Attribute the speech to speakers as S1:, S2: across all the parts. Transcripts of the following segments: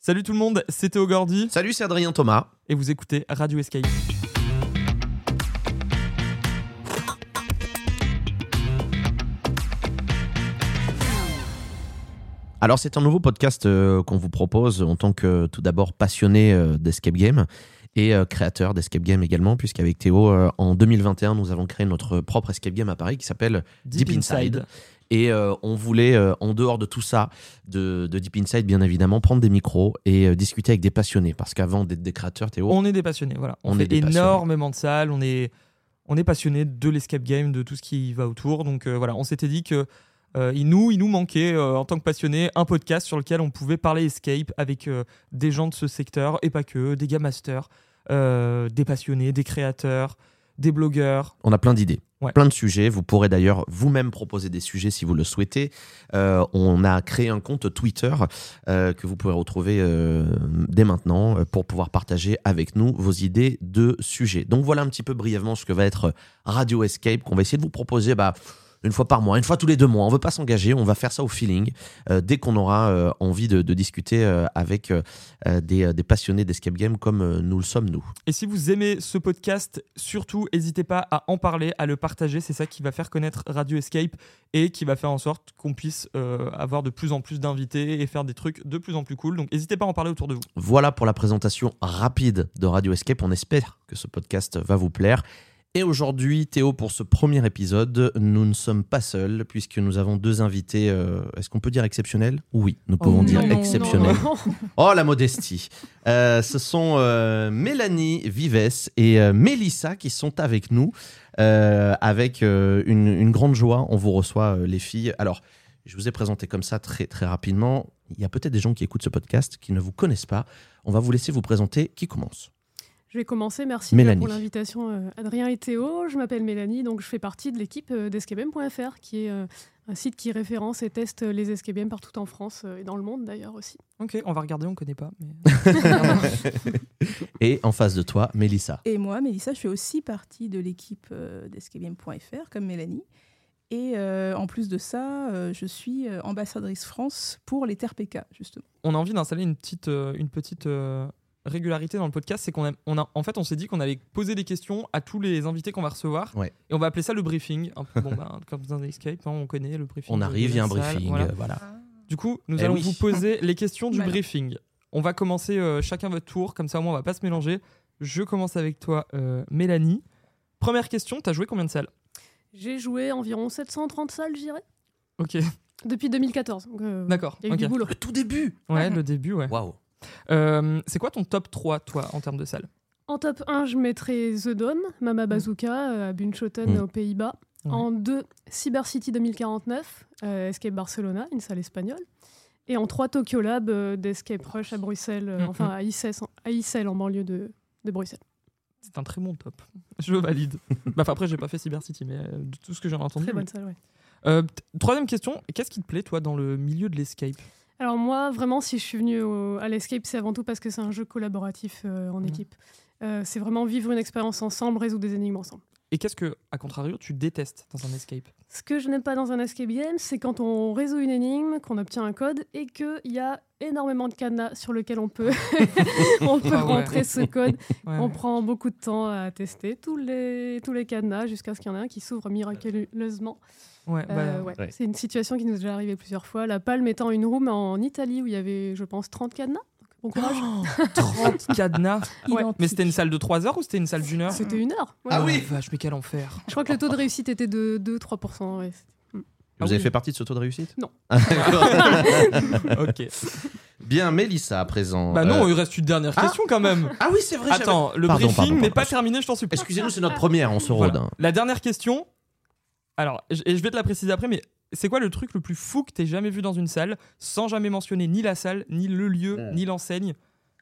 S1: Salut tout le monde, c'était Ogordi
S2: Salut, c'est Adrien Thomas.
S1: et vous écoutez Radio Escape.
S2: Alors c'est un nouveau podcast euh, qu'on vous propose en tant que euh, tout d'abord passionné euh, d'escape game et euh, créateur d'escape game également, puisqu'avec Théo, euh, en 2021, nous avons créé notre propre escape game à Paris qui s'appelle Deep Inside. et euh, on voulait, euh, en dehors de tout ça, de, de Deep Inside, bien évidemment, prendre des micros et euh, discuter avec des passionnés, parce qu'avant d'être des créateurs, Théo,
S1: On est des passionnés, voilà. On,
S2: On est
S1: fait
S2: des passionnés.
S1: énormément de salles, on est, on est passionné de l'escape game, de tout ce qui va autour. Donc euh, voilà, on s'était dit que euh, il, nous, il nous manquait, euh, en tant que passionnés, un podcast sur lequel on pouvait parler escape avec euh, des gens de ce secteur et pas que, des game masters, euh, des passionnés, des créateurs, des blogueurs.
S2: On a plein d'idées,
S1: Ouais.
S2: plein de sujets. Vous pourrez d'ailleurs vous-même proposer des sujets si vous le souhaitez. Euh, on a créé un compte Twitter euh, que vous pourrez retrouver euh, dès maintenant euh, pour pouvoir partager avec nous vos idées de sujets. Donc voilà un petit peu brièvement ce que va être euh, Radio Escape qu'on va essayer de vous proposer. Bah, une fois par mois, une fois tous les deux mois. On veut pas s'engager, on va faire ça au feeling. Euh, dès qu'on aura euh, envie de, de discuter euh, avec euh, euh, des, euh, des passionnés d'escape game comme euh, nous le sommes nous.
S1: Et si vous aimez ce podcast, surtout n'hésitez pas à en parler, à le partager. C'est ça qui va faire connaître Radio Escape et qui va faire en sorte qu'on puisse euh, avoir de plus en plus d'invités et faire des trucs de plus en plus cool. Donc n'hésitez pas à en parler autour de vous.
S2: Voilà pour la présentation rapide de Radio Escape. On espère que ce podcast va vous plaire. Et aujourd'hui, Théo, pour ce premier épisode, nous ne sommes pas seuls puisque nous avons deux invités. euh, Est-ce qu'on peut dire exceptionnels Oui, nous pouvons
S1: Oh non,
S2: dire
S1: non, non,
S2: exceptionnels. Oh, la modestie Euh, Ce sont euh, Mélanie Vives et euh, Mélissa qui sont avec nous. Euh, avec euh, une, une grande joie, on vous reçoit, euh, les filles. Alors, je vous ai présenté comme ça très, très rapidement. Il y a peut-être des gens qui écoutent ce podcast qui ne vous connaissent pas. On va vous laisser vous présenter. Qui commence
S3: Je vais commencer, merci
S2: Mélanie.
S3: déjà pour l'invitation euh, Adrien et Théo. Je m'appelle Mélanie, donc je fais partie de l'équipe euh, d'escapem.fr, qui est euh, un site qui référence et teste euh, les escapem partout en France euh, et dans le monde d'ailleurs aussi.
S1: Ok, on va regarder, on connaît pas.
S2: Et en face de toi, Mélissa.
S4: Et moi, Mélissa, je fais aussi partie de l'équipe euh, d'escapegame.fr, comme Mélanie. Et euh, en plus de ça, euh, je suis euh, ambassadrice France pour les TRPK, justement.
S1: on a envie d'installer une petite, euh, une petite euh, régularité dans le podcast. C'est qu'on aime- on a, en fait, on s'est dit qu'on allait poser des questions à tous les invités qu'on va recevoir.
S2: Ouais.
S1: Et on va appeler ça le briefing. Un peu, bon, ben, comme dans Escape, hein, on connaît le briefing.
S2: On
S1: de-
S2: arrive,
S1: de
S2: il y a un
S1: la salle,
S2: briefing.
S1: voilà. Ah.
S2: euh, voilà.
S1: Du coup, nous
S2: Eh
S1: allons
S2: oui.
S1: vous poser les questions du
S4: Voilà.
S1: briefing. On va commencer euh, chacun votre tour, comme ça au moins on va pas se mélanger. Je commence avec toi, euh, Mélanie. Première question, t'as joué combien de salles
S3: J'ai joué environ 730 salles, je dirais,
S1: Ok,
S3: depuis 2014. donc, euh,
S1: d'accord.
S3: Il y a eu
S1: ok.
S3: du boulot.
S2: Le tout début
S1: Ouais, le début, ouais.
S2: Waouh
S1: Euh, c'est quoi ton top 3, toi, en termes de salles
S3: En top 1, je mettrai The Dawn, Mama Bazooka, euh, à Bunchoten
S2: Mm.
S3: aux Pays-Bas.
S1: Ouais.
S3: En 2, Cyber City 2049, euh, Escape Barcelona, une salle espagnole. Et en 3, Tokyo Lab euh, d'Escape Rush à Bruxelles, euh,
S1: Mm,
S3: enfin à Issel, en, à Issel, en banlieue de, de Bruxelles.
S1: C'est un très bon top. Je valide. bah, enfin, après, j'ai pas fait Cyber City, mais euh, de tout ce que j'ai entendu.
S3: Très bonne salle, ouais.
S1: Euh, t- troisième question, qu'est-ce qui te plaît, toi, dans le milieu de l'escape
S3: Alors moi, vraiment, si je suis venue au- à l'Escape, c'est avant tout parce que c'est un jeu collaboratif euh, en
S1: Mm.
S3: équipe. Euh, c'est vraiment vivre une expérience ensemble, résoudre des énigmes ensemble.
S1: Et qu'est-ce que, à contrario, tu détestes dans un escape
S3: Ce que je n'aime pas dans un escape game, c'est quand on résout une énigme, qu'on obtient un code et qu'il y a énormément de cadenas sur lesquels on peut, on peut
S1: Ah ouais.
S3: rentrer ce code.
S1: Ouais,
S3: On
S1: ouais.
S3: prend beaucoup de temps à tester tous les, tous les cadenas jusqu'à ce qu'il y en ait un qui s'ouvre miraculeusement.
S1: Ouais, bah,
S3: Euh, ouais.
S2: ouais.
S3: C'est une situation qui nous est déjà arrivée plusieurs fois. La Palme étant une room en Italie où il y avait, je pense, 30 cadenas. Bon courage.
S1: Oh, 30 cadenas
S3: Ouais.
S1: Ah Mais c'était une salle de 3 heures ou c'était une salle d'une heure
S3: C'était une heure. ouais.
S2: Ah oui.
S1: la vache, mais quel enfer
S3: Je crois que le taux de réussite était de 2-3%. ouais.
S2: Vous
S1: Ah
S2: avez
S1: oui.
S2: fait partie de ce taux de réussite Ah,
S3: Non.
S1: Ok.
S2: Bien, Mélissa à présent.
S1: Bah non,
S2: Euh,
S1: il reste une dernière
S2: ah.
S1: question quand même
S2: Ah oui, c'est vrai. j'avais-
S1: Attends, le
S2: Pardon,
S1: briefing
S2: pardon,
S1: n'est
S2: pardon.
S1: pas terminé, je t'en supplie.
S2: Excusez-nous, c'est notre première, on se
S1: Voilà.
S2: rôde. hein.
S1: La dernière question. Alors, je- et je vais te la préciser après, mais c'est quoi le truc le plus fou que t'aies jamais vu dans une salle, sans jamais mentionner ni la salle, ni le lieu,
S2: Ouais.
S1: ni l'enseigne,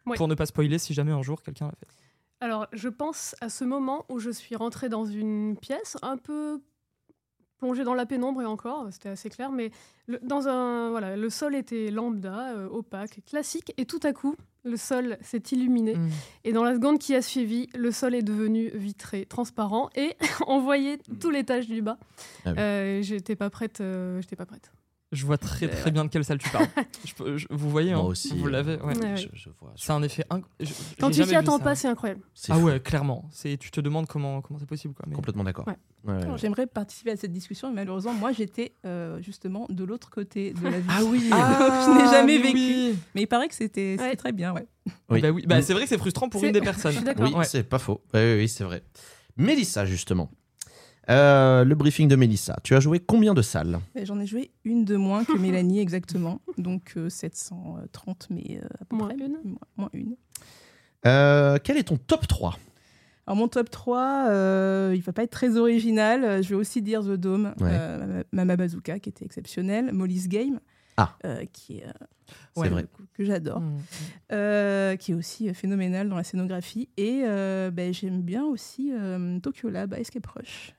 S3: Ouais.
S1: pour ne pas spoiler si jamais un jour quelqu'un l'a fait.
S3: Alors, je pense à ce moment où je suis rentrée dans une pièce un peu plongée dans la pénombre et encore, c'était assez clair, mais le, dans un voilà, le sol était lambda, euh, opaque, classique, et tout à coup, le sol s'est illuminé.
S1: Mm.
S3: Et dans la seconde qui a suivi, le sol est devenu vitré, transparent,
S1: Mm.
S3: et on voyait tout l'étage du bas.
S2: Ah oui.
S3: Euh, j'étais pas prête, euh, j'étais pas prête.
S1: Je vois très
S4: Euh,
S1: très
S4: ouais.
S1: bien de quelle salle tu parles. Je peux- je- vous voyez,
S2: Moi
S1: hein,
S2: aussi.
S1: vous
S2: euh,
S1: l'avez. ouais.
S3: Ouais.
S2: Je, je vois.
S1: C'est un effet inc... je-
S3: Quand
S1: j'ai jamais
S3: tu t'y
S1: vu
S3: attends
S1: ça.
S3: pas, c'est incroyable.
S2: C'est
S1: Ah
S2: fou.
S1: ouais, clairement. C'est tu te demandes comment comment c'est possible quoi. mais-
S2: Complètement d'accord.
S3: Ouais.
S2: Ouais, ouais.
S4: Alors, J'aimerais participer à cette discussion, mais malheureusement, moi, j'étais euh, justement de l'autre côté de la vie.
S2: Ah oui.
S4: Je n'ai jamais
S1: mais
S4: vécu.
S1: oui.
S4: Mais il paraît que c'était c'était
S3: Ouais.
S4: très bien, ouais.
S2: Oui. Mm.
S1: Bah oui, bah c'est vrai que c'est frustrant pour une
S3: C'est-
S1: des personnes.
S3: Je suis d'accord.
S2: Oui,
S1: Ouais.
S2: c'est pas faux. Oui, oui, oui, c'est vrai. Mélissa, justement. Euh, le briefing de Mélissa. Tu as joué combien de salles
S4: Mais J'en ai joué une de moins que Mélanie, exactement. Donc euh, 730, mais euh, à peu
S3: Moins
S4: près.
S3: une.
S4: Moins- moins une.
S2: Euh, Quel est ton top 3
S4: Alors mon top 3, euh, il va pas être très original. Euh, Je vais aussi dire The Dome,
S2: Ouais.
S4: euh, Mama Bazooka, qui était exceptionnelle, Molly's Game,
S2: Ah.
S4: euh, qui est, euh,
S1: C'est
S4: que-
S2: vrai.
S4: que j'adore,
S1: Mm.
S4: euh, qui est aussi euh, phénoménale dans la scénographie. Et euh, ben, j'aime bien aussi euh, Tokyo Lab, Escape Rush.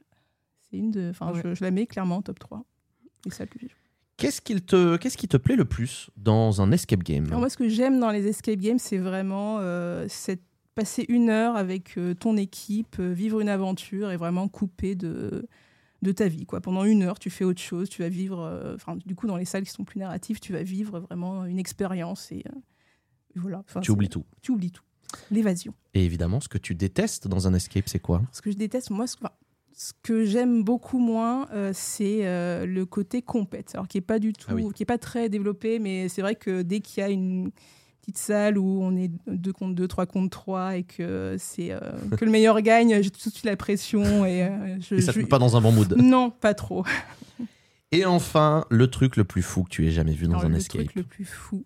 S4: C'est une de, enfin,
S1: Ouais.
S4: je, je la mets clairement en top 3. Et ça que j'ai joué.
S2: Qu'est-ce qu'il te, qu'est-ce qui te plaît le plus dans un escape game
S4: Alors Ah, moi, ce que j'aime dans les escape games, c'est vraiment euh, cette- passer une heure avec euh, ton équipe, euh, vivre une aventure et vraiment couper de, de ta vie. Quoi. Pendant une heure, tu fais autre chose, tu vas vivre, euh, enfin, du coup, dans les salles qui sont plus narratives, tu vas vivre vraiment une expérience et euh, voilà. Enfin,
S2: Tu
S4: c'est-
S2: oublies tout.
S4: Tu oublies tout. L'évasion.
S2: Et évidemment, ce que tu détestes dans un escape, c'est quoi
S4: Ce que je déteste, moi, ce, enfin, ce que j'aime beaucoup moins, euh, c'est euh, le côté compète, alors qui est pas du tout,
S2: Ah oui.
S4: qui est pas très développé, mais c'est vrai que dès qu'il y a une petite salle où on est deux contre deux, trois contre trois, et que c'est euh, que le meilleur gagne, j'ai tout de suite la pression et euh, je,
S2: Et ça te
S4: je-
S2: met pas dans un bon mood.
S4: non, pas trop.
S2: Et enfin, le truc le plus fou que tu aies jamais vu dans
S4: Alors,
S2: un
S4: le
S2: escape.
S4: truc le plus fou,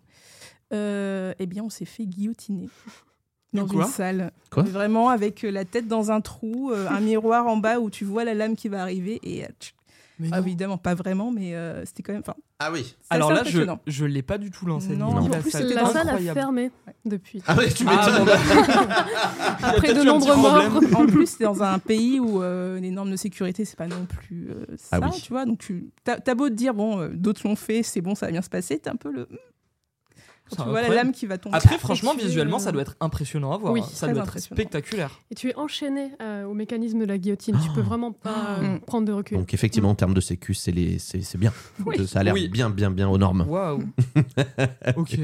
S4: euh, eh bien, on s'est fait guillotiner dans
S1: Quoi
S4: une salle.
S2: Quoi
S4: Vraiment avec euh, la tête dans un trou, euh, un miroir en bas où tu vois la lame qui va arriver et euh, tch-
S1: Mais
S4: Ah
S1: non.
S4: oui, évidemment, pas vraiment, mais euh, c'était quand même. enfin,
S2: Ah oui.
S4: c'est
S1: Alors
S4: assez
S1: là, je
S4: impressionnant.
S1: je l'ai pas du tout lancé.
S4: Non,
S1: ni
S2: en
S1: la
S4: plus,
S1: salle.
S4: c'était
S3: La salle a
S1: Incroyable.
S3: fermé depuis.
S2: Ah oui, tu
S1: Ah, bon,
S2: m'étonnes.
S1: bah,
S3: Après
S1: peut-être
S3: de
S1: eu un
S3: nombreux
S1: petit problème.
S3: morts.
S4: En plus, c'est dans un pays où euh, les normes de sécurité, c'est pas non plus euh, ça,
S2: Ah oui.
S4: tu vois. Donc, tu t'as t'as beau te dire, bon, euh, d'autres l'ont fait, c'est bon, ça va bien se passer, t'es un peu le.
S1: C'est
S4: Quand tu vois la
S1: incroyable.
S4: lame qui va tomber.
S1: Après, franchement,
S4: tu es,
S1: visuellement,
S4: euh,
S1: ça doit être impressionnant à voir.
S3: Oui,
S1: ça
S4: très
S1: doit être
S4: impressionnant.
S1: spectaculaire.
S3: Et tu es enchaîné euh, au mécanisme de la guillotine. Tu peux vraiment pas euh,
S4: Mm.
S3: prendre de recul.
S2: Donc effectivement, en termes de sécu, c'est les- c'est c'est bien.
S3: Oui.
S2: Ça a l'air
S1: Oui.
S2: bien, bien, bien aux normes.
S1: Waouh. ok.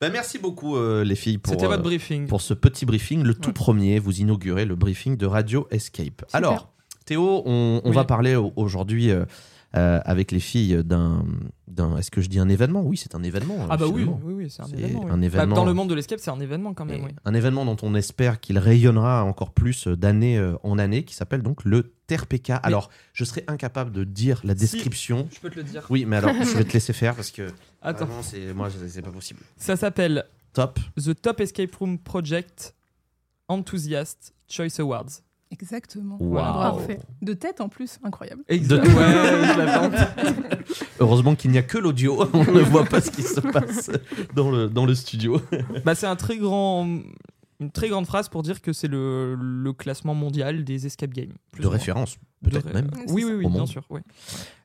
S2: Bah, merci beaucoup euh, les filles pour,
S1: C'était
S2: euh,
S1: votre briefing.
S2: pour ce petit briefing. Le tout
S1: Mm. Ouais.
S2: premier, vous inaugurez le briefing de Radio Escape.
S3: Super.
S2: Alors, Théo, on, on
S1: Oui.
S2: va parler au- aujourd'hui euh, euh, avec les filles d'un... d'un- Est-ce que je dis un événement Oui, c'est un événement. euh,
S1: Ah bah oui,
S2: finalement.
S1: oui, oui, c'est un
S2: C'est
S1: événement. oui.
S2: un
S1: Bah,
S2: événement.
S1: dans le monde de l'escape, c'est un événement quand même.
S2: Et
S1: oui.
S2: Un événement dont on espère qu'il rayonnera encore plus euh, d'année euh, en année, qui s'appelle donc le TERPK. Alors, je serais incapable de dire la description.
S1: Je peux te le dire.
S2: Oui, mais alors, je vais te laisser faire parce que
S1: Attends.
S2: vraiment, c'est- moi, c'est c'est pas possible.
S1: Ça s'appelle
S2: Top.
S1: The Top Escape Room Project Enthusiast Choice Awards.
S4: Exactement.
S1: Voilà.
S2: Waouh.
S3: Parfait.
S4: De tête en plus, incroyable.
S1: Exact. Ouais, je l'avais.
S2: Heureusement qu'il n'y a que l'audio, on ne voit pas ce qui se passe dans le, dans le studio.
S1: Bah, c'est un très grand, une très grande phrase pour dire que c'est le, le classement mondial des escape games. plus
S2: De
S1: ou moins.
S2: référence,
S1: De
S2: peut-être
S1: ré-
S2: même.
S1: Oui, oui, oui,
S2: Au
S1: bien
S2: monde.
S1: sûr. oui.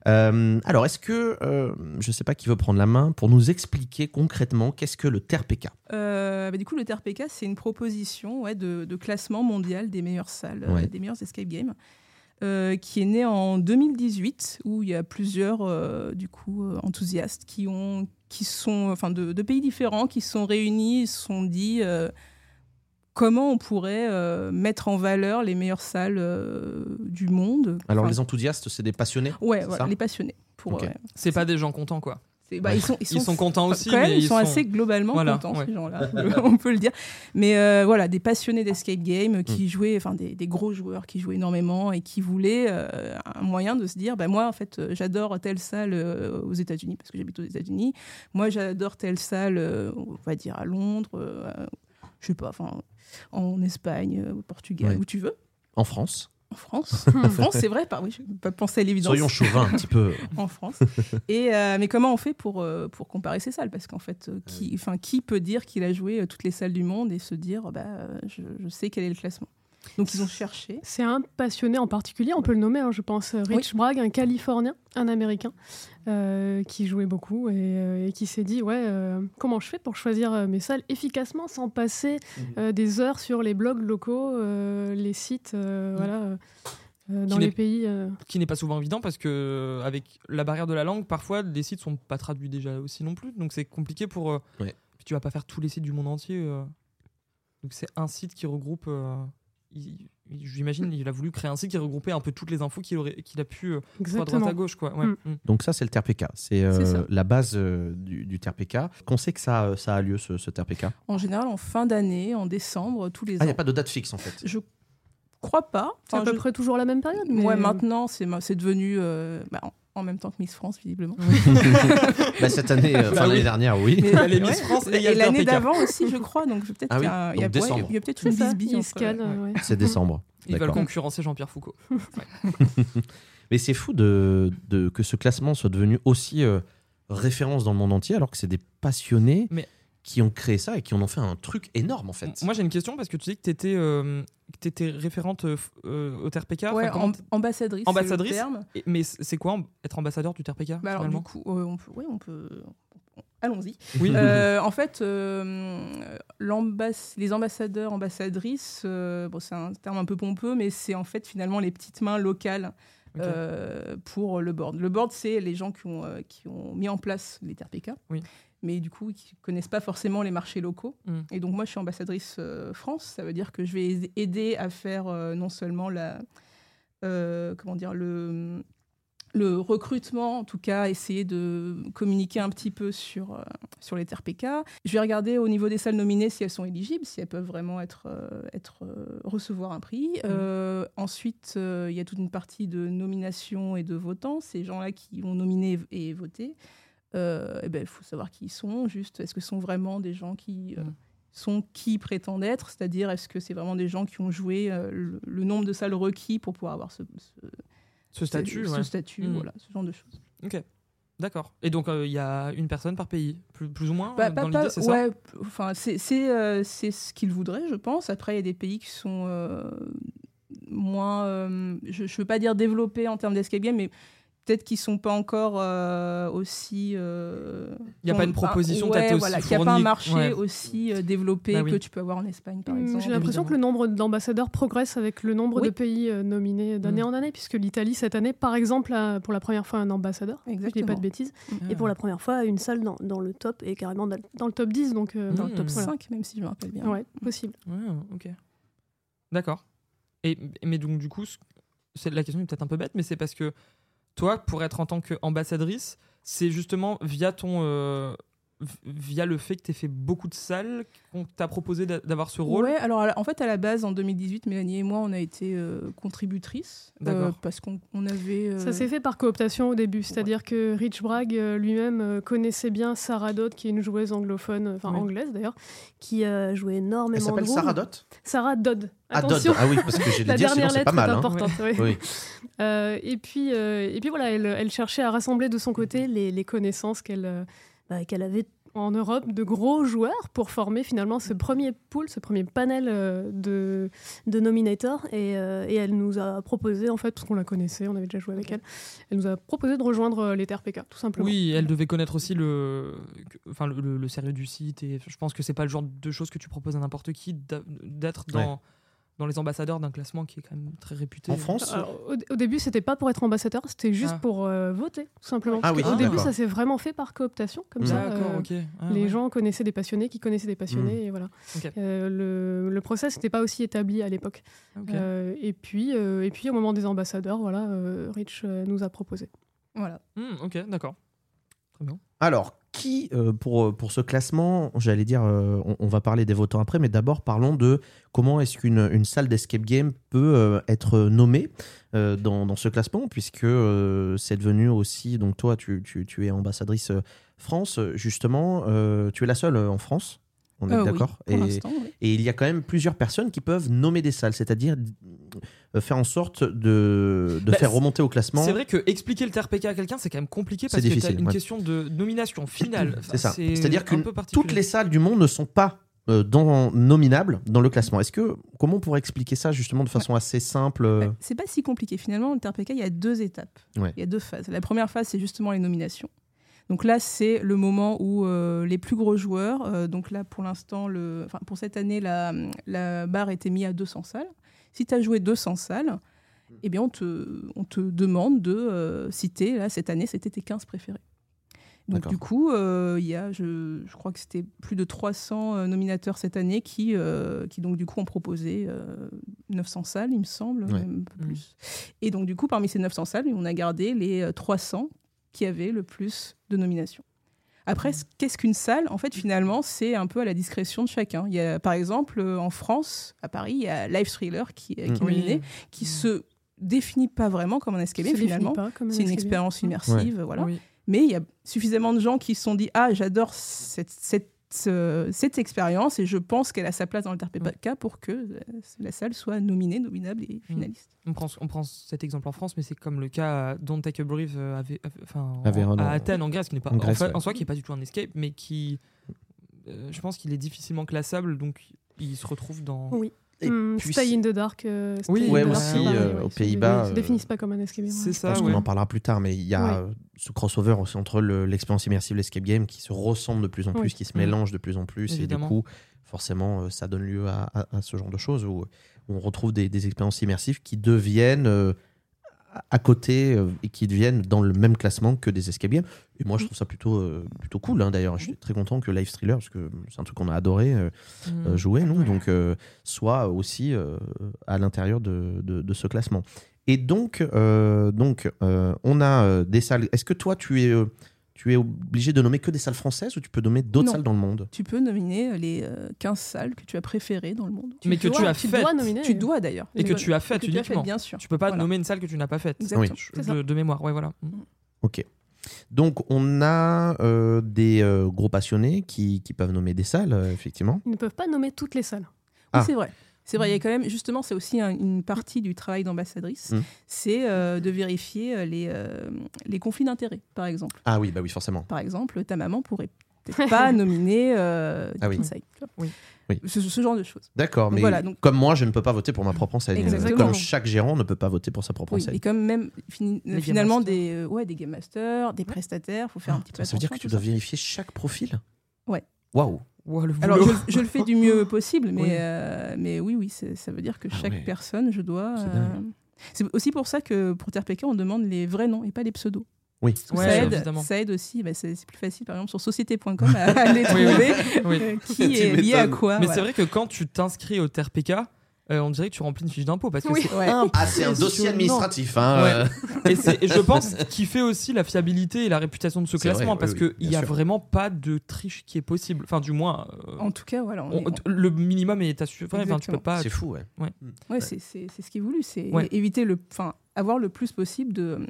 S2: Euh, alors, est-ce que, euh, je ne sais pas qui veut prendre la main, pour nous expliquer concrètement qu'est-ce que le TERPK
S4: Euh, bah, du coup, le TRPK, c'est une proposition ouais, de, de classement mondial des meilleures salles, euh,
S2: Ouais.
S4: des meilleurs escape games, euh, qui est né en 2018, où il y a plusieurs euh, du coup, euh, enthousiastes qui, ont, qui sont, enfin, de, de pays différents qui sont réunis et se sont dit euh, comment on pourrait euh, mettre en valeur les meilleures salles euh, du monde.
S2: Alors,
S4: Enfin,
S2: les enthousiastes, c'est des passionnés
S4: ouais,
S2: c'est
S4: voilà,
S2: ça
S4: les passionnés. Pour,
S2: Ok.
S4: ouais.
S1: C'est pas des gens contents, quoi.
S4: C'est- bah,
S2: Ouais.
S4: ils, sont,
S1: Ils sont contents aussi,
S4: quand même,
S1: mais
S4: ils, sont, assez globalement
S1: Voilà,
S4: contents,
S1: ouais.
S4: ces gens-là, on peut le dire. Mais euh, voilà, des passionnés d'escape game qui jouaient, enfin des, des gros joueurs qui jouaient énormément et qui voulaient euh, un moyen de se dire, bah, moi en fait euh, j'adore telle salle euh, aux États-Unis parce que j'habite aux États-Unis, moi j'adore telle salle, euh, on va dire à Londres, euh, à- je sais pas, enfin en Espagne, euh, au Portugal,
S2: Ouais.
S4: où tu veux.
S2: en France.
S4: En France, en France, c'est vrai, pas, oui, je vais pas penser à l'évidence
S2: Soyons chauvins un petit peu.
S4: en France. Et, euh, mais comment on fait pour, euh, pour comparer ces salles Parce qu'en fait, euh, qui, enfin, qui peut dire qu'il a joué euh, toutes les salles du monde et se dire, bah, euh, je, je sais quel est le classement Donc ils ont cherché.
S3: C'est un passionné en particulier, on peut le nommer, hein, je pense, euh, Rich Bragg, un Californien, un Américain, euh, qui jouait beaucoup et, euh, et qui s'est dit, ouais, euh, comment je fais pour choisir euh, mes salles efficacement sans passer euh, des heures sur les blogs locaux, euh, les sites, euh, voilà. euh, euh, dans
S1: Qui n'est-
S3: les pays. euh,
S1: qui n'est pas souvent évident parce que euh, avec la barrière de la langue, parfois les sites sont pas traduits déjà aussi non plus, donc c'est compliqué pour. euh,
S2: Ouais.
S1: Puis tu vas pas faire tous les sites du monde entier, euh. donc c'est un site qui regroupe. euh, il- il- J'imagine il a voulu créer un site qui regroupait un peu toutes les infos qu'il aurait- qu'il a pu euh, soit à droite
S3: Exactement.
S1: à gauche quoi. Ouais.
S3: Mm.
S1: Mm.
S2: Donc ça, c'est le TRPK. C'est euh,
S4: C'est ça.
S2: la base euh, du, du TRPK. Qu'on sait que ça, euh, ça a lieu, ce, ce TRPK
S4: En général, en fin d'année, en décembre, tous les
S2: Ah, il n'y
S4: ans.
S2: a pas de date fixe, en fait.
S4: Je crois pas.
S3: C'est à
S4: Enfin,
S3: peu
S4: je-
S3: près toujours la même période. Mais... euh,
S4: Ouais, maintenant, c'est ma- c'est devenu euh, bah, en- en même temps que Miss France, visiblement.
S2: Bah, cette année, euh,
S1: Bah
S2: fin
S1: oui.
S2: l'année dernière, oui.
S1: Il y a les Miss France et il y a
S4: et
S1: le
S4: l'année
S1: TRPK.
S4: d'avant aussi, je crois. Donc je- peut-être
S2: Ah
S4: qu'il y
S2: oui,
S4: a, il y a-
S2: donc
S4: ouais, il y a-
S2: décembre.
S4: il y a peut-être
S3: C'est
S4: une
S3: ça,
S4: bisbille.
S3: ils
S4: entre-
S3: escalent,
S1: ouais.
S3: ouais.
S2: C'est décembre.
S1: Ils veulent
S2: D'accord.
S1: concurrencer Jean-Pierre Foucault.
S2: Mais c'est fou de, de- que ce classement soit devenu aussi euh, référence dans le monde entier, alors que c'est des passionnés
S1: Mais-
S2: qui ont créé ça et qui en ont fait un truc énorme, en fait.
S1: Moi j'ai une question parce que tu dis que tu étais, référente euh, f- euh, au TRPK.
S4: Ouais,
S1: enfin, comment
S4: am-
S1: t-
S4: ambassadrice. c'est le
S1: Ambassadrice.
S4: terme.
S1: Et- Mais c'est c'est quoi amb- être ambassadeur du TRPK
S4: Bah, alors,
S1: finalement
S4: du coup, euh, on peut, ouais, on peut. Allons-y.
S1: Oui.
S4: Euh, en fait, euh, l'ambass- les ambassadeurs, ambassadrices, euh, bon, c'est un terme un peu pompeux, mais c'est en fait finalement les petites mains locales
S1: Ok.
S4: euh, pour le board. Le board, c'est les gens qui ont, euh, qui ont mis en place les TRPK,
S1: Oui.
S4: mais du coup, qui connaissent pas forcément les marchés locaux.
S1: Mm.
S4: Et donc, moi, je suis ambassadrice euh, France. Ça veut dire que je vais aise- aider à faire euh, non seulement la, euh, comment dire, le, le recrutement, en tout cas, essayer de communiquer un petit peu sur, euh, sur les TRPK. Je vais regarder au niveau des salles nominées si elles sont éligibles, si elles peuvent vraiment être, euh, être, euh, recevoir un prix.
S1: Mmh.
S4: Euh, ensuite, euh, il y a toute une partie de nomination et de votants. Ces gens-là qui ont nominé et voté, euh, eh ben, il faut savoir qui ils sont. Juste, est-ce que ce sont vraiment des gens qui euh,
S1: Mm.
S4: sont qui ils prétendent être C'est-à-dire, est-ce que c'est vraiment des gens qui ont joué euh, le, le nombre de salles requis pour pouvoir avoir ce, ce-
S1: Ce statut,
S4: ce
S1: ouais.
S4: statut,
S1: Mm.
S4: voilà, ce genre de choses.
S1: D'accord. Et donc, euh, il y a une personne par pays, plus, plus ou moins
S4: Pas-
S1: euh,
S4: pas-
S1: dans
S4: pas-
S1: l'idée, c'est ça
S4: ouais, p- enfin, c'est c'est, euh, c'est ce qu'ils voudraient, je pense. Après, il y a des pays qui sont euh, moins, euh, je ne veux pas dire développés en termes d'escape game, mais peut-être qu'ils sont pas encore euh, aussi. euh,
S1: Il n'y a pas une
S4: enfin,
S1: proposition
S4: bah, ouais,
S1: peut-être aussi
S4: voilà, qu'il y a
S1: fournie.
S4: pas un marché
S1: Ouais.
S4: aussi euh, développé
S1: Bah oui.
S4: que tu peux avoir en Espagne, par
S3: Hum,
S4: exemple.
S3: J'ai l'impression
S1: évidemment.
S3: que le nombre d'ambassadeurs progresse avec le nombre
S4: Oui.
S3: de pays euh, nominés d'année
S2: Hmm.
S1: Hum.
S3: en année, puisque l'Italie, cette année, par exemple, a pour la première fois un ambassadeur. Je dis
S4: Exactement.
S3: pas de bêtises.
S2: Hmm.
S5: Et pour la première fois, une salle dans, dans le top et carrément dans,
S3: Dans le top 10, donc euh,
S2: Hmm.
S1: Hum.
S3: dans le top
S1: Mmh.
S4: 5,
S3: 5.
S4: même si je me rappelle bien.
S2: hein.
S3: Ouais, possible.
S1: Ouais, ok. D'accord. Et mais donc du coup, ce- c'est la question est peut-être un peu bête, mais c'est parce que toi, pour être en tant qu'ambassadrice, c'est justement via ton euh, v- via le fait que tu fait beaucoup de salles qu'on t'a proposé d'a- d'avoir ce rôle.
S4: Ouais, alors à la- en fait, à la base, en 2018, Mélanie et moi, on a été euh, contributrices euh,
S1: D'accord.
S4: parce qu'on on avait. euh,
S3: Ça s'est fait par cooptation au début, c'est-à-dire que Rich Bragg euh, lui-même euh, connaissait bien Sarah Dodd, qui est une joueuse anglophone, euh, enfin
S1: Oui.
S3: anglaise d'ailleurs.
S5: qui euh, jouait énormément
S2: Elle
S5: de
S2: s'appelle
S5: rôles.
S2: Sarah Dott
S3: Sarah Dodd.
S2: Ah, Dodd.
S3: Attention,
S2: Ah oui, parce que j'ai
S3: la
S2: le dire, sinon
S3: dernière
S2: c'est pas
S3: lettre
S2: mal.
S3: est
S2: hein.
S3: importante. oui.
S2: Oui.
S3: Euh, et, puis, euh, et puis voilà, elle, elle cherchait à rassembler de son
S2: Mhm.
S3: côté les, les connaissances qu'elle euh,
S5: bah, Qu'elle avait
S3: en Europe de gros joueurs pour former finalement
S2: Mhm.
S3: ce premier pool, ce premier panel euh, de, de nominators. Et, euh, et elle nous a proposé, en fait, parce qu'on la connaissait, on avait déjà joué avec elle, elle nous a proposé de rejoindre euh, les TRPK, tout simplement.
S1: Oui, elle devait connaître aussi le, que- enfin le, le- le sérieux du site et je pense que c'est pas le genre de choses que tu proposes à n'importe qui d'a- d'être dans dans les ambassadeurs d'un classement qui est quand même très réputé.
S2: En France
S3: Alors, au, au début, c'était pas pour être ambassadeur, c'était juste
S1: Ah.
S3: pour euh, voter, tout simplement.
S2: Ah oui,
S3: au début,
S2: d'accord.
S3: ça s'est vraiment fait par cooptation, comme
S2: Mm.
S3: ça.
S1: D'accord,
S3: euh,
S1: ok. Ah,
S3: les
S1: ouais. Hmm.
S3: gens connaissaient des passionnés qui connaissaient des passionnés, et voilà.
S1: Ok.
S3: Euh, le, le process n'était pas aussi établi à l'époque.
S1: Ok.
S3: Euh, et, puis, euh, et puis, au moment des ambassadeurs, voilà, euh, Rich euh, nous a proposé.
S4: Voilà.
S1: Hmm, ok, d'accord. Très bien.
S2: Alors, qui, euh, pour, pour ce classement, j'allais dire, euh, on, on va parler des votants après, mais d'abord parlons de comment est-ce qu'une une salle d'escape game peut euh, être nommée euh, dans, dans ce classement, puisque euh, c'est devenu aussi, donc toi, tu, tu- tu es ambassadrice euh, France, euh, justement, euh, tu es la seule euh, en France, on est
S4: Euh, oui,
S2: d'accord
S4: Pour
S2: Et-
S4: l'instant, oui.
S2: et il y a quand même plusieurs personnes qui peuvent nommer des salles, c'est-à-dire euh, faire en sorte de, de
S1: Bah,
S2: faire
S1: c'est-
S2: remonter au classement.
S1: C'est vrai que expliquer le TRPK à quelqu'un, c'est quand même compliqué
S2: C'est
S1: parce que t'as
S2: difficile,
S1: une
S2: ouais.
S1: question de nomination finale.
S2: C'est ça. C'est-à-dire
S1: C'est-à-dire
S2: qu'une-
S1: peu particulier.
S2: Toutes les salles du monde ne sont pas euh, dans, nominables dans le classement. Est-ce que comment on pourrait expliquer ça justement de façon assez simple euh,
S4: Ouais, Bah, C'est pas si compliqué finalement. Le TRPK, il y a deux étapes.
S2: Ouais.
S4: Il y a deux phases. La première phase, c'est justement les nominations. Donc là, c'est le moment où euh, les plus gros joueurs, euh, donc là pour l'instant, le, enfin, pour cette année, la, la barre était mise à 200 salles. Si tu as joué 200 salles,
S2: Hmm.
S4: eh bien, on te, on te demande de euh, citer, là, cette année, c'était tes 15 préférés. Donc,
S2: D'accord.
S4: du coup, euh, il y a, je, je crois que c'était plus de 300 euh, nominateurs cette année qui, euh, qui, donc, du coup, ont proposé euh, 900 salles, il me semble,
S2: Ouais.
S4: même un peu
S1: Mm.
S4: plus. Et donc, du coup, parmi ces 900 salles, on a gardé les euh, 300 qui avaient le plus de nominations. Après,
S3: Mmh.
S4: c- qu'est-ce qu'une salle En fait, finalement, c'est un peu à la discrétion de chacun. Il y a, par exemple, euh, en France, à Paris, il y a Live Thriller qui, euh, qui est
S3: Mmh.
S2: Mm.
S4: nominé qui se définit pas vraiment comme un escape game
S3: Se définit
S4: finalement.
S3: pas comme un
S4: C'est
S3: escape
S4: une
S3: game.
S4: expérience immersive, voilà.
S1: Oui.
S4: Mais il y a suffisamment de gens qui se sont dit ah j'adore cette, cette, euh, cette expérience et je pense qu'elle a sa place dans le
S3: Mmh.
S4: TRPK pour que euh, la salle soit nominée, nominable et
S3: Mmh.
S4: finaliste.
S1: On prend, on prend cet exemple en France, mais c'est comme le cas à Don't Take a Brief euh, avait- avait- enfin,
S2: Avait
S1: en-
S2: un nom.
S1: à Athènes, en Grèce, qui n'est pas
S2: En
S1: en,
S2: Grèce,
S1: fait-
S2: ouais.
S1: en soi qui n'est pas du tout un escape, mais qui, euh, je pense qu'il est difficilement classable, donc il se retrouve dans.
S5: Oui.
S2: Et
S3: Hmm,
S2: puis-
S3: Stay in the Dark. euh, Stay
S1: Oui,
S3: in the
S1: ouais,
S3: Dark,
S1: aussi,
S3: c'est pareil,
S1: euh,
S3: ouais,
S2: aux
S3: ils se dé-
S2: Pays-Bas,
S3: Ils se
S2: euh,
S3: définissent pas comme un escape game.
S1: C'est
S3: ouais.
S2: Je
S1: ça,
S2: pense
S1: ouais.
S2: qu'on en parlera plus tard, mais il y a
S3: Ouais.
S2: euh, ce crossover aussi entre le- l'expérience immersive et l'escape game qui se ressemble de plus en plus,
S3: Oui.
S2: qui se
S1: Mhm.
S2: mélange de plus en plus.
S1: Évidemment.
S2: Et du coup, forcément, euh, ça donne lieu à, à- à ce genre de choses où, où on retrouve des, des expériences immersives qui deviennent euh, à côté euh, et qui deviennent dans le même classement que des escape games. Et moi,
S1: Mm.
S2: je trouve ça plutôt, euh, plutôt cool. hein, D'ailleurs, je suis très content que Live Thriller, parce que c'est un truc qu'on a adoré. euh,
S1: Mm.
S2: euh, jouer, nous, donc euh, soit aussi euh, à l'intérieur de, de- de ce classement. Et donc, euh, donc euh, on a euh, des salles. Est-ce que toi, tu es, euh, tu es obligé de nommer que des salles françaises ou tu peux nommer d'autres
S4: Non.
S2: salles dans le monde
S4: Tu peux nominer euh, les euh, 15 salles que tu as préférées dans le monde.
S1: mais que
S3: dois-
S1: tu as
S3: tu
S1: fait.
S3: dois nominer.
S4: Tu dois d'ailleurs.
S1: Et que tu as
S4: Et
S1: faite
S4: que tu as fait,
S1: uniquement.
S4: bien sûr.
S1: Tu peux pas
S4: Voilà.
S1: nommer une salle que tu n'as pas faite.
S4: Exactement.
S2: Oui.
S3: C'est ça.
S1: De, de mémoire, ouais, voilà.
S2: Mmh.
S1: Mm.
S2: Donc, on a euh, des euh, gros passionnés qui, qui peuvent nommer des salles, euh, effectivement.
S3: Ils ne peuvent pas nommer toutes les salles.
S2: Ah.
S4: Oui, c'est vrai. C'est vrai, il y a quand même, justement, c'est aussi un- une partie du travail d'ambassadrice,
S2: Mm.
S4: c'est euh, de vérifier euh, les, euh, les conflits d'intérêts, par exemple.
S2: Ah oui, bah oui, forcément.
S4: Par exemple, ta maman pourrait peut-être pas nominer euh,
S2: Ah oui.
S4: Inside, tu vois.
S1: Oui.
S2: Oui.
S4: Ce, ce genre de choses.
S2: D'accord,
S4: Donc
S2: mais
S4: voilà, donc-
S2: comme moi, je ne peux pas voter pour ma propre enseigne. Euh,
S4: Exactement.
S2: Comme chaque gérant ne peut pas voter pour sa propre
S4: Oui,
S2: enseigne.
S4: et comme même fini-
S1: Les
S4: finalement
S1: game
S4: des euh, ouais des game masters, des prestataires, faut faire un petit peu
S2: Ça veut dire que
S4: attention à
S2: tu
S4: tout
S2: dois
S4: ça.
S2: vérifier chaque profil
S4: Ouais.
S2: Waouh
S1: Ouah, le
S4: Alors
S1: boulot.
S4: je, je le fais du mieux possible, mais
S1: Oui.
S4: oui, mais oui oui, c'est- ça veut dire que
S2: Ah
S4: chaque
S2: ouais.
S4: personne, je dois.
S2: C'est
S4: euh,
S2: dingue.
S4: C'est aussi pour ça que pour TRPK, on demande les vrais noms et pas les pseudos.
S2: Oui.
S1: Ouais,
S4: ça, aide,
S1: évidemment.
S4: ça aide aussi, bah, c'est c'est plus facile par exemple sur société.com à, à les trouver
S1: Oui.
S4: euh, qui
S2: Tu
S4: est lié à
S2: m'étonnes.
S4: quoi.
S1: Mais
S4: voilà.
S1: c'est vrai que quand tu t'inscris au TRPK, euh, on dirait que tu remplis une fiche d'impôt parce que
S4: Oui.
S1: c'est
S4: Ouais.
S2: Ah, c'est un dossier administratif. Hein,
S1: Ouais.
S2: euh.
S1: Et, c'est- et je pense qu'il fait aussi la fiabilité et la réputation de ce
S2: C'est vrai,
S1: classement
S2: oui,
S1: parce
S2: oui,
S1: qu'il
S2: bien
S1: n'y a
S2: sûr.
S1: vraiment pas de triche qui est possible. Enfin, du moins, euh,
S4: En tout cas, voilà, on
S1: on-
S4: est- on-
S1: le minimum est assuré. Enfin, Ah, tu peux
S4: Exactement.
S1: pas.
S2: C'est fou, ouais.
S4: ouais, c'est c'est- c'est ce qui est voulu, c'est
S1: Ouais.
S4: éviter le, enfin, avoir le plus possible de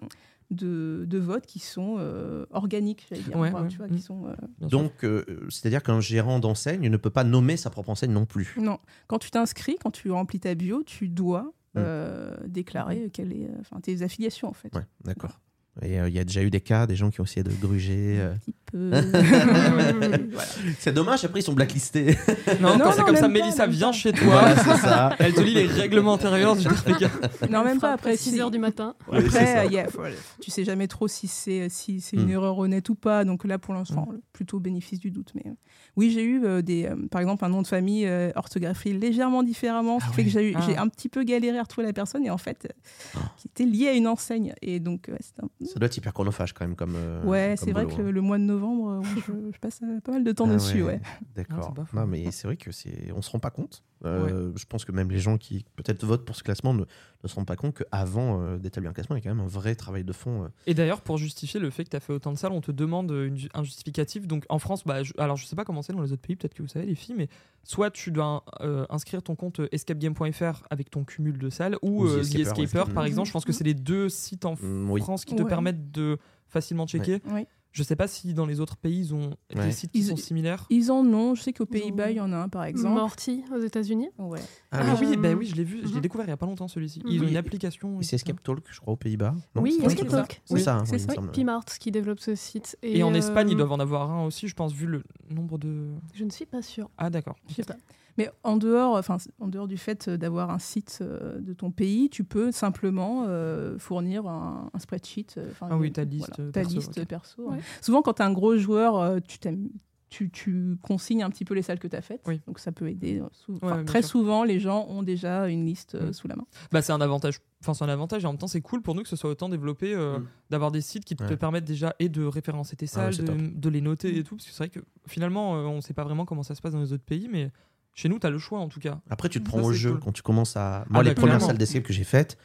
S4: de, de votes qui sont euh, organiques, j'allais dire,
S1: Ouais,
S4: Enfin,
S1: ouais.
S4: tu vois,
S1: Mm.
S4: qui sont euh,
S1: bien sûr.
S2: Donc, euh, c'est-à-dire qu'un gérant d'enseigne ne peut pas nommer sa propre enseigne non plus.
S4: non. Quand tu t'inscris, quand tu remplis ta bio, tu dois
S2: Mm.
S4: euh, déclarer quelle est, euh, enfin, tes affiliations en fait.
S2: Ouais, d'accord. Et euh, il y a déjà eu des cas, des gens qui ont essayé de gruger. euh.
S4: Un petit peu.
S3: Voilà.
S2: C'est dommage, après ils sont blacklistés.
S1: non,
S4: non,
S1: quand c'est
S4: non,
S1: comme ça,
S4: même pas,
S1: Mélissa
S4: même
S1: vient
S4: pas.
S1: chez toi.
S2: voilà, c'est ça.
S1: Elle te lit les règlements intérieurs du TRPK.
S4: non, même pas
S3: Frappe à
S4: après
S3: 6
S4: si-
S3: heures du matin.
S2: Oui, c'est
S4: Après,
S2: ça.
S4: euh, yeah, voilà, tu sais jamais trop si c'est euh, si c'est une
S2: Mm.
S4: erreur honnête ou pas. Donc là, pour l'instant, plutôt bénéfice du doute. Mais euh, oui, j'ai eu euh, des, euh, par exemple, un nom de famille euh, orthographié légèrement différemment, ce qui
S2: Ah
S4: fait
S2: ouais.
S4: que j'ai eu-
S1: Ah.
S4: j'ai un petit peu galéré à retrouver la personne et en fait, euh,
S2: Ah.
S4: qui était liée à une enseigne. Et donc, ouais, c'est un-
S2: Ça doit être hyper chronophage quand même. Comme, euh,
S4: ouais,
S2: comme
S4: c'est vrai
S2: boulot,
S4: que le,
S2: hein.
S4: le mois de novembre, euh, ouais, je, je passe euh, pas mal de temps
S2: Ah
S4: dessus.
S2: ouais,
S4: ouais.
S1: Non,
S2: D'accord.
S1: c'est pas faux.
S2: Non, mais c'est vrai que c'est, on se rend pas compte. Euh, Je pense que même les gens qui peut-être votent pour ce classement ne, ne se rendent pas compte qu'avant euh, d'établir un classement, il y a quand même un vrai travail de fond. euh.
S1: Et d'ailleurs, pour justifier le fait que tu as fait autant de salles, on te demande une ju- un justificatif. Donc en France, bah, je- alors je sais pas comment c'est dans les autres pays, peut-être que vous savez les filles, mais soit tu dois euh, inscrire ton compte euh, escapegame.fr avec ton cumul de salles ou
S2: Ou The
S1: euh, The
S2: Escaper, ouais.
S1: Escaper, par
S4: Mhm.
S1: exemple. Je pense que c'est les deux sites en
S2: Mm, oui.
S1: France qui te
S4: Ouais.
S1: permettent de facilement checker.
S4: Oui.
S1: Je sais pas si dans les autres pays ils ont
S2: Ouais.
S1: des sites qui
S4: Ils-
S1: sont similaires.
S4: Ils en ont. Je sais qu'aux
S3: Ils ont-
S4: Pays-Bas, il y en a un par exemple.
S3: Morty aux États-Unis.
S4: Ouais.
S1: Ah,
S3: Ah,
S1: oui,
S3: euh,
S1: bah oui, je l'ai vu, je l'ai
S3: mhm.
S1: découvert il y a pas longtemps celui-ci.
S3: Mhm.
S1: Ils ont
S2: Oui,
S1: une
S2: et-
S1: application.
S2: Et c'est Escape Talk, je crois, aux Pays-Bas. Non,
S3: Oui,
S2: c'est pas
S1: oui,
S3: Escape
S1: c'est ça.
S3: Talk.
S2: C'est ça, hein,
S4: c'est
S2: oui, il me
S4: ça.
S2: semble.
S3: Pimart qui développe ce site.
S1: Et, en Espagne,
S3: euh,
S1: ils doivent en avoir un aussi, je pense, vu le nombre de.
S3: Je ne suis pas sûre.
S1: Ah d'accord.
S3: Je sais pas.
S4: Mais en dehors, enfin, en dehors du fait euh, d'avoir un site euh, de ton pays, tu peux simplement euh, fournir un, un spreadsheet. euh, enfin,
S1: Ah oui,
S4: une-
S1: ta liste, euh,
S4: ta
S1: perso,
S4: liste
S1: ok.
S4: perso. hein.
S3: Ouais.
S4: Souvent, quand tu as un gros joueur, euh, tu t'aimes- tu, tu consignes un petit peu les salles que tu as faites.
S1: Oui.
S4: Donc ça peut aider. euh, sou- enfin,
S1: bien
S4: très
S1: sûr.
S4: souvent, les gens ont déjà une liste euh,
S1: Mm.
S4: sous la main.
S1: Bah, c'est un avantage. Enfin, c'est un avantage et en même temps, c'est cool pour nous que ce soit autant développé, euh,
S2: Mm.
S1: d'avoir des sites qui te
S2: Ouais. Ah
S1: permettent déjà et de référencer tes salles,
S2: c'est
S1: de, de les noter et tout. Parce que c'est vrai que finalement, euh, on sait pas vraiment comment ça se passe dans les autres pays, mais chez nous, tu as le choix en tout cas.
S2: Après, tu te
S1: Ça,
S2: prends au
S1: c'est
S2: jeu
S1: cool.
S2: quand tu commences à.
S1: bah,
S2: Moi, les premières
S1: clairement.
S2: salles d'escape que j'ai faites,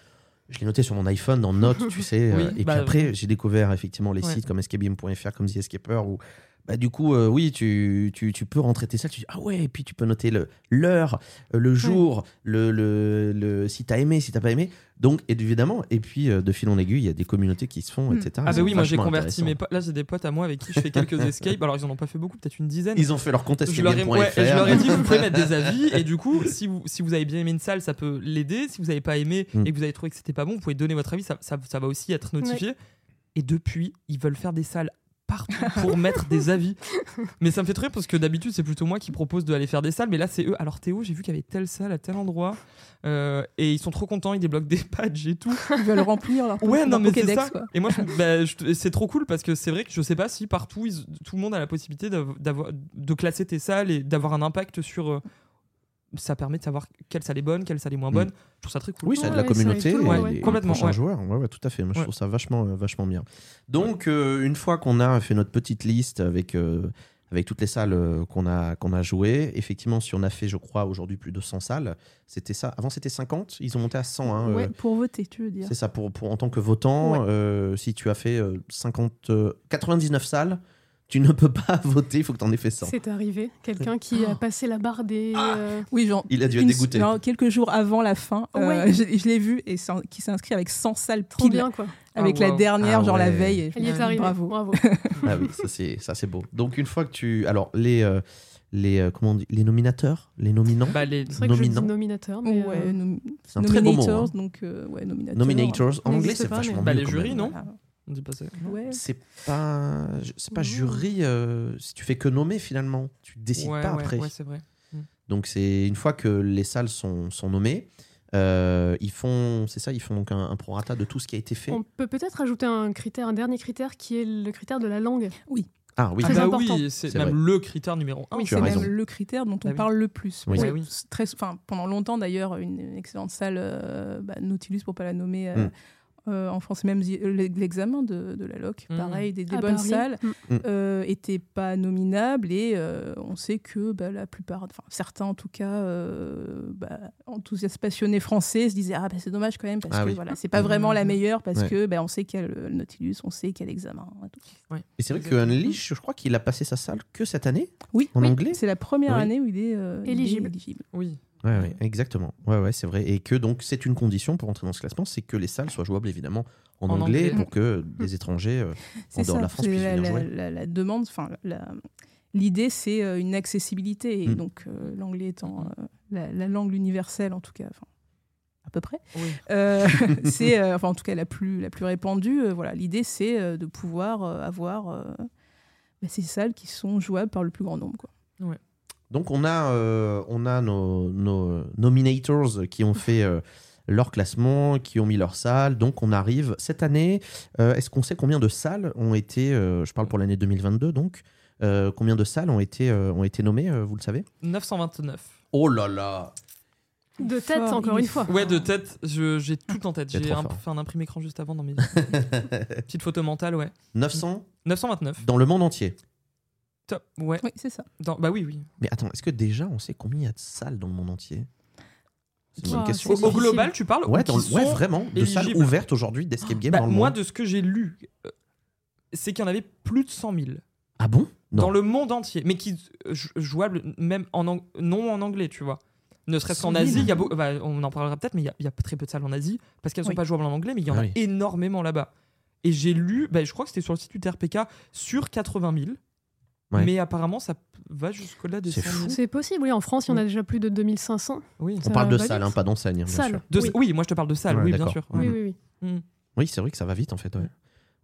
S2: je les notais sur mon iPhone dans Notes, tu sais. euh,
S1: Oui,
S2: et
S1: bah,
S2: puis après, j'ai découvert effectivement les
S1: Ouais.
S2: sites comme escapegame.fr, comme The Escaper, où bah, du coup, euh, oui, tu, tu, tu peux rentrer tes salles, tu dis ah ouais, et puis tu peux noter le- l'heure, euh, le jour, le, le, le- si t'as aimé, si t'as pas aimé. Donc, et évidemment, et puis euh, de fil en aiguille, il y a des communautés qui se font,
S4: Mm.
S2: etc.
S1: Ah, bah
S2: C'est
S1: oui, moi j'ai
S2: vachement
S1: converti
S2: intéressant.
S1: mes potes. Là, j'ai des potes à moi avec qui je fais quelques escapes. Alors, ils en ont pas fait beaucoup, peut-être une dizaine.
S2: Ils ont fait leur compte
S1: je leur, ai,
S2: escapegame.fr.
S1: ouais, et je leur ai dit, vous pouvez mettre des avis, et du coup, si vous, si vous avez bien aimé une salle, ça peut l'aider. Si vous n'avez pas aimé
S2: Mm.
S1: et que vous avez trouvé que c'était pas bon, vous pouvez donner votre avis, ça, ça, ça va aussi être notifié. Et depuis, ils veulent faire des salles partout pour mettre des avis. Mais ça me fait très rire parce que d'habitude, c'est plutôt moi qui propose d'aller faire des salles, mais là, c'est eux. Alors, Théo, j'ai vu qu'il y avait telle salle à tel endroit, euh, et ils sont trop contents, ils débloquent des badges et tout.
S4: Ils veulent remplir leur,
S1: Ouais,
S4: leur
S1: non, mais c'est
S4: Pokédex,
S1: ça.
S4: quoi.
S1: Et moi, je- bah, je- c'est trop cool parce que c'est vrai que je sais pas si partout, ils- tout le monde a la possibilité d'av- d'avoir- de classer tes salles et d'avoir un impact sur. euh, ça permet de savoir quelle salle est bonne, quelle salle est moins bonne. Je trouve ça très cool.
S2: Oui, ça a de la
S3: Ouais, ça aide
S2: communauté.
S3: tout le
S2: et
S1: monde, ouais.
S2: les
S1: Complètement,
S2: prochains
S1: ouais.
S2: joueurs. Ouais, ouais, tout à fait. Moi, je
S1: Ouais.
S2: trouve ça vachement, euh, vachement bien. Donc, euh, une fois qu'on a fait notre petite liste avec. euh, avec toutes les salles euh, qu'on a, qu'on a jouées. Effectivement, si on a fait, je crois, aujourd'hui plus de 100 salles, c'était ça. Avant, c'était 50. Ils ont monté à 100. hein, euh,
S4: Ouais, pour voter, tu veux dire.
S2: C'est ça, pour, pour, en tant que votant, euh, si tu as fait euh, 50, euh, 99 salles, tu ne peux pas voter, il faut que tu en aies fait 100.
S3: C'est arrivé, quelqu'un qui
S4: Oh.
S3: a passé la barre des.
S4: Ah,
S3: euh,
S4: Oui, genre,
S2: Il a dû être
S4: une-
S2: dégoûté.
S4: non, quelques jours avant la fin, euh,
S3: Ouais.
S4: je, je l'ai vu et c'est en- qui s'est inscrit avec 100 salles
S3: trop
S4: pile,
S3: bien, quoi.
S4: avec
S1: Ah,
S4: la
S1: wow.
S4: dernière,
S2: Ah
S4: genre la
S2: ouais.
S4: veille. et je
S3: Elle y
S4: me
S3: est
S4: suis dit,
S3: arrivée.
S4: Euh, Bravo.
S3: Bravo.
S2: Ah oui, ça c'est ça c'est beau. Donc une fois que tu alors les euh, les euh, comment on dit, les nominateurs, les nominants,
S1: Bah, les-
S3: C'est vrai que je dis
S2: Nominant.
S3: nominateur, mais.
S4: Ouais,
S3: euh,
S4: nom-
S2: c'est un très beau mot.
S4: nominators,
S2: hein.
S4: donc euh, ouais, nominateurs.
S2: Nominators en anglais
S3: N'existe
S2: c'est
S3: pas, mais-
S2: vachement
S1: Bah,
S2: mieux
S1: les
S2: quand
S1: jurys,
S2: même.
S1: non
S4: Voilà.
S1: on dit pas ça.
S4: Ouais.
S2: C'est pas je- c'est pas
S4: Non.
S2: jury euh, si tu fais que nommer finalement, tu décides
S1: Ouais,
S2: pas
S1: ouais,
S2: après.
S1: ouais, c'est vrai.
S2: Donc c'est une fois que les salles sont, sont nommées, euh, ils font c'est ça, ils font donc un, un prorata de tout ce qui a été fait.
S3: On peut peut-être ajouter un critère, un dernier critère qui est le critère de la langue.
S2: Ah oui.
S1: Ah
S3: Très
S1: bah
S3: important.
S1: oui, c'est
S2: C'est
S1: même
S2: vrai.
S1: le critère numéro un.
S4: Oui,
S2: tu as
S4: c'est
S2: raison.
S4: même le critère dont on
S1: Ah oui.
S4: parle le plus.
S2: Oui.
S4: Parce
S1: Ouais,
S4: que
S1: oui.
S4: s- très- enfin, pendant longtemps d'ailleurs, une, une excellente salle, euh, bah, Nautilus pour pas la nommer euh,
S2: Mm.
S4: euh, en France, même zi- euh, l'e- l'examen de, de la LOC,
S1: Mm.
S4: pareil, des, des
S3: Ah,
S4: bonnes
S3: Paris.
S4: salles,
S3: Mm.
S4: euh, étaient pas nominables et euh, on sait que bah, la plupart, enfin certains en tout cas, euh, bah, enthousiastes passionnés français se disaient ah bah, c'est dommage quand même parce
S2: Ah
S4: que
S2: oui.
S4: voilà c'est pas vraiment la
S1: Mm.
S4: meilleure parce
S2: Ouais.
S4: que bah, on sait qu'il y a le, le Nautilus, on sait qu'il y a l'examen. et tout.
S2: Et c'est vrai que
S1: Exactement.
S2: Unleash, je crois qu'il a passé sa salle que cette année
S4: Oui.
S2: en
S3: Oui.
S2: anglais.
S4: C'est la première
S2: Oui.
S4: année où il est euh, il est
S3: Éligible.
S4: éligible.
S1: Oui.
S2: Ouais, ouais, exactement. Ouais, ouais, c'est vrai. Et que donc, c'est une condition pour entrer dans ce classement, c'est que les salles soient jouables évidemment en,
S1: En
S2: anglais,
S1: anglais.
S2: pour que des étrangers euh, en
S4: C'est
S2: dehors
S4: ça.
S2: de la France
S4: c'est
S2: puissent
S4: la,
S2: venir
S4: la-
S2: jouer.
S4: la- la demande, enfin, la- l'idée, c'est euh, une accessibilité. Et
S2: Mm.
S4: donc, euh, l'anglais étant
S2: Hmm.
S4: euh, la, la langue universelle, en tout cas, enfin, à peu près,
S1: Oui.
S4: euh, c'est, euh, enfin, en tout cas, la plus, la plus répandue. euh, voilà, l'idée, c'est euh, de pouvoir euh, avoir euh, bah, ces salles qui sont jouables par le plus grand nombre. Quoi.
S2: Donc, on a, euh, on a nos, nos nominators qui ont fait euh, leur classement, qui ont mis leur salle. Donc, on arrive cette année. euh, Est-ce qu'on sait combien de salles ont été, euh, je parle pour l'année 2022, donc, euh, combien de salles ont été, euh, ont été nommées, euh, vous le savez
S1: 929.
S2: Oh là là
S3: De
S4: Il
S3: tête,
S4: faut-
S3: encore
S4: il
S3: une fois.
S4: faut-
S1: Ouais, de tête, je- j'ai tout en tête.
S2: T'es
S1: J'ai
S2: trop
S1: un-
S2: fort.
S1: fait un imprimé écran juste avant dans mes. Petite photo mentale, ouais.
S2: 900
S1: 929.
S2: dans le monde entier.
S1: Top, ouais.
S4: Oui, c'est ça.
S1: Dans- bah oui, oui.
S2: Mais attends, est-ce que déjà on sait combien il y a de salles dans le monde entier C'est une
S3: Ouah,
S2: bonne question.
S1: Au,
S3: c'est
S1: au global, tu parles
S2: Ouais,
S1: Oh, qui
S2: dans-
S1: sont-
S2: ouais, vraiment, de salles
S1: éligibles.
S2: ouvertes aujourd'hui d'escape game
S1: Bah,
S2: dans le
S1: Moi,
S2: monde.
S1: de ce que j'ai lu, euh, c'est qu'il y en avait plus de 100 000
S2: Ah bon Non.
S1: dans le monde entier, mais qui euh, jou- jouables même en ang- non en anglais, tu vois. Ne serait-ce qu'en
S2: 100 000.
S1: Asie, il y a beau- bah, on en parlera peut-être, mais il y a- il y, a très peu de salles en Asie parce qu'elles sont
S4: Oui.
S1: pas jouables en anglais, mais il y en
S2: Ah
S1: a
S2: oui.
S1: énormément là-bas. Et j'ai lu, bah, je crois que c'était sur le site du TRPK, sur 80 000.
S2: Ouais.
S1: Mais apparemment, ça p- va jusqu'au-delà de
S2: C'est
S1: 100 000.
S3: C'est possible, oui. En France,
S4: Mm.
S3: il y en a déjà plus de 2500.
S1: Oui.
S2: On
S3: ça
S2: parle de
S3: va
S2: salles,
S3: vite.
S2: hein, pas d'enseignes. hein, bien
S3: Salles.
S2: sûr.
S1: De- oui.
S3: Oui.
S1: moi je te parle de salles,
S2: Ouais,
S1: oui, bien
S2: d'accord.
S1: sûr.
S2: Oui,
S3: Oui,
S1: Ouais.
S3: oui, oui.
S2: Oui, c'est vrai que ça va vite en fait. Ouais,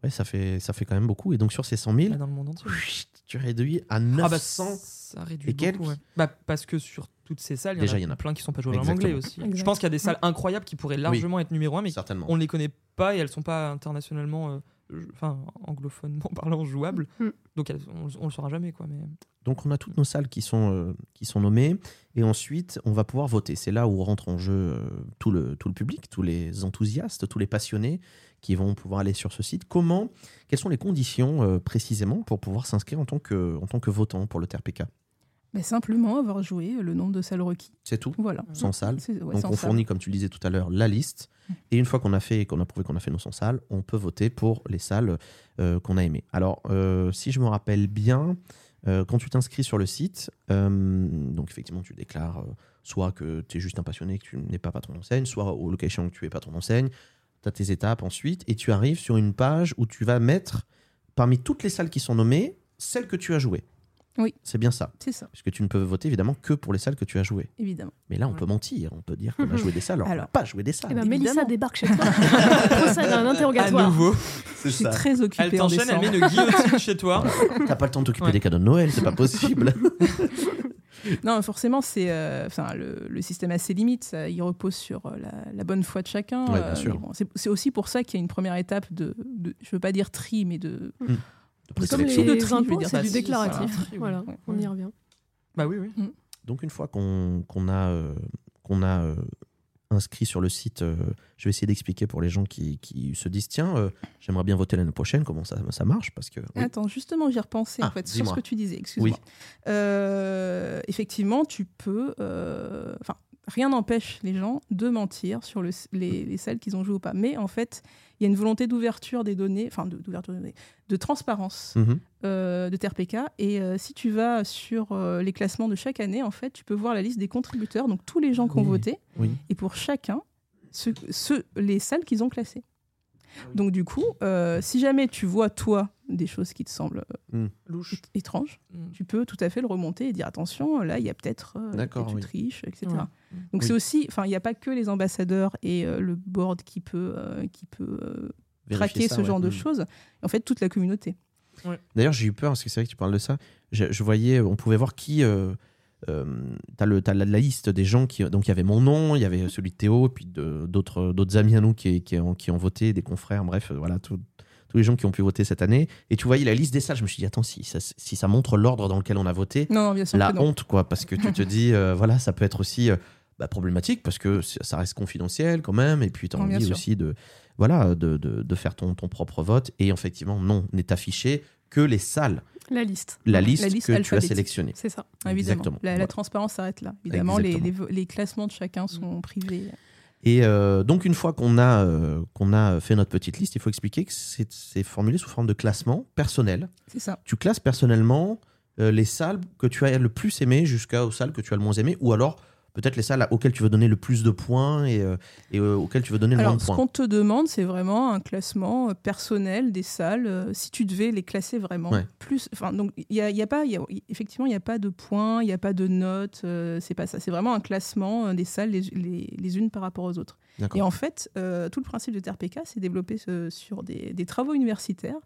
S2: Ouais, ça, fait ça fait quand même beaucoup. Et donc sur ces 100 000,
S1: Là, dans le monde entier.
S2: chut, tu réduis à
S1: Ah bah,
S2: 900.
S1: ça réduit
S2: et quelques.
S1: beaucoup, ouais. Bah, parce que sur toutes ces salles, il
S2: Déjà,
S1: y en a plein qui sont pas jouées en
S2: Exactement.
S1: anglais aussi. Je
S3: Exact.
S1: pense qu'il y a des salles incroyables qui pourraient largement être numéro 1, mais
S2: Certainement.
S1: on ne les connaît pas et elles sont pas internationalement euh, je- enfin, anglophonement parlant, jouable.
S3: Mm.
S1: Donc elles- on, on le saura jamais, quoi. Mais
S2: Donc on a toutes nos salles qui sont, euh, qui sont nommées et ensuite on va pouvoir voter. C'est là où rentre en jeu euh, tout le, tout le public, tous les enthousiastes, tous les passionnés qui vont pouvoir aller sur ce site. Comment, quelles sont les conditions euh, précisément pour pouvoir s'inscrire en, tant que- en tant que votant pour le TRPK
S4: Mais Bah, simplement avoir joué euh, le nombre de salles requis.
S2: C'est tout
S4: Voilà.
S2: Sans salle
S4: C'est- ouais,
S2: Donc
S4: sans Mm.
S2: on
S4: salle.
S2: fournit, comme tu le disais tout à l'heure, la liste. Et une fois qu'on a fait, qu'on a prouvé qu'on a fait nos 100 salles, on peut voter pour les salles euh, qu'on a aimées. Alors, euh, si je me rappelle bien, euh, quand tu t'inscris sur le site, euh, donc effectivement, tu déclares euh, soit que tu es juste un passionné, que tu n'es pas patron d'enseigne, soit au location que tu es patron d'enseigne. Tu as tes étapes ensuite et tu arrives sur une page où tu vas mettre, parmi toutes les salles qui sont nommées, celles que tu as jouées.
S4: Oui.
S2: C'est bien ça.
S4: C'est ça,
S2: Parce que tu ne peux voter évidemment que pour les salles que tu as jouées.
S4: évidemment.
S2: Mais là, on
S1: Ouais.
S2: peut mentir, on peut dire qu'on a joué des salles, alors,
S4: Alors.
S2: on n'a pas joué des salles.
S3: Eh ben,
S5: Mélissa
S4: Évidemment.
S5: débarque chez toi. procède à un
S1: à
S4: Ah,
S5: interrogatoire.
S1: nouveau,
S2: c'est
S4: Je suis très
S1: elle
S4: occupée en
S1: t'enchaîne, elle met
S4: décembre.
S1: une guillotine chez toi.
S2: T'as pas le temps de t'occuper
S1: Ouais.
S2: des cadeaux de Noël, c'est pas possible.
S4: Non, forcément, c'est euh, enfin le, le système a ses limites. ça, il repose sur euh, la, la bonne foi de chacun.
S2: Ouais, bien
S4: euh,
S2: sûr.
S4: mais bon, c'est- c'est aussi pour ça qu'il y a une première étape de, de- je veux pas dire tri, mais de
S2: De
S3: Comme
S2: présélection.
S4: Sélection de
S3: les
S4: tri, je veux
S3: impôts,
S4: dire,
S3: c'est
S4: bah,
S3: du
S4: si,
S3: déclaratif.
S1: voilà.
S3: Voilà,
S4: Ouais.
S3: on y revient.
S1: Bah oui, oui.
S2: Donc une fois qu'on qu'on a, euh, qu'on a euh, inscrit sur le site, euh, je vais essayer d'expliquer pour les gens qui, qui se disent tiens, euh, j'aimerais bien voter l'année prochaine, comment ça, ça marche Parce que oui,
S4: Attends, justement, j'y repensais
S2: Ah,
S4: en fait sur
S2: dis-moi.
S4: ce que tu disais. Excuse-moi. Euh, effectivement, tu peux. euh, Enfin, rien n'empêche les gens de mentir sur le- les, les salles qu'ils ont jouées ou pas. Mais en fait, il y a une volonté d'ouverture des données, enfin de- d'ouverture des données, de transparence
S2: mhm,
S4: euh, de TRPK. Et euh, si tu vas sur euh, les classements de chaque année, en fait, tu peux voir la liste des contributeurs, donc tous les gens qui ont
S2: Oui.
S4: voté,
S2: Oui.
S4: et pour chacun, ce, ce- les salles qu'ils ont classées. Donc du coup, euh, si jamais tu vois toi des choses qui te semblent euh,
S1: Louche.
S4: é- étranges,
S1: Mm.
S4: tu peux tout à fait le remonter et dire attention, là il y a peut-être euh,
S2: D'accord,
S4: peut-être tu
S2: oui.
S4: triches, etc.
S1: Ouais.
S4: Donc
S2: Oui.
S4: c'est aussi, enfin il n'y a pas que les ambassadeurs et euh, le board qui peut euh, qui peut euh,
S2: vérifier
S4: traquer
S2: ça,
S4: ce
S2: ouais.
S4: genre de
S2: Mhm.
S4: choses. En fait toute la communauté.
S2: D'ailleurs, j'ai eu peur, parce que c'est vrai que tu parles de ça. Je, je voyais, on pouvait voir qui. Euh, euh, t'as le- t'as la, la liste des gens qui. Donc, il y avait mon nom, il y avait celui de Théo, et puis de- d'autres d'autres amis à nous qui, qui, ont, qui ont voté, des confrères, bref, euh, voilà, tout- tous les gens qui ont pu voter cette année. Et tu voyais la liste des salles. Je me suis dit, attends, si ça, si ça montre l'ordre dans lequel on a voté,
S4: Non, non bien sûr
S2: la
S4: que non.
S2: honte, quoi, parce que tu te dis, euh, voilà, ça peut être aussi euh, bah, problématique, parce que c- ça reste confidentiel quand même, et puis tu as
S4: Non, bien
S2: envie
S4: sûr.
S2: aussi de, voilà, de, de- de faire ton, ton propre vote, et effectivement, non, n'est affiché que les salles,
S3: La liste,
S2: la liste,
S4: liste
S2: que tu as
S4: alphabétique.
S2: sélectionnée.
S3: c'est ça.
S4: Évidemment.
S2: Exactement.
S4: La, la
S2: Voilà.
S4: transparence s'arrête là. Évidemment, les, les, les classements de chacun sont privés.
S2: Et euh, donc, une fois qu'on a, euh, qu'on a fait notre petite liste, il faut expliquer que c'est c'est formulé sous forme de classement personnel.
S4: C'est ça.
S2: Tu classes personnellement euh, les salles que tu as le plus aimées jusqu'aux salles que tu as le moins aimées, ou alors peut-être les salles auxquelles tu veux donner le plus de points et, euh, et, euh, auxquelles tu veux donner le moins
S4: Alors,
S2: de
S4: ce
S2: points.
S4: qu'on te demande, c'est vraiment un classement euh, personnel des salles, euh, si tu devais les classer vraiment.
S2: Ouais.
S4: Plus, enfin, donc, il y a, il y a pas, il y a- effectivement, il n'y a pas de points, il n'y a pas de notes, euh, c'est pas ça. C'est vraiment un classement euh, des salles les, les- les unes par rapport aux autres.
S2: D'accord.
S4: Et en fait, euh, tout le principe de TRPK, c'est développé euh, sur des, des travaux universitaires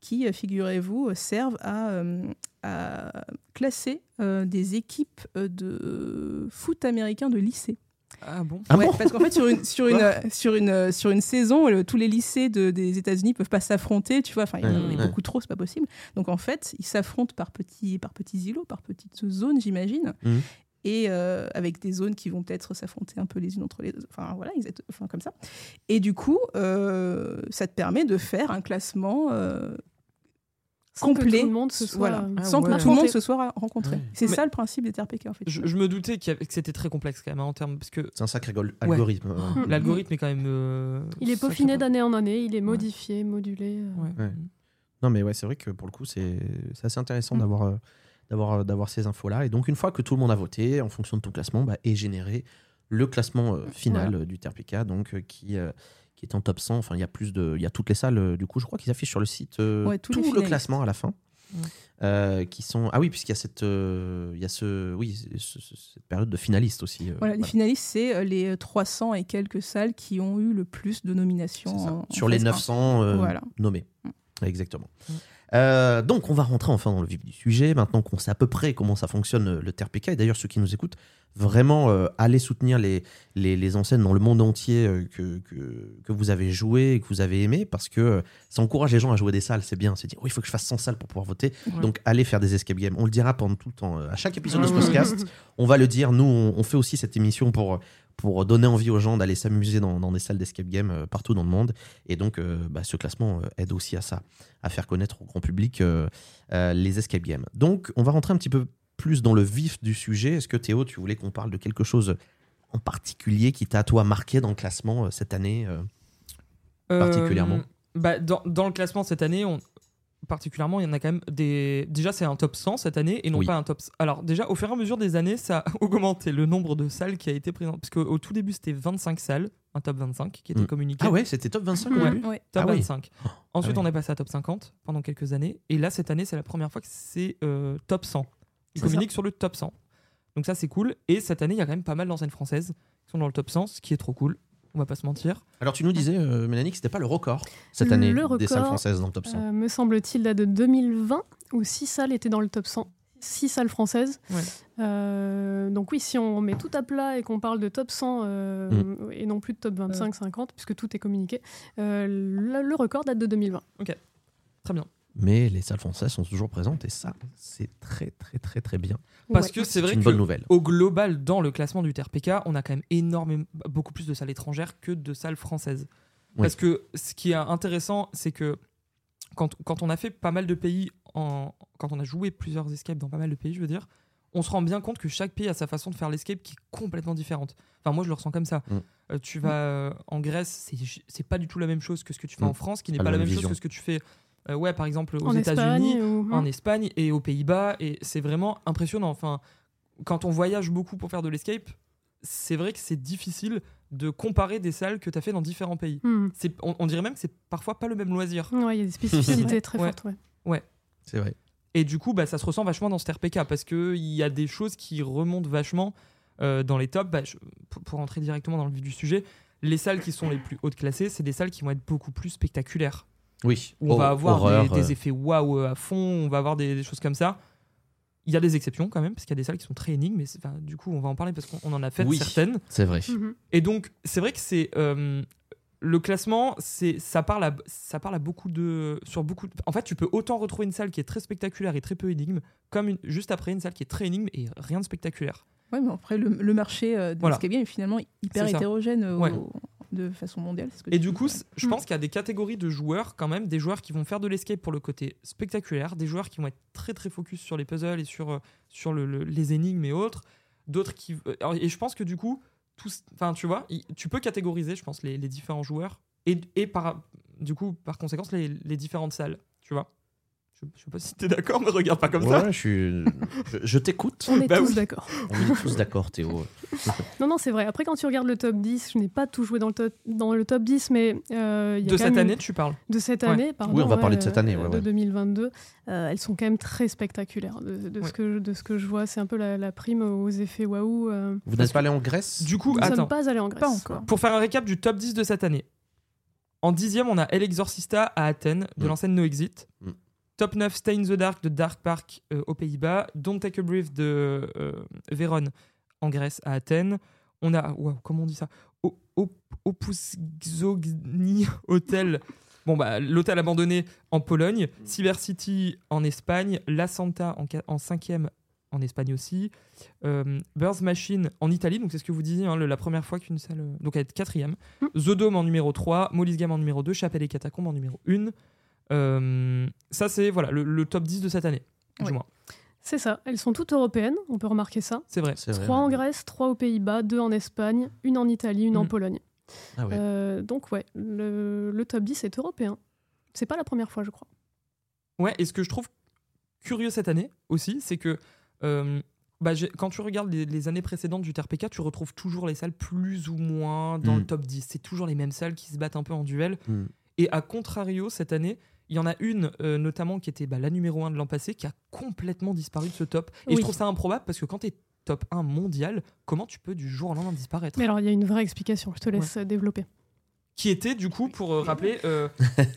S4: qui, euh, figurez-vous, euh, servent à, euh, à classer euh, des équipes euh, de foot américain de lycée.
S1: Ah bon
S2: Ah
S4: Ouais,
S2: bon
S4: parce qu'en fait, sur une, sur, une, euh, sur, une, euh, sur une saison, le- tous les lycées de- des États-Unis peuvent pas s'affronter, tu vois, enfin, il y en
S2: Ouais,
S4: a
S2: ouais.
S4: beaucoup trop, c'est pas possible. Donc en fait, ils s'affrontent par petits, par petits îlots, par petites zones, j'imagine.
S2: Mhm.
S4: Et euh, avec des zones qui vont peut-être s'affronter un peu les unes entre les autres. Enfin, voilà, exact- enfin, comme ça. Et du coup, euh, ça te permet de faire un classement euh,
S3: Sans que
S4: Complet.
S3: tout le monde se soit... euh,
S4: voilà,
S1: Ah
S4: sans
S1: ouais.
S4: que tout le monde se soit rencontré.
S2: Ouais.
S4: C'est
S1: Mais-
S4: ça le principe des TRPK, en fait.
S1: je, je me doutais qu'il y avait- que c'était très complexe quand même hein, en termes parce que
S2: C'est un sacré gol- algorithme. hein.
S1: l'algorithme est quand même. euh,
S3: Hmm. Il est
S1: sacré-
S3: peaufiné d'année en année, il est modifié, modulé. euh.
S1: Ouais.
S2: Ouais. Non, mais ouais, c'est vrai que pour le coup, c'est c'est assez intéressant
S4: Mm.
S2: d'avoir, euh, d'avoir, euh, d'avoir ces infos-là. Et donc, une fois que tout le monde a voté, en fonction de ton classement, bah, est généré le classement euh, final euh, du TRPK, donc euh, qui. euh, qui est en top 100, enfin il y a plus de, il y a toutes les salles euh, du coup je crois qu'ils affichent sur le site euh,
S4: Ouais, tous
S2: tout
S4: les
S2: le
S4: finalistes.
S2: classement à la fin,
S1: Ouais.
S2: Euh, qui sont ah oui puisqu'il y a cette, euh, il y a ce, oui ce- ce- cette période de finaliste aussi. euh,
S4: Voilà, les
S2: voilà.
S4: finalistes, c'est euh, les 300 et quelques salles qui ont eu le plus de nominations.
S2: C'est ça.
S4: en- en
S2: Sur les
S4: phase
S2: 900 euh,
S4: Voilà.
S2: nommés.
S4: Mm.
S2: Exactement.
S1: Mm.
S2: Euh, donc, on va rentrer enfin dans le vif du sujet. Maintenant qu'on sait à peu près comment ça fonctionne euh, le TRPK, et d'ailleurs, ceux qui nous écoutent vraiment euh, allez soutenir les, les, les enseignes dans le monde entier euh, que, que, que vous avez joué et que vous avez aimé parce que euh, ça encourage les gens à jouer des salles. C'est bien. C'est dire, oui, oh, il faut que je fasse 100 salles pour pouvoir voter.
S4: Ouais.
S2: Donc, allez faire des escape games. On le dira pendant tout le temps. euh, À chaque épisode de ce
S4: Ouais.
S2: podcast, on va le dire. Nous, on, on fait aussi cette émission pour, pour donner envie aux gens d'aller s'amuser dans, dans des salles d'escape game euh, partout dans le monde. Et donc, euh, bah, ce classement euh, aide aussi à ça, à faire connaître au grand public euh, euh, les escape games. Donc, on va rentrer un petit peu plus dans le vif du sujet. Est-ce que Théo, tu voulais qu'on parle de quelque chose en particulier qui t'a, toi, marqué dans le classement euh, cette année euh Particulièrement.
S1: Euh, bah, dans, dans le classement cette année, on... particulièrement, il y en a quand même des. Déjà, c'est un top 100 cette année et non
S2: Oui.
S1: pas un top. Alors, déjà, au fur et à mesure des années, ça a augmenté le nombre de salles qui a été présentées. Parce qu'au tout début, c'était 25 salles, un top 25 qui était
S2: Mm.
S1: communiqué.
S2: Ah ouais, c'était top 25 au
S3: Ouais.
S2: début
S4: hein. Mm. Ouais.
S1: Top
S2: Ah oui.
S1: 25. Ensuite,
S2: Ah oui.
S1: on est passé à top 50 pendant quelques années. Et là, cette année, c'est la première fois que c'est euh, top 100. Ils
S4: C'est
S1: communiquent sur le top 100. Donc ça, c'est cool. Et cette année, il y a quand même pas mal d'enseignes françaises qui sont dans le top 100, ce qui est trop cool. On va pas se mentir.
S2: Alors, tu nous disais, euh, Mélanie, que c'était pas le record cette
S3: Le
S2: année des
S3: record,
S2: salles françaises dans le top 100.
S3: Euh, me semble-t-il, date de 2020, où 6 salles étaient dans le top 100. 6 salles françaises.
S1: Ouais.
S3: Euh, donc oui, si on met tout à plat et qu'on parle de top 100 euh,
S1: Mm.
S3: et non plus de top 25, 50, puisque tout est communiqué, euh, le, le record date de 2020.
S1: Très bien.
S2: Mais les salles françaises sont toujours présentes et ça, c'est très très très très bien.
S1: Parce
S5: Ouais.
S1: que c'est
S2: C'est
S1: vrai
S2: une
S1: que
S2: bonne nouvelle.
S1: au global, dans le classement du TRPK, on a quand même énormément, beaucoup plus de salles étrangères que de salles françaises.
S2: Oui.
S1: Parce que ce qui est intéressant, c'est que quand, quand on a fait pas mal de pays, en, quand on a joué plusieurs escapes dans pas mal de pays, je veux dire, on se rend bien compte que chaque pays a sa façon de faire l'escape qui est complètement différente. Enfin, moi, je le ressens comme ça.
S2: Mm.
S1: Euh, tu vas euh, en Grèce, c'est- c'est pas du tout la même chose que ce que tu fais
S2: Mm.
S1: en France, qui n'est
S2: Pas
S1: pas,
S2: la
S1: la
S2: même
S1: même
S2: vision.
S1: chose que ce que tu fais, euh, ouais, par exemple, aux
S3: en
S1: États-Unis
S3: Espagne ou...
S1: en Espagne et aux Pays-Bas et c'est vraiment impressionnant. Enfin, quand on voyage beaucoup pour faire de l'escape, c'est vrai que c'est difficile de comparer des salles que tu as fait dans différents pays.
S3: Hmm.
S1: C'est- On, on dirait même que c'est parfois pas le même loisir.
S3: Ouais, il y a des spécificités très
S1: Ouais.
S3: fortes. ouais.
S2: C'est vrai.
S1: Et du coup, bah, ça se ressent vachement dans ce RPK parce qu'il y a des choses qui remontent vachement euh, dans les tops. Bah, je- pour, pour entrer directement dans le vif du sujet, les salles qui sont les plus hautes classées, c'est des salles qui vont être beaucoup plus spectaculaires.
S2: Oui.
S1: où on
S2: Oh,
S1: va avoir des,
S2: horreur,
S1: des
S2: euh,
S1: effets waouh à fond, on va avoir des, des choses comme ça. Il y a des exceptions quand même, parce qu'il y a des salles qui sont très énigmes, mais c'est- enfin, du coup, on va en parler parce qu'on on en a fait
S2: Oui.
S1: certaines.
S2: C'est vrai.
S3: Mhm.
S1: Et donc, c'est vrai que c'est. euh, le classement, c'est ça parle à, ça parle à beaucoup de sur beaucoup. de- en fait, tu peux autant retrouver une salle qui est très spectaculaire et très peu énigme, comme une- juste après une salle qui est très énigme et rien de spectaculaire.
S4: Ouais, mais après, le, le marché euh, de
S1: Voilà.
S4: l'escape game est finalement hyper
S1: C'est ça.
S4: hétérogène euh,
S1: Ouais.
S4: au- de façon mondiale. c'est ce que
S1: Et
S4: tu
S1: du
S4: dis,
S1: coup,
S4: ouais.
S1: c- je
S3: Hmm.
S1: pense qu'il y a des catégories de joueurs quand même, des joueurs qui vont faire de l'escape pour le côté spectaculaire, des joueurs qui vont être très très focus sur les puzzles et sur, euh, sur le- le- les énigmes et autres, d'autres qui... euh, alors, Et je pense que du coup, tous, enfin tu vois, il- tu peux catégoriser, je pense, les, les différents joueurs et, et par, du coup, par conséquence, les, les différentes salles, tu vois. Je, je sais pas si t'es d'accord, mais regarde pas comme
S2: Ouais,
S1: ça.
S2: je, suis- je, je t'écoute.
S3: On est
S1: Bah
S3: tous
S1: oui.
S3: d'accord.
S2: On est tous d'accord, Théo.
S3: Non, non, c'est vrai. Après, quand tu regardes le top 10, je n'ai pas tout joué dans le top, dans le top 10, mais euh, il y
S1: De
S3: a quand
S1: cette
S3: même
S1: année,
S3: une-
S1: tu parles.
S3: de cette
S1: Ouais.
S3: année, pardon.
S2: Oui, on va parler de cette année,
S3: euh,
S2: ouais,
S3: de
S2: ouais.
S3: 2022. euh, elles sont quand même très spectaculaires. De, de
S1: Ouais.
S3: ce, que, je- de ce que je vois, c'est un peu la, la prime aux effets waouh. euh.
S2: Vous n'êtes pas allé en Grèce
S1: Du coup,
S3: Nous ne
S1: attends.
S3: sommes pas allés en Grèce.
S4: Pas encore.
S1: Pour faire un récap du top 10 de cette année. En dixième, on a El Exorcista à Athènes, de
S2: Mm.
S1: l'enseigne No Exit.
S2: Mm.
S1: Top 9, Stay in the Dark de Dark Park euh, aux Pays-Bas. Don't Take a Brief de euh, Vérone en Grèce à Athènes. On a, waouh, comment on dit ça O- O- Opusgzogni Hotel, bon bah l'hôtel abandonné en Pologne.
S2: Mm.
S1: Cyber City en Espagne. La Santa en, qua- en cinquième en Espagne aussi euh, Birth Machine en Italie, donc c'est ce que vous disiez, hein, le- la première fois qu'une salle. euh, donc elle est quatrième.
S3: Mm.
S1: The Dome en numéro 3, Molly's Game en numéro 2, Chapelle et Catacombes en numéro 1. Euh, ça, c'est voilà, le, le top 10 de cette année,
S4: Ouais.
S1: du moins.
S3: C'est ça. Elles sont toutes européennes, on peut remarquer ça.
S1: C'est vrai.
S2: C'est vrai,
S3: Trois en
S2: ouais.
S3: Grèce, trois aux Pays-Bas, deux en Espagne, une en Italie, une en
S1: Mm.
S3: Pologne.
S2: Ah ouais.
S3: Euh, donc, ouais, le, le top 10 est européen. C'est pas la première fois, je crois.
S1: Ouais, et ce que je trouve curieux cette année aussi, c'est que euh, bah, j'ai- quand tu regardes les, les années précédentes du TRPK, tu retrouves toujours les salles plus ou moins dans
S2: Mm.
S1: le top 10. C'est toujours les mêmes salles qui se battent un peu en duel.
S2: Mm.
S1: Et à contrario, cette année, il y en a une euh, notamment qui était bah, la numéro 1 de l'an passé qui a complètement disparu de ce top. Et je
S3: Oui.
S1: trouve ça improbable parce que quand tu es top 1 mondial, comment tu peux du jour au lendemain disparaître
S3: Mais alors, il y a une vraie explication, je te laisse euh, développer.
S1: qui était du coup, pour euh, rappeler, euh,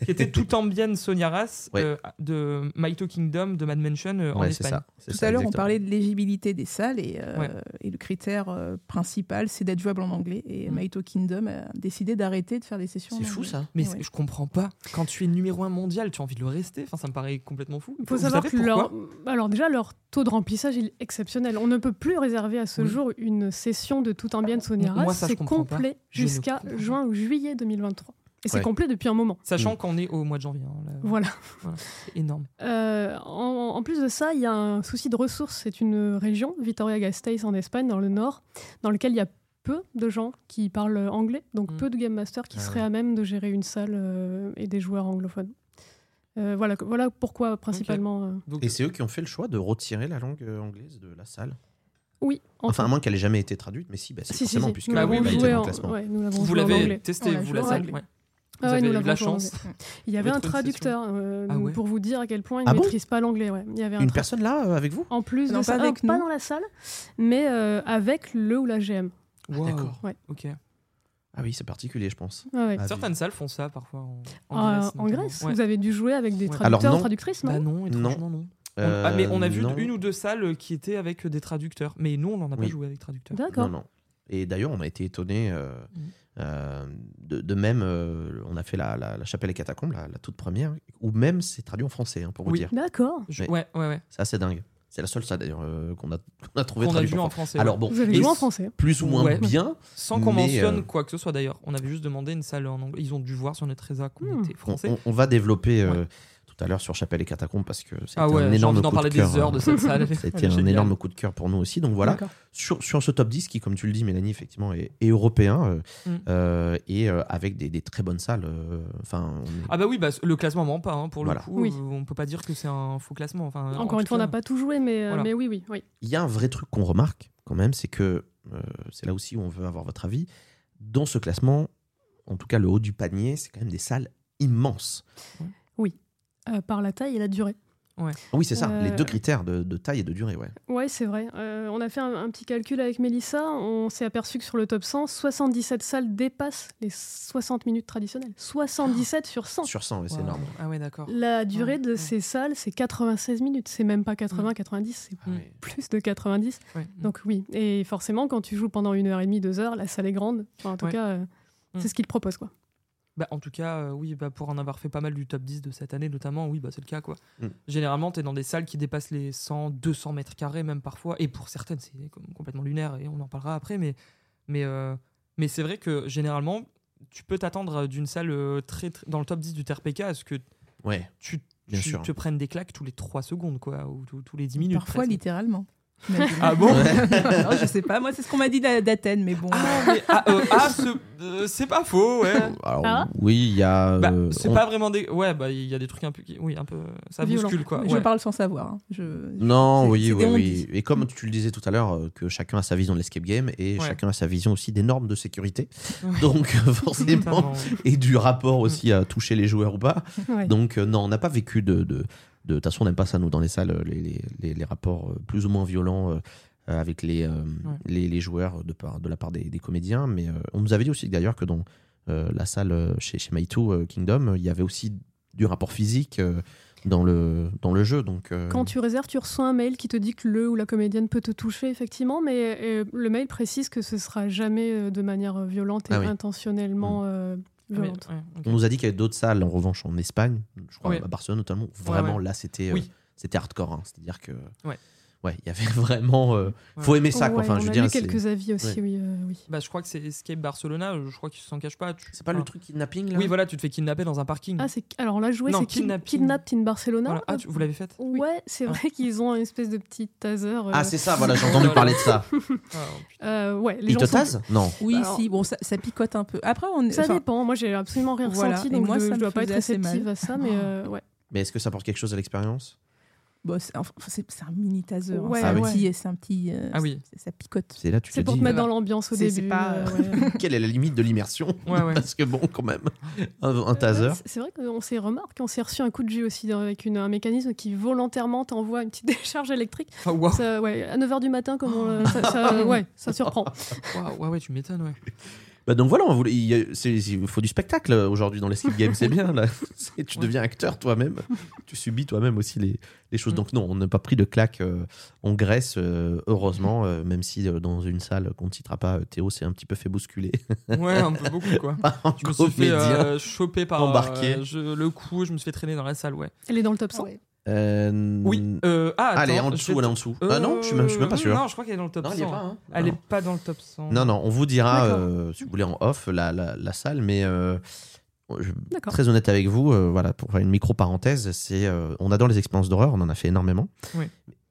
S1: qui était tout en bien Soniaras
S2: Ouais.
S1: euh, de My Talking Kingdom de Mad Mansion euh, en
S2: Ouais, c'est
S1: Espagne.
S2: ça. c'est
S4: Tout
S2: ça,
S4: à l'heure, on
S2: exactement.
S4: parlait de l'éligibilité des salles et, euh,
S1: Ouais.
S4: et le critère euh, principal, c'est d'être jouable en anglais. Et
S1: Mm.
S4: Maito Kingdom a décidé d'arrêter de faire des sessions. en
S2: C'est fou
S4: anglais.
S2: ça.
S3: Eh
S1: Mais
S4: Ouais.
S1: c'est- je comprends pas. Quand tu es numéro un mondial, tu as envie de le rester. Enfin, ça me paraît complètement fou.
S3: Il faut
S1: Vous
S3: savoir
S1: savez
S3: que
S1: pourquoi
S3: leur... Alors déjà, leur taux de remplissage il est exceptionnel. On ne peut plus réserver à ce
S1: Oui.
S3: jour une session de tout un bien de Sonia
S1: Moi, ça, je
S3: C'est
S1: comprends pas.
S3: complet
S1: Je ne
S3: jusqu'à
S1: comprends pas.
S3: juin ou juillet 2023. Et c'est
S2: Ouais.
S3: complet depuis un moment.
S2: Mm.
S1: Sachant qu'on est au mois de janvier. hein, là,
S3: Voilà.
S1: C'est énorme.
S3: Euh, en, en plus de ça, il y a un souci de ressources. C'est une région, Vitoria-Gasteiz en Espagne, dans le nord, dans laquelle il y a peu de gens qui parlent anglais, donc
S1: Mm.
S3: peu de game masters qui
S2: Ah
S3: seraient à même de gérer une salle euh, et des joueurs anglophones. Euh, voilà, voilà pourquoi principalement. euh,
S1: Donc,
S2: Et c'est eux qui ont fait le choix de retirer la langue euh, anglaise de la salle.
S3: oui.
S2: Enfin, à moins qu'elle ait jamais été traduite, mais si, bah, c'est
S3: Si, si,
S2: forcément,
S3: si.
S2: puisque
S3: Nous
S1: Bah oui,
S2: elle
S3: l'avons
S2: a été
S3: joué
S2: dans
S3: en-
S2: le classement.
S3: ouais, nous l'avons
S1: vous
S3: joué en
S1: l'avez
S3: anglais. On
S1: testé,
S3: l'a
S1: vous,
S3: joué
S1: la
S3: en
S1: salle.
S3: anglais.
S1: ouais. Vous
S3: Ah ouais,
S1: avez
S3: nous
S1: eu de
S3: l'avons
S1: la
S3: joué en
S1: chance.
S3: Il y avait
S1: Vous
S3: un
S1: êtes trop une session.
S3: traducteur euh,
S1: Ah ouais.
S3: pour vous dire à quel point il
S2: Ah
S3: ne
S2: bon
S3: maîtrise pas l'anglais. ouais. Il y avait un
S2: Une
S3: tra-
S2: personne là, euh, avec vous
S3: en plus
S4: Non,
S3: de
S4: pas
S3: ça,
S4: avec
S3: un-
S4: nous.
S3: dans la salle, mais euh, avec le ou la GM.
S1: Waouh.
S2: D'accord.
S3: Ouais.
S1: Ok.
S2: Ah oui, c'est particulier, je pense.
S3: Ouais, ouais.
S2: Ah,
S1: Certaines salles font ça parfois en, en
S3: Euh,
S1: Grèce.
S3: en
S1: notamment.
S3: Grèce,
S1: Ouais.
S3: vous avez dû jouer avec des
S1: Ouais.
S3: traducteurs,
S2: Alors non.
S3: traductrices, non
S1: Bah non, étrangement non. On- ah,
S2: Euh,
S1: mais on a vu une ou deux salles qui étaient avec des traducteurs. Mais nous, on n'en a pas
S2: Oui.
S1: joué avec traducteurs.
S3: D'accord.
S2: Non, non. Et d'ailleurs, on a été étonnés. euh,
S1: Mm.
S2: euh, de, de même, euh, on a fait la, la- la chapelle et catacombes, la, la toute première, où même c'est traduit en français, hein, pour vous
S1: Oui.
S2: dire.
S3: D'accord.
S1: Je-
S2: Mais-
S1: Ouais, ouais, ouais.
S2: C'est assez dingue. C'est la seule salle d'ailleurs euh, qu'on a, qu'on a trouvé
S1: Qu'on a
S2: traduite
S1: vu en
S2: français.
S1: français.
S2: Alors
S1: ouais.
S2: bon,
S3: Vous avez
S2: et
S3: joué en
S2: s-
S3: français.
S2: plus ou moins
S1: Ouais.
S2: bien.
S1: Sans qu'on
S2: mais,
S1: mentionne
S2: euh,
S1: quoi que ce soit d'ailleurs. On avait juste demandé une salle en anglais. Ils ont dû voir sur notre trésor qu'on
S3: Hmm.
S1: était
S2: On,
S1: français.
S2: on- on va développer euh, tout à l'heure sur Chapelle et Catacombes parce que c'était
S1: Ah ouais,
S2: un
S1: j'ai
S2: énorme
S1: envie
S2: coup
S1: d'en parler
S2: de cœur. euh, hein.
S1: des heures de cette salle.
S2: C'était
S1: Elle est
S2: un
S1: géniale.
S2: énorme coup de cœur pour nous aussi. Donc voilà,
S4: D'accord.
S2: sur, sur ce top 10 qui, comme tu le dis, Mélanie, effectivement, est, est européen euh,
S1: Mm.
S2: euh, et euh, avec des, des très bonnes salles. euh, Enfin, on est-
S1: Ah bah oui, bah, le classement ment pas. hein, pour
S2: Voilà.
S1: le coup,
S3: Oui.
S1: euh, on peut pas dire que c'est un faux classement. Enfin,
S2: Ah,
S1: en
S3: Encore une
S1: tout
S3: fois, on
S1: cas,
S3: n'a pas tout joué, mais, euh,
S1: Voilà.
S3: mais oui, oui, oui.
S2: il y a un vrai truc qu'on remarque quand même, c'est que euh, c'est là aussi où on veut avoir votre avis. Dans ce classement, en tout cas le haut du panier, c'est quand même des salles immenses.
S3: Euh, par la taille et la durée.
S2: Ah oui, c'est ça,
S3: Euh,
S2: les deux critères de, de taille et de durée, ouais.
S3: Ouais, c'est vrai. Euh, on a fait un, un petit calcul avec Mélissa. On s'est aperçu que sur le top 100, 77 salles dépassent les 60 minutes traditionnelles. 77 sur 100.
S2: Sur 100, ouais, c'est
S1: Waouh.
S2: énorme.
S1: Ah ouais, d'accord.
S3: La durée de
S1: ouais.
S3: ces salles, c'est 96 minutes. C'est même pas 80, 90, c'est
S2: Ah
S1: Mm.
S2: ouais.
S3: plus de 90.
S1: Ouais.
S3: Donc oui. Et forcément, quand tu joues pendant une heure et demie, deux heures, la salle est grande. Enfin, en tout
S1: Ouais.
S3: cas, euh,
S1: Mm.
S3: c'est ce qu'ils proposent, quoi.
S1: Bah, en tout cas, euh, oui, bah, pour en avoir fait pas mal du top 10 de cette année, notamment, oui, bah, c'est le cas. quoi.
S2: Mm.
S1: Généralement, tu es dans des salles qui dépassent les 100, 200 mètres carrés, même parfois. Et pour certaines, c'est com- complètement lunaire et on en parlera après. Mais, mais, euh, mais c'est vrai que généralement, tu peux t'attendre euh, d'une salle euh, très, très- dans le top 10 du TRPK à ce que
S2: Ouais,
S1: tu,
S2: Bien
S1: tu
S2: sûr.
S1: te prennes des claques tous les 3 secondes, quoi, ou tous- tous les 10 minutes.
S4: Parfois,
S1: presque.
S4: littéralement.
S1: Ah bon
S4: Non, Je sais pas. Moi, c'est ce qu'on m'a dit d'A- d'Athènes, mais bon.
S1: Ah, mais- ah, euh, ah, ce- euh, c'est pas faux, ouais.
S2: Alors,
S3: Ah.
S2: oui, il y a.
S1: Bah,
S2: euh,
S1: c'est
S2: on-
S1: pas vraiment des. Ouais, bah il y a des trucs un peu. qui- Oui, un peu. Ça
S3: Violent.
S1: bouscule quoi.
S4: Je
S1: ouais.
S4: parle sans savoir. hein. Je-
S2: Non,
S4: C'est-
S2: oui,
S4: c'est
S2: oui,
S4: des
S2: oui.
S4: on-dit.
S2: Et comme tu le disais tout à l'heure, euh, que chacun a sa vision de l'escape game et
S1: Ouais.
S2: chacun a sa vision aussi des normes de sécurité.
S1: Ouais.
S2: Donc, euh,
S1: Notamment,
S2: forcément, et du rapport aussi à toucher les joueurs ou pas.
S3: Ouais.
S2: Donc, euh, non, on n'a pas vécu de. De de- de toute façon, on n'aime pas ça, nous, dans les salles, euh, les, les, les- les rapports euh, plus ou moins violents. euh, euh, avec les, euh, les, les joueurs de, par, de la part des, des comédiens. Mais euh, on nous avait dit aussi d'ailleurs que dans euh, la salle euh, chez, chez Maito euh, Kingdom, euh, il y avait aussi du rapport physique euh, dans, le, dans le jeu. Donc, euh,
S3: Quand tu réserves, tu reçois un mail qui te dit que le ou la comédienne peut te toucher, effectivement, mais euh, le mail précise que ce sera jamais euh, de manière euh, violente et
S2: Ah oui.
S3: intentionnellement euh,
S1: Ah, mais-
S3: violente.
S1: ouais, ok.
S2: On nous a dit qu'il y avait d'autres salles, en revanche, en Espagne, je crois
S1: Ouais.
S2: à Barcelone notamment, où vraiment
S1: ouais.
S2: là c'était
S1: Oui.
S2: euh, c'était hardcore. hein. C'est-à-dire que.
S1: Ouais.
S2: Ouais, il y avait vraiment. euh,
S1: Ouais.
S2: Faut aimer ça, quoi.
S3: Ouais,
S2: Enfin, je
S3: on
S2: veux
S3: a
S2: dire.
S3: lu
S2: c'est-
S3: quelques avis aussi,
S2: ouais.
S3: oui. euh, oui.
S1: Bah, je crois que c'est Escape Barcelona, euh, je crois qu'ils s'en cachent pas. tu-
S2: C'est pas le
S1: enfin,
S2: truc kidnapping là
S1: Ah. Oui, voilà, tu te fais kidnapper dans un
S2: Mm.
S1: parking.
S3: Ah, c'est alors là joué,
S1: Non,
S3: c'est Kid-
S1: Kidnapping.
S3: Kidnapped in Barcelona.
S1: Voilà. Ah, tu- vous l'avez faite
S3: Euh, Ouais, c'est
S1: Ah.
S3: vrai qu'ils ont une espèce de petit taser. euh,
S2: Ah, c'est ça, voilà, j'ai entendu parler de ça.
S1: Ah, oh, putain.
S3: euh, ouais,
S2: Il
S3: les gens
S2: te
S3: sont-
S2: tase Non.
S4: Oui,
S3: Alors-
S4: si. Bon, ça, ça picote un peu. Après, on.
S3: bah, Ça
S4: enfin,
S3: dépend. Moi, j'ai absolument rien
S4: Voilà.
S3: ressenti,
S4: Et
S3: donc
S4: moi,
S3: je-
S4: ça
S3: je
S4: me
S3: dois pas être
S4: faisait assez mal.
S3: réceptive à ça, mais euh, ouais.
S2: Mais est-ce que ça apporte quelque chose à l'expérience
S4: bon, c'est enfin, c'est- c'est un mini taser. hein.
S3: Ouais,
S4: c'est un
S2: ouais.
S4: petit. c'est un petit, euh,
S1: Ah oui.
S4: c'est- Ça picote.
S2: C'est là, tu te
S3: C'est pour
S2: dis,
S3: te mettre
S1: euh,
S3: dans l'ambiance au
S4: c'est- c'est
S3: début.
S4: pas-
S3: euh, ouais.
S2: quelle est la limite de l'immersion
S1: Ouais, ouais.
S2: Parce que bon, quand même, un, un
S3: Euh,
S2: taser.
S3: ouais, c'est- C'est vrai qu'on s'est remarqué, on s'est reçu un coup de jus aussi dans- avec une, un mécanisme qui volontairement t'envoie une petite décharge électrique.
S1: Ah, waouh.
S2: Oh.
S3: Ça, ouais, à 9h du matin, comme on, ça, ça- ouais, ça surprend.
S1: Waouh, ouais, ouais, tu m'étonnes, ouais.
S2: Bah donc voilà, on voulait- il y a- c'est- c'est- il faut du spectacle euh, aujourd'hui dans l'escape game, c'est bien là. C'est- tu
S1: Ouais.
S2: deviens acteur toi-même, tu subis toi-même aussi les, les choses.
S1: Mm.
S2: Donc non, on n'a pas pris de claque euh, en Grèce, euh, heureusement, euh, même si euh, dans une salle qu'on ne citera pas, euh, Théo s'est un petit peu fait bousculer.
S1: Ouais, un peu beaucoup quoi.
S2: par
S1: Je me
S2: un
S1: suis fait
S2: comédien.
S1: euh, choper par euh,
S2: embarqué.
S1: je- le coup, je me suis fait traîner dans la salle, ouais.
S3: Elle est dans le top 100
S2: Ah Euh,
S1: Oui. euh, ah, attends,
S2: Allez, en
S1: je-
S2: dessous, elle est en dessous.
S1: Euh,
S2: Ah non, je suis même, je suis même pas sûr.
S1: Non, je crois qu'elle est dans le top
S2: Non,
S1: 100.
S2: il y est pas, hein.
S1: Elle
S2: Non.
S1: est pas dans le top 100.
S2: Non, non, on vous dira,
S3: D'accord.
S2: euh, si vous voulez, en off, la, la, la salle, mais euh, je-
S3: D'accord.
S2: très honnête avec vous, euh, voilà, pour faire une micro-parenthèse, c'est, euh, on adore les expériences d'horreur, on en a fait énormément.
S1: Oui.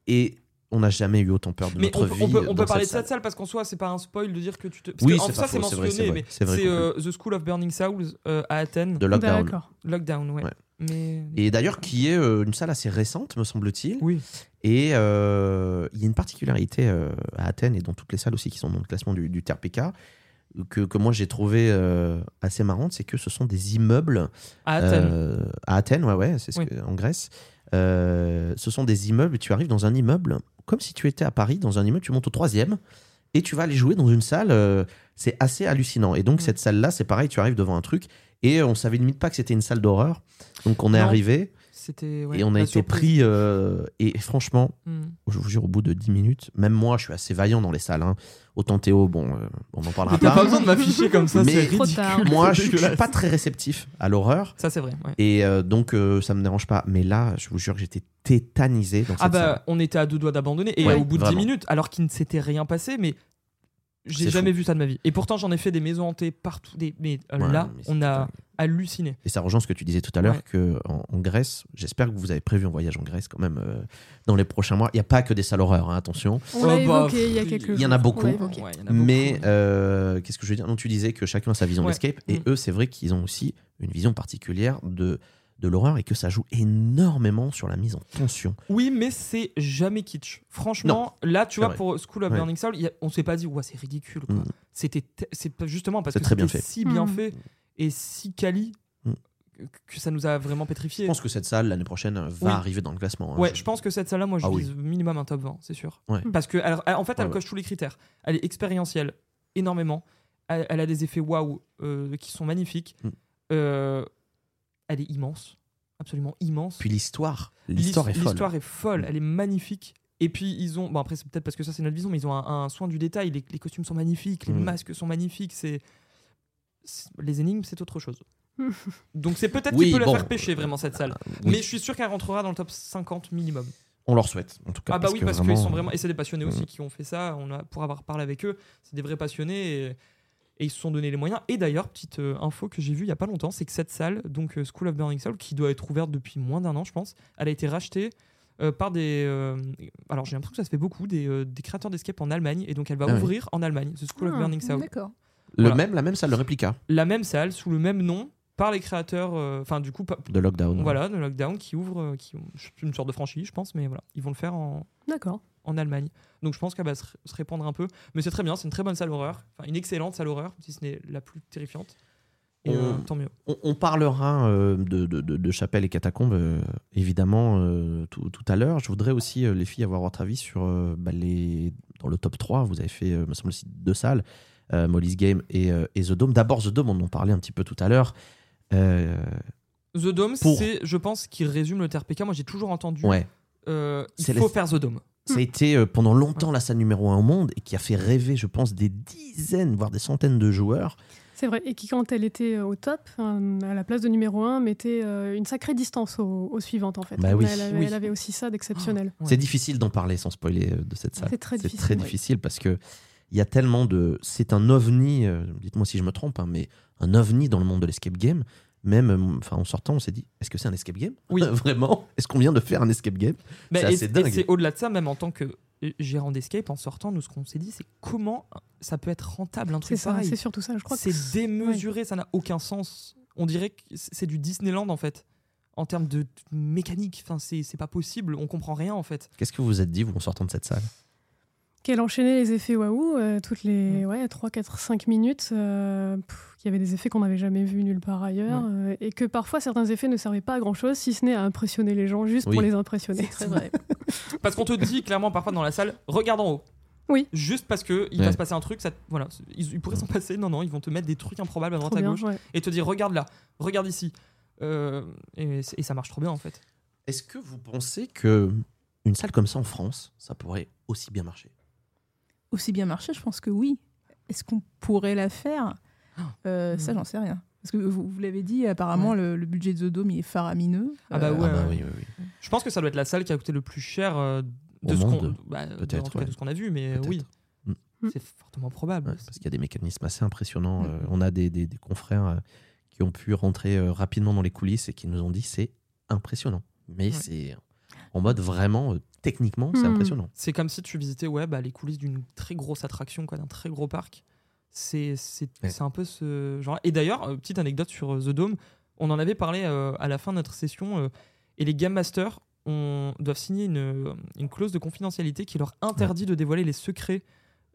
S2: Et on n'a jamais eu autant peur de
S1: Mais on,
S2: notre
S1: peut-
S2: vie.
S1: on peut, on
S2: dans
S1: peut parler de
S2: cette salle.
S1: cette salle parce qu'en soi, c'est pas un spoil de dire que tu te. Parce
S2: Oui,
S1: que, en
S2: c'est
S1: ça,
S2: pas
S1: c'est
S2: faux, c'est vrai,
S1: mentionné,
S2: c'est vrai,
S1: mais
S2: c'est vrai qu'on
S1: euh, The School of Burning Souls euh, à Athènes,
S2: De lockdown.
S3: D'accord.
S1: lockdown, ouais.
S2: Ouais.
S1: Mais.
S2: Et d'ailleurs, qui est euh, une salle assez récente, me semble-t-il.
S1: Oui.
S2: Et euh, il y a une particularité euh, à Athènes et dans toutes les salles aussi qui sont dans le classement du, du TRPK que, que moi j'ai trouvé euh, assez marrante, c'est que ce sont des immeubles
S1: À Athènes.
S2: euh, à Athènes, ouais, ouais, c'est ce
S1: Oui.
S2: que- en Grèce. Euh, ce sont des immeubles, tu arrives dans un immeuble, comme si tu étais à Paris, dans un immeuble, tu montes au troisième, et tu vas aller jouer dans une salle, euh, c'est assez hallucinant. Et donc
S1: Mm.
S2: cette salle-là, c'est pareil, tu arrives devant un truc, et on savait limite pas que c'était une salle d'horreur, donc on est
S1: Non.
S2: arrivé,
S1: C'était. ouais,
S2: et on a
S1: la
S2: été
S1: surprise.
S2: pris, euh, et franchement,
S1: Hmm.
S2: je vous jure, au bout de 10 minutes, même moi, je suis assez vaillant dans les salles. hein. Autant Théo, bon, euh, on en
S1: Mais
S2: parlera
S1: T'as pas
S2: pas.
S1: besoin de m'afficher comme ça,
S2: Mais-
S1: c'est
S3: Trop tard.
S1: ridicule.
S2: Moi,
S1: c'est
S2: je suis- je suis
S1: dégueulasse.
S2: pas très réceptif à l'horreur.
S1: Ça, c'est vrai. ouais.
S2: Et euh, donc, euh, ça me dérange pas. Mais là, je vous jure que j'étais tétanisé dans cette
S1: Ah bah,
S2: salle.
S1: on était à deux doigts d'abandonner et
S2: Ouais,
S1: au bout de 10
S2: vraiment.
S1: minutes, alors qu'il ne s'était rien passé, mais j'ai
S2: C'est
S1: jamais
S2: fou.
S1: vu ça de ma vie. Et pourtant, j'en ai fait des maisons hantées partout. Des... Mais euh,
S2: Ouais,
S1: là,
S2: mais c'est
S1: on a
S2: dingue.
S1: halluciné.
S2: Et ça rejoint ce que tu disais tout à l'heure,
S1: Ouais.
S2: que en, en Grèce, j'espère que vous avez prévu un voyage en Grèce quand même euh, dans les prochains mois. Il n'y a pas que des salles horreurs, hein, attention.
S3: On l'a
S1: Oh, bah,
S3: évoqué il y a
S1: pff,
S3: quelques
S2: il
S3: jours.
S2: y en a beaucoup.
S3: On l'a évoqué.
S1: Ouais, il y en a beaucoup.
S2: Mais euh, qu'est-ce que je veux dire Non, tu disais que chacun a sa vision
S1: Ouais.
S2: de l'escape, et
S1: Mm.
S2: eux, c'est vrai qu'ils ont aussi une vision particulière de, de l'horreur et que ça joue énormément sur la mise en tension.
S1: Oui, mais c'est jamais kitsch. Franchement, là, tu
S2: c'est
S1: vois,
S2: vrai.
S1: pour School of
S2: Ouais.
S1: Burning Soul, il y a- on s'est pas dit, ouais, c'est ridicule. quoi.
S2: Mm.
S1: C'était te- c'est pas- justement parce
S2: C'est
S1: que
S2: très bien
S1: c'était
S2: fait.
S1: si bien
S3: Mm.
S1: fait et si quali
S2: Mm.
S1: que- que ça nous a vraiment
S2: Je
S1: pétrifiés.
S2: pense que cette salle, l'année prochaine, va
S1: Oui.
S2: arriver dans le classement. hein.
S1: Ouais, je pense que cette salle-là, moi, je
S2: Ah oui.
S1: vise minimum un top 20, c'est sûr.
S2: Ouais.
S3: Mm.
S1: Parce que, elle- elle- en fait, elle
S2: Ouais, ouais.
S1: coche tous les critères. Elle est expérientielle, énormément. Elle, elle a des effets waouh euh, qui sont magnifiques.
S2: Mm.
S1: Euh, elle est immense, absolument immense.
S2: Puis l'histoire.
S1: L'his-
S2: L'histoire est folle.
S1: L'histoire est folle,
S2: Mm.
S1: elle est magnifique. Et puis ils ont, bon après c'est peut-être parce que ça c'est notre vision, mais ils ont un, un soin du détail. Les, les costumes sont magnifiques, les
S2: Mm.
S1: masques sont magnifiques. C'est c'est- les énigmes, c'est autre chose. Donc c'est peut-être
S2: Oui,
S1: qui peut la
S2: bon.
S1: faire pêcher vraiment cette salle.
S2: Oui.
S1: Mais je suis sûr qu'elle rentrera dans le top 50 minimum.
S2: On leur souhaite, en tout cas.
S1: Ah bah oui, parce qu'ils
S2: vraiment,
S1: sont vraiment. Et c'est des passionnés aussi
S2: Mm.
S1: qui ont fait ça. On a, pour avoir parlé avec eux, c'est des vrais passionnés et, et ils se sont donné les moyens. Et d'ailleurs, petite euh, info que j'ai vue il y a pas longtemps, c'est que cette salle, donc euh, School of Burning Soul, qui doit être ouverte depuis moins d'un an, je pense, elle a été rachetée. euh, par des. euh, alors j'ai l'impression que ça se fait beaucoup, des, euh, des créateurs d'escape en Allemagne, et donc elle va
S2: Ah oui.
S1: ouvrir en Allemagne, The School of
S3: Ah,
S1: Burning Soul.
S4: D'accord.
S2: Le
S1: Voilà.
S2: même, la même salle, le réplica
S1: La même salle, sous le même nom, par les créateurs, euh, enfin du coup, pa-
S2: de Lockdown.
S1: voilà, de Lockdown, qui ouvre, euh, qui, une sorte de franchise, je pense, mais voilà, ils vont le faire en,
S3: D'accord.
S1: en Allemagne. Donc je pense qu'elle va se se répandre un peu. Mais c'est très bien, c'est une très bonne salle horreur. Enfin, une excellente salle horreur, si ce n'est la plus terrifiante. Et euh,
S2: On-
S1: tant mieux.
S2: On, on parlera euh, de, de, de- de chapelles et catacombes, euh, évidemment, euh, tout, tout à l'heure. Je voudrais aussi, euh, les filles, avoir votre avis sur euh, bah, les... Dans le top 3, vous avez fait, euh, me semble-t-il, deux salles, euh, Molly's Game et, euh, et The Dome. D'abord, The Dome, on en parlait un petit peu tout à l'heure. Euh,
S1: The Dome,
S2: Pour-
S1: c'est, je pense, qui résume le TRPK. Moi, j'ai toujours entendu.
S2: ouais.
S1: euh,
S2: C'est
S1: il
S2: la-
S1: faut faire The Dome.
S2: Ça a été euh, pendant longtemps la salle numéro un au monde et qui a fait rêver, je pense, des dizaines, voire des centaines de joueurs.
S3: C'est vrai, et qui, quand elle était euh, au top, euh, à la place de numéro 1, mettait euh, une sacrée distance aux, aux suivantes, en fait.
S2: Bah oui,
S3: elle, avait,
S1: oui.
S3: elle avait aussi ça d'exceptionnel.
S1: Ouais.
S2: C'est difficile d'en parler sans spoiler euh, de cette salle.
S3: C'est très
S2: C'est
S3: difficile.
S2: très
S3: ouais.
S2: difficile parce que il y a tellement de. C'est un ovni, euh, dites-moi si je me trompe, hein, mais un ovni dans le monde de l'escape game. Même euh, enfin, en sortant, on s'est dit est-ce que c'est un escape game
S1: Oui.
S2: Vraiment Est-ce qu'on vient de faire un escape game
S1: Mais
S2: C'est
S1: et-
S2: assez
S1: et
S2: dingue.
S1: c'est au-delà de ça, même en tant que euh, gérant d'escape, en sortant, nous, ce qu'on s'est dit, c'est comment ça peut être rentable un
S3: C'est
S1: truc
S3: ça,
S1: pareil.
S3: c'est surtout ça, je crois. que-
S1: C'est démesuré, ça n'a aucun sens. On dirait que c- c'est du Disneyland en fait, en termes de de mécanique. Enfin, c'est c'est pas possible, on comprend rien en fait.
S2: Qu'est-ce que vous vous êtes dit, vous, en sortant de cette salle
S3: Qu'elle enchaînait les effets waouh, euh, toutes
S1: Mm.
S3: les ouais, 3, 4, 5 minutes, euh, pff, qu'il y avait des effets qu'on n'avait jamais vus nulle part ailleurs, euh, et que parfois certains effets ne servaient pas à grand chose, si ce n'est à impressionner les gens, juste
S2: Oui.
S3: pour les impressionner.
S4: C'est très vrai.
S1: Parce qu'on te dit clairement parfois dans la salle, regarde en haut.
S3: Oui.
S1: Juste parce que il
S2: Ouais.
S1: va se passer un truc, ça, te- voilà, c'est- ils, ils pourraient s'en passer. Non, non, ils vont te mettre des trucs improbables à droite
S3: Trop
S1: à
S3: bien,
S1: gauche
S3: ouais.
S1: et te dire regarde là, regarde ici. Euh, et, c'est- et ça marche trop bien en fait.
S2: Est-ce que vous pensez que une salle comme ça en France, ça pourrait aussi bien marcher
S4: Aussi bien marché, je pense que oui. Est-ce qu'on pourrait la faire Euh, Ça,
S1: Hmm.
S4: j'en sais rien. Parce que vous, vous l'avez dit, apparemment, le, le budget de The Dome il est faramineux.
S1: Ah bah
S4: Euh,
S1: ouais.
S2: Ah bah oui, oui, oui.
S1: Je pense que ça doit être la salle qui a coûté le plus cher euh, de
S2: Au
S1: ce qu'on
S2: monde,
S1: bah, de- en
S2: peut-être,
S1: tout cas,
S2: ouais.
S1: de ce qu'on a vu, mais euh,
S2: Peut-être.
S1: oui,
S2: Mm.
S1: c'est fortement probable.
S2: Ouais, parce qu'il y a des mécanismes assez impressionnants.
S4: Mm.
S2: Euh, on a des, des- des confrères euh, qui ont pu rentrer euh, rapidement dans les coulisses et qui nous ont dit c'est impressionnant. Mais
S1: Ouais.
S2: c'est en mode vraiment, euh, techniquement, c'est
S3: Mm.
S2: impressionnant.
S1: C'est comme si tu visitais ouais, bah, les coulisses d'une très grosse attraction, quoi, d'un très gros parc. C'est c'est-
S2: Ouais.
S1: c'est un peu ce genre. Et d'ailleurs, euh, petite anecdote sur euh, The Dome, on en avait parlé euh, à la fin de notre session, euh, et les Game Masters ont- doivent signer une, euh, une clause de confidentialité qui leur interdit de dévoiler les secrets.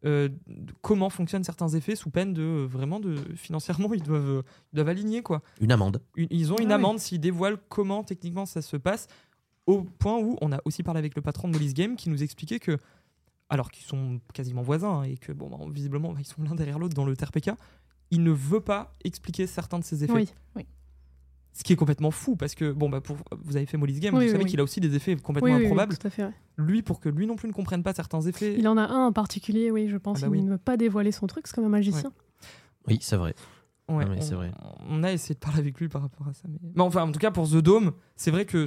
S1: euh, de comment fonctionnent certains effets sous peine de euh, vraiment de financièrement ils doivent, euh, ils doivent aligner quoi
S2: Une amende.
S1: une- ils ont une
S4: Ah
S1: amende s'ils dévoilent comment techniquement ça se passe. Au point où on a aussi parlé avec le patron de Molly's Game qui nous expliquait que, alors qu'ils sont quasiment voisins hein, et que bon, bah, visiblement bah, ils sont l'un derrière l'autre dans le TRPK, il ne veut pas expliquer certains de ses effets.
S3: Oui.
S1: Ce qui est complètement fou parce que bon, bah, pour, vous avez fait Molly's Game,
S3: Oui,
S1: vous
S3: oui,
S1: savez
S3: oui.
S1: qu'il a aussi des effets
S3: Oui,
S1: complètement
S3: oui, oui,
S1: improbables.
S3: tout à fait. ouais.
S1: Lui, pour que lui non plus ne comprenne pas certains effets.
S3: Il en a un en particulier, oui, je pense.
S1: Ah bah oui.
S3: Il ne veut pas dévoiler son truc, c'est comme un magicien.
S2: Oui, c'est vrai.
S1: Ouais,
S2: Ah ouais, c'est
S1: on,
S2: vrai.
S1: on a essayé de parler avec lui par rapport à ça. Mais, mais enfin, en tout cas, pour The Dome, c'est vrai que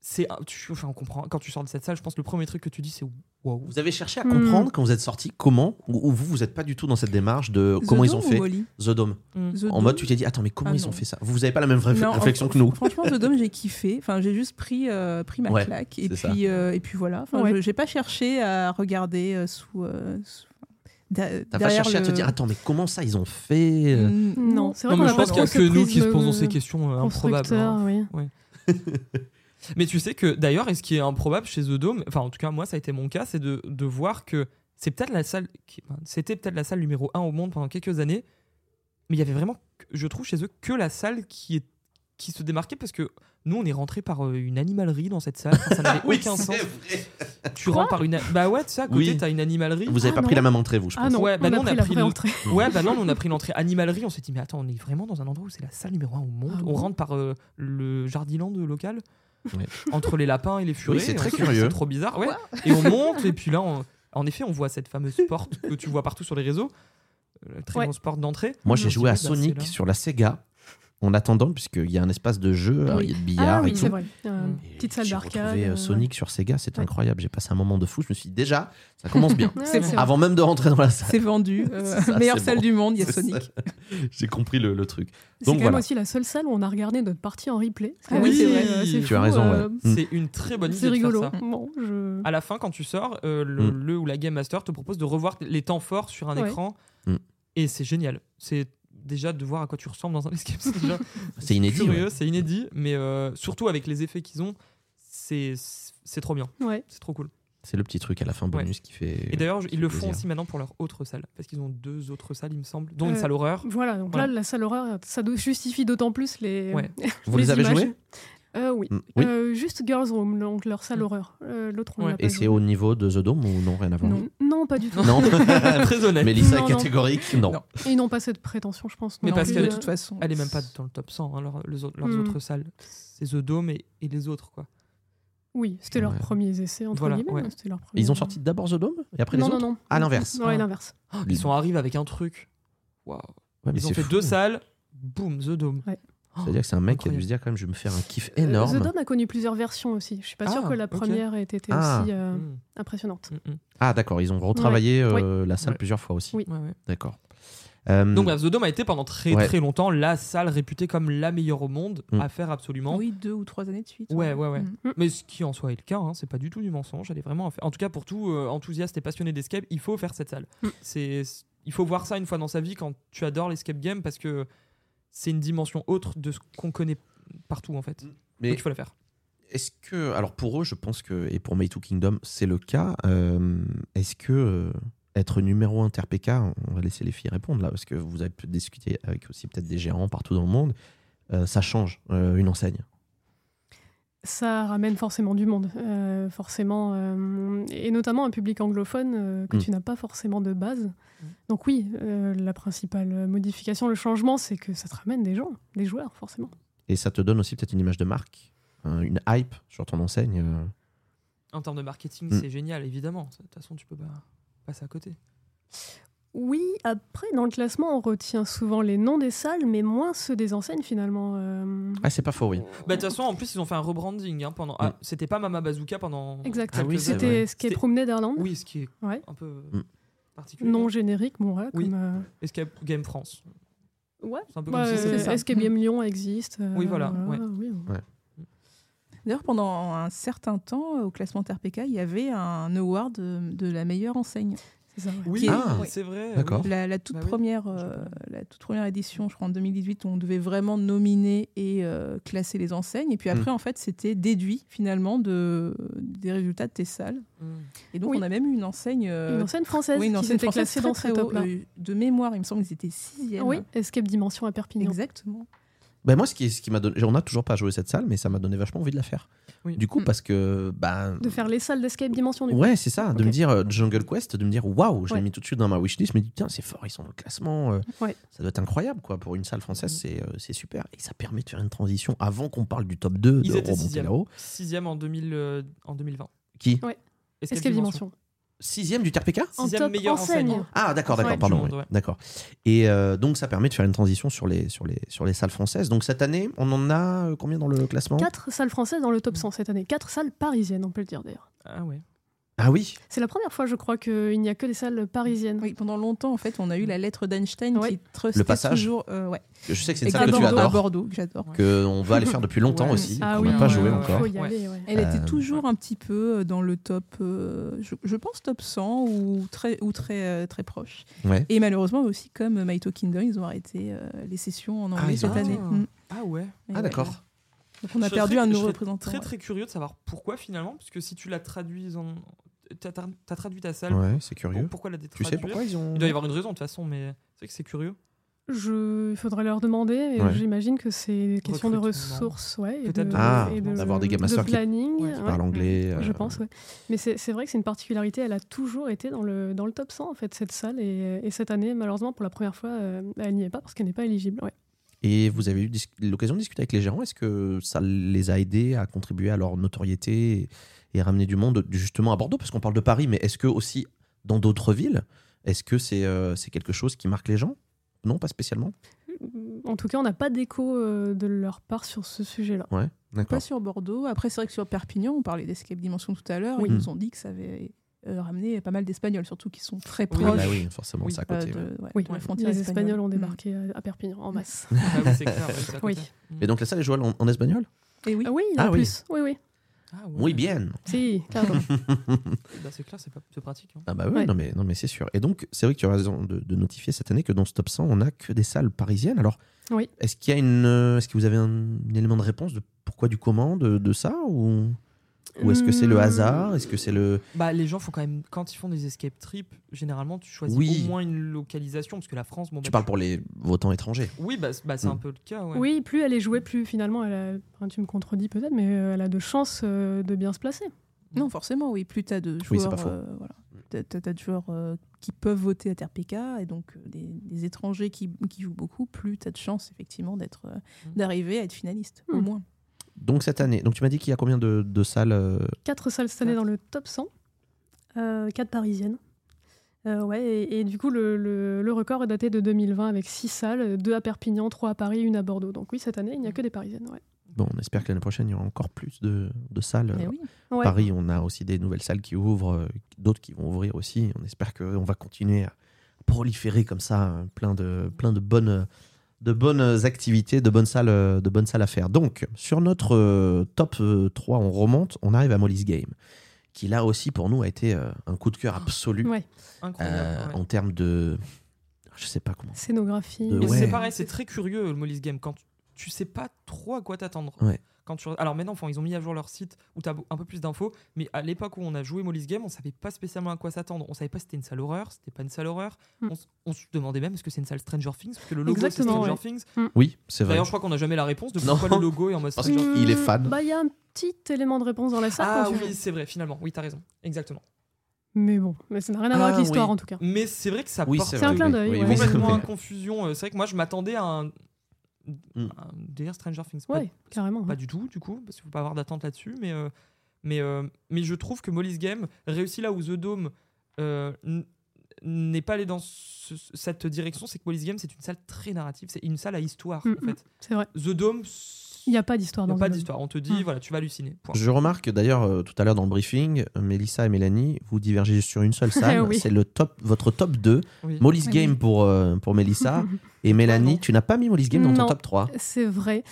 S1: c'est. un- tu- Enfin, on comprend. Quand tu sors de cette salle, je pense que le premier truc que tu dis, c'est waouh.
S2: Vous avez cherché à
S3: Mm.
S2: comprendre quand vous êtes sorti comment, ou, ou vous, vous n'êtes pas du tout dans cette démarche de
S4: The
S2: comment ils
S4: Dome
S2: ont
S4: ou
S2: fait
S4: Wall-E
S2: The Dome.
S4: The
S2: en
S4: Dome.
S2: mode, tu t'es dit, attends, mais comment
S4: Ah
S2: ils
S4: non.
S2: ont fait ça Vous n'avez pas la même réf-
S4: Non, en-
S2: réflexion que nous.
S4: Franchement, The Dome, j'ai kiffé. Enfin, j'ai juste pris, euh, pris ma
S2: Ouais,
S4: claque. Et
S2: c'est ça.
S4: puis, euh, et puis voilà. Enfin,
S3: Ouais.
S4: je- J'ai pas cherché à regarder euh, sous. euh, sous- da-
S2: T'as pas
S4: derrière
S2: cherché à te
S4: le-
S2: dire, ah, attends, mais comment ça ils ont fait euh,
S4: Mm,
S3: Non, c'est vrai
S1: Non,
S3: qu'on
S1: mais
S3: a
S1: je pense
S3: pas
S1: qu'il n'y a
S3: trop
S1: que
S3: ce
S1: nous qui se
S3: prisme
S1: posons ces questions euh, improbables.
S3: constructeur,
S1: hein.
S3: oui.
S1: Mais tu sais que d'ailleurs, et ce qui est improbable chez The Dome, enfin, en tout cas, moi, ça a été mon cas, c'est de, de voir que c'est peut-être la salle. qui- enfin, C'était peut-être la salle numéro 1 au monde pendant quelques années. Mais il y avait vraiment, que- je trouve, chez eux, que la salle qui, est, qui se démarquait parce que. Nous, on est rentré par euh, une animalerie dans cette salle. Enfin, ça n'avait aucun
S2: c'est
S1: sens.
S2: vrai.
S1: Tu rentres par une. a- Bah ouais, tu sais, à côté,
S2: Oui.
S1: t'as une animalerie.
S2: Vous n'avez
S3: Ah
S2: pas pris la
S3: non.
S2: même entrée, vous, je pense.
S3: Ah non,
S1: Ouais, bah
S3: on,
S1: non,
S3: a pris la vraie
S1: le-
S3: entrée.
S1: Ouais, bah non, nous, on a pris l'entrée animalerie. On s'est dit, mais attends, on est vraiment dans un endroit où c'est la salle numéro 1 au monde.
S4: Ah
S1: on
S4: bon
S1: rentre par euh, le jardiland local,
S2: Ouais.
S1: entre les lapins et les furets.
S2: c'est
S1: et on
S2: très
S1: se dit,
S2: curieux.
S1: C'est trop bizarre, ouais. Et on monte, et puis là, on- en effet, on voit cette fameuse porte que tu vois partout sur les réseaux. Euh, La très
S3: Ouais.
S1: grosse porte d'entrée.
S2: Moi, j'ai
S1: On se
S2: joué à
S1: dit, bah, c'est
S2: Sonic
S3: hein.
S1: là.
S2: sur la Sega en attendant, puisqu'il y a un espace de jeu, alors il y a de billard
S3: Ah
S2: et
S3: oui,
S2: tout.
S3: c'est vrai. Euh,
S1: Mm.
S2: Et
S3: Petite salle
S2: j'ai
S3: d'arcade,
S2: retrouvé, euh,
S3: euh,
S2: Sonic sur Sega, c'était
S3: Ouais.
S2: incroyable. J'ai passé un moment de fou. Je me suis dit, déjà, ça commence bien.
S3: Ouais,
S4: C'est
S3: ouais,
S4: vrai.
S2: Avant même de rentrer dans la salle,
S4: C'est vendu. euh,
S2: C'est ça,
S4: meilleure
S2: c'est
S4: salle
S2: bon.
S4: du monde, il y a
S2: C'est
S4: Sonic.
S2: j'ai compris le, le truc.
S3: C'est
S2: Donc
S3: quand
S2: voilà.
S3: même aussi la seule salle où on a regardé notre partie en replay.
S4: Ah oui, c'est vrai.
S3: euh,
S2: Tu
S3: fou,
S2: as raison,
S3: euh,
S2: ouais. Mm.
S1: C'est une très bonne idée.
S3: C'est
S1: de faire
S3: rigolo. Hmm.
S1: ça.
S3: Bon, je...
S1: À la fin, quand tu sors, euh, le,
S2: Mm.
S1: le ou la Game Master te propose de revoir les temps forts sur un
S3: Ouais.
S1: écran.
S2: Mm.
S1: Et c'est génial. C'est déjà de voir à quoi tu ressembles dans un escape. c'est déjà
S2: C'est inédit,
S1: Curieux,
S2: ouais.
S1: c'est inédit, mais euh, surtout avec les effets qu'ils ont, c'est c'est trop bien.
S3: Ouais.
S1: C'est trop cool.
S2: C'est le petit truc à la fin bonus qui fait.
S1: Et d'ailleurs, je- ils le font
S2: plaisir.
S1: aussi maintenant pour leur autre salle, parce qu'ils ont deux autres salles, il me semble, dont une
S3: Euh,
S1: salle horreur.
S3: Voilà, donc
S1: Voilà.
S3: là, la salle horreur, ça do- justifie d'autant plus les.
S1: Ouais.
S2: Vous les, avez
S3: images.
S2: joués
S3: Euh, Oui.
S2: Mm, Oui.
S3: Euh, juste Girls Room, donc leur salle
S1: Mm.
S3: horreur. Euh, L'autre, on
S1: Ouais.
S3: l'a pas
S2: Et c'est
S3: joué.
S2: au niveau de The Dome ou non Rien à voir
S3: Non. Non, pas du tout.
S2: Non.
S1: Ah, Très honnête.
S2: Mais Lisa
S3: Non,
S2: est
S3: non.
S2: catégorique, non.
S4: Non.
S3: Et ils n'ont pas cette prétention, je pense.
S1: Mais
S3: non
S1: parce
S3: plus.
S1: qu'elle-
S4: de toute façon.
S1: Elle est même pas dans le top 100, hein, leur- les autres- leurs
S3: Hmm.
S1: autres salles. C'est The Dome et, et les autres, quoi.
S3: Oui, c'était leurs
S2: Ouais.
S3: premiers essais, entre
S1: Voilà,
S3: guillemets. hein,
S1: ouais.
S3: c'était leur premier-
S2: Ils ont sorti d'abord The Dome et après
S3: non,
S2: les
S3: non,
S2: autres
S3: non.
S2: Ah, l'inverse.
S3: Ouais,
S1: Ah.
S3: l'inverse.
S2: Mm.
S1: Ils sont arrivés avec un truc. Waouh.
S2: Ouais, Ah, mais
S1: Ils ont
S2: c'est
S1: fait
S2: fou.
S1: deux salles, boum, The Dome.
S3: Ouais.
S1: Oh,
S2: C'est-à-dire que c'est un mec qui a
S1: Incroyable.
S2: dû se dire, quand même, je vais me faire un kiff
S3: Euh,
S2: énorme.
S3: The Dome a connu plusieurs versions aussi. Je suis pas sûre
S1: Ah,
S3: que la
S1: ok.
S3: première ait été
S2: Ah.
S3: aussi euh,
S1: Hmm,
S3: impressionnante.
S1: hmm, hmm.
S2: Ah, d'accord, ils ont retravaillé
S3: Ouais.
S2: euh, la salle
S1: Ouais.
S2: plusieurs fois aussi.
S3: Oui.
S1: Ouais, ouais.
S2: D'accord. Euh,
S1: Donc, bref, The Dome a été pendant très
S2: Hum. Ouais.
S1: très longtemps la salle réputée comme la meilleure au monde
S2: Hmm.
S1: à faire absolument.
S4: Oui, deux ou trois années de suite.
S1: Ouais, ouais, ouais.
S4: Mm.
S1: Mais ce qui en soit est le cas, hein, c'est pas du tout du mensonge. Elle est vraiment. affa- En tout cas, pour tout euh, enthousiaste et passionné d'escape, il faut faire cette salle.
S3: Mm.
S1: C'est, c'est- il faut voir ça une fois dans sa vie quand tu adores l'escape game parce que c'est une dimension autre de ce qu'on connaît partout en fait.
S2: mais
S1: Donc il faut la faire.
S2: est-ce que, alors pour eux, je pense que, et pour May to Kingdom, c'est le cas. euh, est-ce que euh, être numéro un TRPK, on va laisser les filles répondre là, parce que vous avez pu discuter avec aussi peut-être des gérants partout dans le monde, euh, ça change euh, une enseigne.
S3: ça ramène forcément du monde, euh, forcément, euh, et notamment un public anglophone euh, que
S2: Mm.
S3: tu n'as pas forcément de base. Donc oui, euh, la principale modification, le changement, c'est que ça te ramène des gens, des joueurs, forcément.
S2: Et ça te donne aussi peut-être une image de marque, hein, une hype sur ton enseigne. euh.
S1: En termes de marketing,
S2: Mm.
S1: c'est génial, évidemment. De toute façon, tu peux pas passer à côté.
S3: Oui,
S5: Après,
S3: dans le classement, on retient souvent les noms des salles, mais moins ceux des enseignes, finalement. euh.
S2: Ah, c'est pas faux, oui.
S1: Bah, de toute façon, en plus, ils ont fait un rebranding. hein, pendant... ah,
S2: Mm.
S1: C'était pas Mama Bazooka pendant.
S3: Exact.
S2: Ah oui, c'est vrai.
S3: C'était ce qui est
S1: C'était-
S3: promené d'Irlande,
S1: Oui, ce qui est
S3: Ouais.
S1: un peu
S2: Mm.
S1: particulier.
S3: non générique, bon, voilà,
S1: Oui.
S3: comme, euh,
S1: Escape Game France.
S5: Ouais.
S1: C'est un peu
S3: Ouais,
S1: comme si c'était
S3: euh,
S1: ça.
S3: Escape Game Lyon existe. euh,
S1: Oui, voilà, ouais.
S3: oui, on-
S4: D'ailleurs, pendant un certain temps, au classement TRPK, il y avait un award de, de la meilleure enseigne.
S3: c'est ça, ouais.
S1: Oui,
S4: qui est-
S2: Ah,
S1: c'est vrai.
S2: d'accord.
S1: oui.
S4: La, la toute
S1: Bah oui,
S4: première,
S1: je
S4: euh,
S1: connais.
S4: la toute première édition, je crois en 2018, où on devait vraiment nominer et euh, classer les enseignes. Et puis
S2: Mm.
S4: après, en fait, c'était déduit finalement de, des résultats de tes salles.
S1: Mm.
S4: Et donc,
S3: Oui.
S4: on a même eu une enseigne. euh,
S3: Une enseigne française
S4: oui, une
S3: qui
S4: enseigne
S3: s'était
S4: française
S3: classée
S4: très,
S3: dans
S4: très
S3: ce
S4: haut,
S3: top-là.
S4: euh, de mémoire, il me semble qu'ils étaient sixième.
S3: Oui, Escape Dimension à Perpignan.
S4: exactement.
S2: Ben moi, ce qui, ce qui m'a donné, on n'a toujours pas joué cette salle, mais ça m'a donné vachement envie de la faire.
S1: Oui.
S2: Du coup,
S4: Mm.
S2: parce que ben,
S3: De faire les salles d'Escape Dimension du coup.
S2: ouais, c'est ça, de
S3: Ok.
S2: me dire euh, Jungle Quest, de me dire waouh, je l'ai
S3: Ouais.
S2: mis tout de suite dans ma wishlist, mais dit putain, c'est fort, ils sont dans le classement, euh,
S3: Ouais.
S2: ça doit être incroyable quoi pour une salle française,
S1: Mm.
S2: c'est, euh, c'est super et ça permet de faire une transition avant qu'on parle du top 2
S1: Ils
S2: de
S1: étaient
S2: remonter
S1: sixième.
S2: là-haut.
S1: Sixième en, 2000, euh, en 2020.
S2: Qui
S1: Escape,
S3: Escape
S1: Dimension.
S3: Dimension.
S2: sixième du TRPK
S3: En
S1: Sixième
S3: top
S1: meilleure
S3: enseigne.
S1: enseigne.
S2: Ah d'accord, d'accord,
S1: Ouais,
S2: pardon.
S1: du monde,
S2: ouais,
S1: ouais.
S2: D'accord. Et euh, donc ça permet de faire une transition sur les, sur, les, sur les salles françaises. Donc cette année, on en a euh, combien dans le classement
S3: Quatre salles françaises dans le
S2: Mm.
S3: top 100 cette année. Quatre salles parisiennes, on peut le dire d'ailleurs.
S1: Ah ouais.
S2: Ah oui,
S3: C'est la première fois, je crois, qu'il n'y a que des salles parisiennes.
S4: Oui, pendant longtemps, en fait, on a eu la lettre d'Einstein
S3: Ouais.
S4: qui trustait
S2: Le passage.
S4: toujours. euh, ouais.
S2: je sais que c'est une
S3: Et
S2: salle que
S3: à
S2: tu
S3: Bordeaux.
S4: à
S2: adores.
S4: Bordeaux, que j'adore.
S2: qu'on va aller faire depuis longtemps
S1: Ouais.
S2: aussi,
S3: Ah
S2: qu'on
S3: oui,
S2: n'a pas
S3: ouais,
S2: joué
S1: ouais,
S2: encore.
S3: Faut y
S1: Ouais.
S3: aller, ouais.
S4: Elle était
S2: Euh,
S4: toujours un petit peu euh, dans le top, euh, je, je pense top 100 ou très, ou très, euh, très proche.
S2: Ouais.
S4: Et malheureusement aussi, comme My Talking Dog, ils ont arrêté euh, les sessions en anglais
S2: ils ont
S4: cette
S1: arrêté.
S4: année.
S1: Ah.
S4: Mm.
S1: Ah ouais.
S4: Et
S2: Ah
S4: ouais.
S2: d'accord.
S4: Donc on a
S1: Je serais
S4: perdu
S1: très-
S4: un de
S1: je
S4: nos
S1: serais
S4: représentants. euh,
S1: Très
S4: ouais.
S1: très curieux de savoir pourquoi finalement, parce que si tu la traduis en. T'as t'as- t'as traduit ta salle.
S2: Ouais, c'est
S1: pour-
S2: curieux.
S1: Pourquoi la
S2: Tu
S1: traduire
S2: sais pourquoi ils ont
S1: Il doit y avoir une raison de toute façon, mais c'est vrai que c'est curieux.
S3: Je... Il faudrait leur demander, mais
S2: Ouais.
S3: j'imagine que c'est une question de
S1: Recrutement.
S3: ressources. Ouais, et
S1: Peut-être
S3: de-
S1: de-
S2: Ah,
S3: et de-
S2: d'avoir des game masters
S3: de
S2: qui-
S3: planning,
S1: Ouais, qui
S3: ouais.
S2: parlent anglais euh,
S3: Je pense, oui. Mais c'est c'est vrai que c'est une particularité. Elle a toujours été dans le, dans le top 100, en fait, cette salle. Et, et cette année, malheureusement, pour la première fois, euh, elle n'y est pas parce qu'elle n'est pas éligible. Ouais.
S2: Et vous avez eu dis- l'occasion de discuter avec les gérants. Est-ce que ça les a aidés à contribuer à leur notoriété et- et à ramener du monde justement à Bordeaux Parce qu'on parle de Paris, mais est-ce que aussi dans d'autres villes, est-ce que c'est euh, c'est quelque chose qui marque les gens Non, pas spécialement.
S3: En tout cas, on n'a pas d'écho euh, de leur part sur ce sujet-là.
S2: Ouais,
S4: Pas
S2: d'accord.
S4: sur Bordeaux. Après, c'est vrai que sur Perpignan, on parlait d'Escape Dimension tout à l'heure.
S2: Oui.
S4: Ils nous ont dit que ça avait euh, ramené pas mal d'Espagnols, surtout qui sont très
S1: Oui,
S2: Oui,
S4: proches
S2: bah oui, forcément,
S1: Oui,
S2: c'est à
S4: euh,
S2: côté. ouais.
S4: de, ouais,
S3: Oui,
S4: de la frontière
S3: les Espagnols ont
S4: espagnole. Mm.
S3: débarqué à, à Perpignan en masse.
S1: Ah oui, c'est clair. ouais, c'est à côté.
S3: Oui.
S2: Et donc la salle est jouée en, en espagnol
S4: Mm. Et oui.
S3: Ah oui, il y en
S2: Ah
S3: a
S2: oui.
S3: plus. Oui, oui.
S1: Ah ouais.
S2: Oui, bien.
S3: Si, clairement.
S1: Bah, c'est clair, c'est pas- c'est pratique. hein.
S2: Ah bah oui,
S3: Ouais.
S2: non mais, non mais c'est sûr. Et donc, c'est vrai que tu as raison de, de notifier cette année que dans ce top 100, on n'a que des salles parisiennes. Alors,
S3: Oui.
S2: est-ce qu'il y a une, euh, est-ce que vous avez un, un élément de réponse de pourquoi, du comment, de, de ça ou, ou est-ce que c'est le
S3: Hmm.
S2: hasard Est-ce que c'est le...
S1: Bah, les gens font quand même, quand ils font des escape trips, généralement tu choisis
S2: Oui.
S1: au moins une localisation, parce que la France, bon,
S2: Tu
S1: bah,
S2: parles pour les votants étrangers.
S1: Oui, bah, c'est- bah, c'est
S2: Mm.
S1: un peu le cas. ouais.
S3: Oui, plus elle est jouée, plus finalement, elle a- enfin, tu me contredis peut-être, mais euh, elle a de chances euh, de bien se placer.
S4: Non, forcément, oui. Plus tu as de
S2: Oui, c'est pas
S4: joueurs,
S2: faux.
S4: euh, voilà. T'as- t'as- t'as de joueurs euh, qui peuvent voter à TRPK et donc euh, des, des étrangers qui, qui jouent beaucoup, plus tu as de chances effectivement d'être euh,
S1: Mm.
S4: d'arriver à être finaliste, au
S3: Mm.
S4: moins.
S2: Donc cette année, donc tu m'as dit qu'il y a combien de, de salles euh,
S3: Quatre salles cette année dans le top 100.
S5: euh, quatre parisiennes.
S3: Euh, ouais, et, et du coup, le, le- le record est daté de 2020 avec 6 salles, 2 à Perpignan, 3 à Paris, 1 à Bordeaux. Donc oui, cette année, il n'y a que des Parisiennes. ouais.
S2: Bon, on espère que l'année prochaine, il y aura encore plus de, de salles. euh,
S4: Eh oui.
S3: Ouais.
S2: Paris, on a aussi des nouvelles salles qui ouvrent, euh, d'autres qui vont ouvrir aussi. On espère qu'on va continuer à proliférer comme ça, hein, plein de, plein de bonnes de bonnes activités, de bonnes salles, euh, de bonnes salles à faire. Donc, sur notre euh, top euh, 3, on remonte, on arrive à Molly's Game, qui là aussi pour nous a été euh, un coup de cœur absolu
S3: Oh, Ouais.
S1: Incroyable.
S2: euh,
S1: ouais.
S2: en termes de, je sais pas comment.
S3: Scénographie.
S2: De-
S1: Mais
S2: Euh, Ouais.
S1: c'est pareil, c'est très curieux le Molly's Game quand tu, tu sais pas trop à quoi t'attendre.
S2: Ouais.
S1: quand tu... Alors maintenant, enfin, ils ont mis à jour leur site où tu as un peu plus d'infos, mais à l'époque où on a joué Molly's Game, on savait pas spécialement à quoi s'attendre. On savait pas si c'était une salle horreur, c'était pas une salle horreur.
S3: Mm.
S1: On, s- on se demandait même est-ce que c'est une salle Stranger Things, parce que le logo c'est
S3: Exactement,
S1: Stranger
S3: ouais.
S1: Things.
S2: Oui, c'est vrai.
S1: D'ailleurs, je crois qu'on n'a jamais la réponse de
S2: Non.
S1: pourquoi le logo est en mode
S2: Parce
S1: Stranger
S2: que- Il est fan.
S3: Bah, il y a un petit élément de réponse dans la salle.
S1: Ah
S3: quand tu
S1: oui,
S3: joues.
S1: c'est vrai, finalement. Oui, t'as raison. Exactement.
S3: Mais bon, mais ça n'a rien à voir
S2: Ah,
S3: avec l'histoire
S2: oui.
S3: en tout cas.
S1: Mais c'est vrai que ça
S2: Oui,
S1: porte
S3: C'est un clin
S2: oui,
S3: d'œil,
S2: oui,
S3: ouais.
S2: oui,
S1: complètement à
S2: c'est vrai.
S1: confusion. Euh, C'est vrai que moi, je m'attendais à un. un délire Stranger Things. Pas-
S3: Ouais, carrément. hein.
S1: Pas
S3: ouais.
S1: du tout, du coup, parce qu'il faut pas avoir d'attente là-dessus. Mais, euh, mais, euh, mais je trouve que Molly's Game réussit là où The Dome euh, n- n'est pas allé dans ce- cette direction. C'est que Molly's Game, c'est une salle très narrative. C'est une salle à histoire,
S3: Mm,
S1: en fait.
S3: C'est vrai.
S1: The Dome,
S3: Il n'y a pas d'histoire
S1: il n'y
S3: dans
S1: a pas
S3: le-
S1: d'histoire. On te dit,
S3: Mm.
S1: voilà, tu vas halluciner. Point.
S2: Je remarque d'ailleurs euh, tout à l'heure dans le briefing, euh, Mélissa et Mélanie, vous divergez sur une seule salle.
S3: Oui.
S2: C'est le top, votre top 2.
S1: Oui.
S2: Molly's
S3: Oui.
S2: Game pour, euh, pour Mélissa. et
S1: Ah
S2: Mélanie,
S1: non.
S2: tu n'as pas mis Molly's Game dans ton
S3: Non.
S2: top 3.
S3: C'est vrai.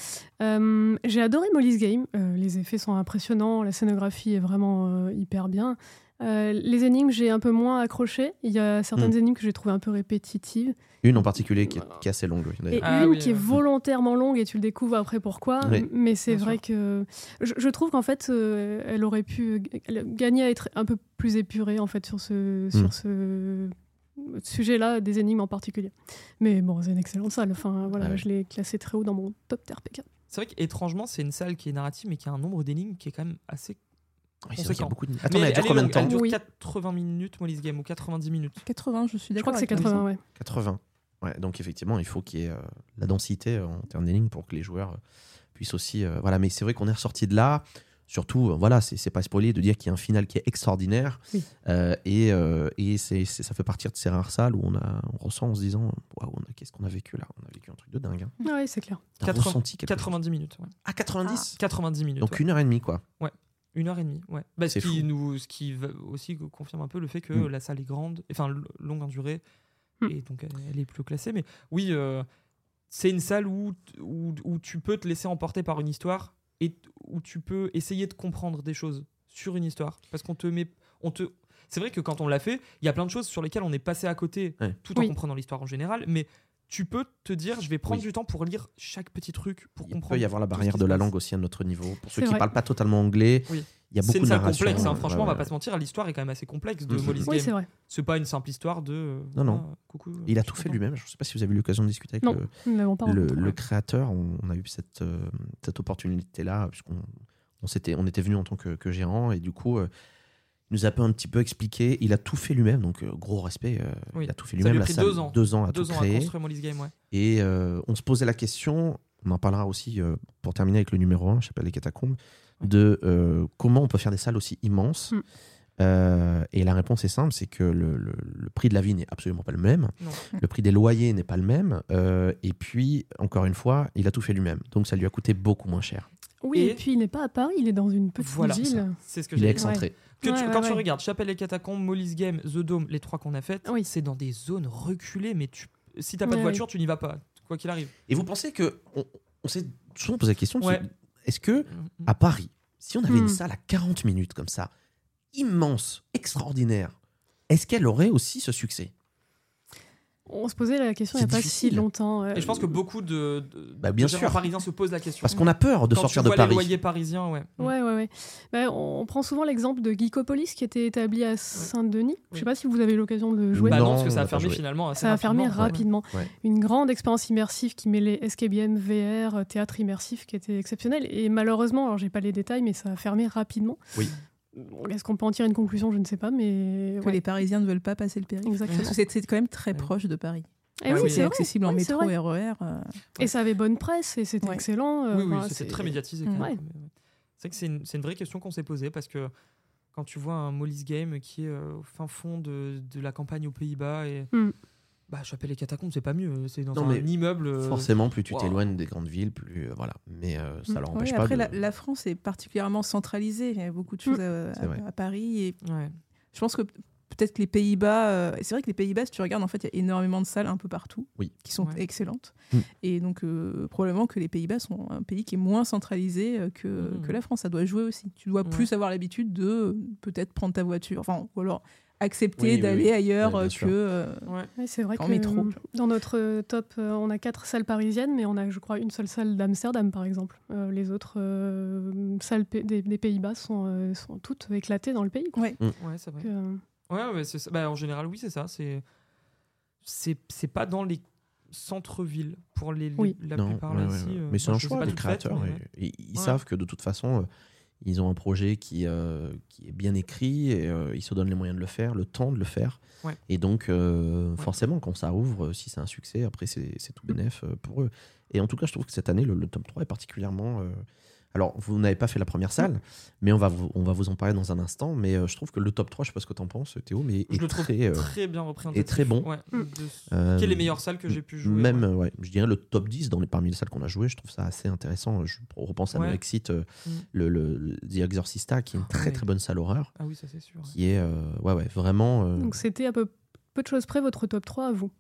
S3: Euh, J'ai adoré Molly's Game. Euh, les effets sont impressionnants, la scénographie est vraiment euh, hyper bien. Euh, les énigmes, j'ai un peu moins accroché. Il y a
S1: Hmm.
S3: certaines énigmes que j'ai trouvées un peu répétitives.
S2: Une en particulier qui est, qui est assez longue. oui,
S3: Et
S2: d'ailleurs.
S1: Ah
S3: une
S1: oui,
S3: qui est
S1: ouais.
S3: volontairement longue et tu le découvres après pourquoi.
S2: Oui,
S3: Mais c'est
S1: bien
S3: vrai que je, je trouve qu'en fait, euh, elle aurait pu g- elle- gagner à être un peu plus épurée en fait sur ce,
S2: Hmm.
S3: sur ce sujet-là des énigmes en particulier. Mais bon, c'est une excellente salle. Enfin, voilà,
S2: Ah oui.
S3: je l'ai classée très haut dans mon top TRPK.
S1: C'est vrai qu'étrangement, c'est une salle qui est narrative, mais qui a un nombre d'énigmes qui est quand même assez.
S2: Oui, c'est vrai qu'il y
S1: conséquent.
S2: a beaucoup de...
S1: Mais
S2: Attends, mais elle dure
S1: est
S2: combien de
S1: longue,
S2: temps
S1: Elle dure
S3: Oui.
S1: 80 minutes, Molly's Game, ou 90 minutes.
S4: 80, je
S3: Je
S4: suis
S3: crois
S4: d'accord.
S3: que c'est
S4: avec toi,
S3: 80, ouais.
S2: 80. Ouais, donc effectivement, il faut qu'il y ait euh, la densité euh, en termes d'énigmes pour que les joueurs euh, puissent aussi. euh, voilà, mais c'est vrai qu'on est ressorti de là. Surtout, euh, voilà, c'est c'est pas spoilé de dire qu'il y a un final qui est extraordinaire.
S3: Oui.
S2: Euh, et euh, et c'est- c'est- ça fait partir de ces rares salles où on, a, on ressent en se disant Waouh, on a- qu'est-ce qu'on a vécu là On a vécu un truc de dingue. Hein.
S3: Ah Ouais, c'est clair.
S2: T'as
S1: 80
S2: ressenti quelque chose.
S1: 90 minutes. ouais.
S2: Ah, 90
S1: 90 minutes.
S2: Donc
S1: ouais.
S2: une heure et demie, quoi.
S1: Une heure et demie, ouais. Bah, ce,
S2: C'est
S1: qui
S2: fou.
S1: nous, ce qui va- aussi confirme un peu le fait que
S2: Mm.
S1: la salle est grande, enfin l- longue en durée,
S3: Mm.
S1: et donc elle, elle est plus classée. Mais oui, euh, c'est une salle où, où, où tu peux te laisser emporter par une histoire et t- où tu peux essayer de comprendre des choses sur une histoire. Parce qu'on te met. On te... C'est vrai que quand on l'a fait, il y a plein de choses sur lesquelles on est passé à côté,
S2: Ouais.
S1: tout en
S3: Oui.
S1: comprenant l'histoire en général, mais tu peux te dire je vais prendre
S2: Oui.
S1: du temps pour lire chaque petit truc, pour
S2: Il
S1: comprendre.
S2: peut y avoir la
S1: tout ce qui
S2: barrière
S1: se
S2: de la
S1: passe.
S2: langue aussi à notre niveau. Pour ceux
S3: C'est
S2: qui
S3: vrai.
S2: parlent pas totalement anglais,
S1: Oui.
S2: il y a
S1: C'est
S2: beaucoup
S1: une
S2: de euh,
S1: salle
S2: narration.
S1: complexe, hein,
S2: Ouais,
S1: franchement,
S2: ouais,
S1: on va
S2: ouais.
S1: pas se mentir, l'histoire est quand même assez complexe de
S2: Mhm.
S1: Molly's
S3: Oui, c'est
S1: Game.
S3: vrai.
S1: C'est pas une simple histoire de. euh,
S2: Non, non.
S1: voilà, coucou, euh,
S2: Il a
S1: je
S2: tout
S1: suis
S2: fait
S1: content.
S2: lui-même. Je ne sais pas si vous avez eu l'occasion de discuter avec
S3: Non,
S2: le,
S3: nous n'avons pas
S2: le,
S3: rencontré.
S2: le créateur. On, on a eu cette, euh, cette opportunité-là, puisqu'on on s'était- on était venu en tant que, que gérant, et du coup, euh, il nous a un petit peu expliqué. Il a tout fait lui-même, donc euh, gros respect. euh,
S1: Oui.
S2: Il a tout fait
S1: Ça lui
S2: lui-même.
S1: a
S2: la
S1: pris
S2: salle,
S1: deux ans.
S2: Deux ans à
S1: Deux
S2: tout
S1: ans à
S2: créer.
S1: construire Molly's Game, ouais.
S2: Et euh, on se posait la question, on en parlera aussi euh, pour terminer avec le numéro 1, Chapelle des Catacombes, de euh, comment on peut faire des salles aussi immenses.
S3: Mm.
S2: Euh, et la réponse est simple, c'est que le, le- le prix de la vie n'est absolument pas le même,
S1: Non.
S2: le prix des loyers n'est pas le même, euh, et puis, encore une fois, il a tout fait lui-même. Donc ça lui a coûté beaucoup moins cher.
S3: Oui,
S1: Et-
S3: et... puis il n'est pas à Paris, il est dans une petite
S1: Voilà, c'est
S3: ville.
S1: C'est ce que
S2: Il est
S1: j'ai dit.
S2: excentré.
S1: Que tu-
S3: Ouais, ouais,
S1: quand tu
S3: ouais.
S1: regardes Chapelle et Catacombes, Molly's Game, The Dome, les trois qu'on a faites,
S3: Oui.
S1: c'est dans des zones reculées, mais tu... si t'as pas de
S3: Ouais,
S1: voiture, tu n'y vas pas, quoi qu'il arrive.
S2: Et vous pensez que... On, on s'est souvent posé la question,
S1: Ouais.
S2: c'est- est-ce que
S1: Mhm.
S2: à Paris, si on avait
S3: Hmm.
S2: une salle à 40 minutes comme ça, immense, extraordinaire, est-ce qu'elle aurait aussi ce succès
S3: On se posait la question il
S2: C'est
S3: n'y a pas si
S2: difficile.
S3: longtemps. euh,
S1: Et je pense que beaucoup de, de-
S2: Bah,
S1: de
S2: bien
S1: gérants
S2: sûr.
S1: parisiens se posent la question.
S2: Parce qu'on a peur de
S1: quand
S2: sortir
S1: tu
S2: de
S1: vois les
S2: Paris.
S1: loyers parisiens, ouais.
S3: Ouais, ouais, ouais. Ben, on on prend souvent l'exemple de Geekopolis qui était établi à Saint-Denis. Je ne
S1: Oui.
S3: sais pas si vous avez eu l'occasion de jouer.
S1: Bah non,
S2: Non,
S1: parce que ça
S2: on
S1: a
S2: a pas
S1: fermé
S2: joué.
S1: finalement. assez
S3: Ça a fermé
S1: rapidement.
S3: rapidement.
S2: Ouais.
S3: Une grande expérience immersive qui mêlait SKBM, VR, euh, théâtre immersif, qui était exceptionnelle. Et malheureusement, alors j'ai pas les détails, mais ça a fermé rapidement.
S2: Oui.
S3: Bon, Est-ce qu'on peut en tirer une conclusion Je ne sais pas, mais.
S4: Que
S3: ouais.
S4: les Parisiens ne veulent pas passer le périph'.
S3: Exactement.
S4: Parce que c'est c'est quand même très
S1: Oui.
S4: proche de Paris.
S3: Et
S1: Ah
S3: oui,
S1: oui.
S4: C'est
S3: c'est
S4: accessible en
S3: Ouais, c'est
S4: métro et RER. euh,
S1: Ouais.
S3: Et ça avait bonne presse et c'était
S4: Ouais.
S3: excellent. euh,
S1: Oui, oui,
S3: enfin,
S1: c'était
S3: c'est-
S1: très médiatisé. quand
S4: Mm.
S1: même.
S3: Ouais.
S1: Mais ouais. C'est vrai que c'est une, c'est une vraie question qu'on s'est posée parce que quand tu vois un Molly's Game qui est euh, au fin fond de, de la campagne aux Pays-Bas et.
S3: Mm.
S1: Bah, je les catacombes, c'est pas mieux. euh, C'est dans
S2: Non,
S1: un
S2: mais
S1: immeuble. euh,
S2: Forcément, plus tu
S1: Wow.
S2: t'éloignes des grandes villes, plus euh, voilà. Mais euh, ça
S4: Mm.
S2: leur
S4: Oui,
S2: empêche pas.
S4: après,
S2: de-
S4: la, la France est particulièrement centralisée. Il y a beaucoup de choses
S3: Mm.
S4: à-
S2: C'est vrai.
S4: à, à Paris. Et
S1: ouais.
S4: je pense que p- peut-être que les Pays-Bas, euh, c'est vrai que les Pays-Bas, si tu regardes, en fait, il y a énormément de salles un peu partout
S2: Oui.
S4: qui sont
S1: Ouais.
S4: excellentes.
S2: Mm.
S4: Et donc, euh, probablement que les Pays-Bas sont un pays qui est moins centralisé euh, que,
S1: Mm.
S4: que la France. Ça doit jouer aussi. Tu dois
S1: Ouais.
S4: plus avoir l'habitude de euh, peut-être prendre ta voiture, enfin, ou alors accepter
S2: Oui, oui,
S4: d'aller
S2: oui.
S4: ailleurs
S2: Ouais, bien
S4: euh,
S2: sûr.
S4: que. euh,
S3: Oui, c'est vrai
S4: En
S3: que
S4: métro.
S3: euh, dans notre euh, top, euh, on a quatre salles parisiennes, mais on a, je crois, une seule salle d'Amsterdam, par exemple. Euh, les autres euh, salles pa- des, des Pays-Bas sont, euh, sont toutes éclatées dans le pays. quoi.
S4: Ouais.
S1: Ouais, c'est vrai.
S3: Donc, euh,
S1: Ouais, ouais, c'est ça. Bah, en général, oui, c'est ça. C'est c'est c'est pas dans les centres-villes pour les, les-
S3: Oui.
S1: la
S2: Non,
S1: plupart
S2: ouais,
S1: là,
S2: ouais,
S1: si,
S2: ouais.
S1: euh,
S2: mais c'est
S1: moi,
S2: un
S1: je sais pas
S2: choix des
S1: toutes faites,
S2: créateurs.
S1: mais,
S2: et-
S1: ouais.
S2: et ils
S1: Ouais.
S2: savent que de toute façon, euh, ils ont un projet qui, euh, qui est bien écrit et euh, ils se donnent les moyens de le faire, le temps de le faire.
S1: Ouais.
S2: Et donc, euh,
S1: Ouais.
S2: forcément, quand ça ouvre, euh, si c'est un succès, après, c'est c'est tout bénef euh, pour eux. Et en tout cas, je trouve que cette année, le, le top 3 est particulièrement. euh, alors, vous n'avez pas fait la première salle, mais on va vous, on va vous en parler dans un instant. Mais euh, je trouve que le top 3, je sais pas ce que t'en penses, Théo, mais
S1: Je
S2: est
S1: le trouve
S2: très, euh,
S1: Très bien représentatif.
S2: et très bon.
S1: Ouais,
S3: Mm.
S1: de ce-
S2: Euh,
S1: Quelles les meilleures salles que j'ai pu jouer
S2: même,
S1: ouais.
S2: euh, ouais, je dirais le top 10 dans les, parmi les salles qu'on a jouées, je trouve ça assez intéressant. Je repense à
S1: Ouais.
S2: Norexit, euh,
S1: Mm.
S2: le, le- The Exorcista, qui est une
S1: Ah,
S2: très
S1: ouais.
S2: très bonne salle horreur,
S1: Ah oui, ça c'est sûr. ouais.
S2: qui est euh, ouais, ouais, vraiment. euh,
S3: donc c'était à peu, peu de choses près votre top 3 à vous.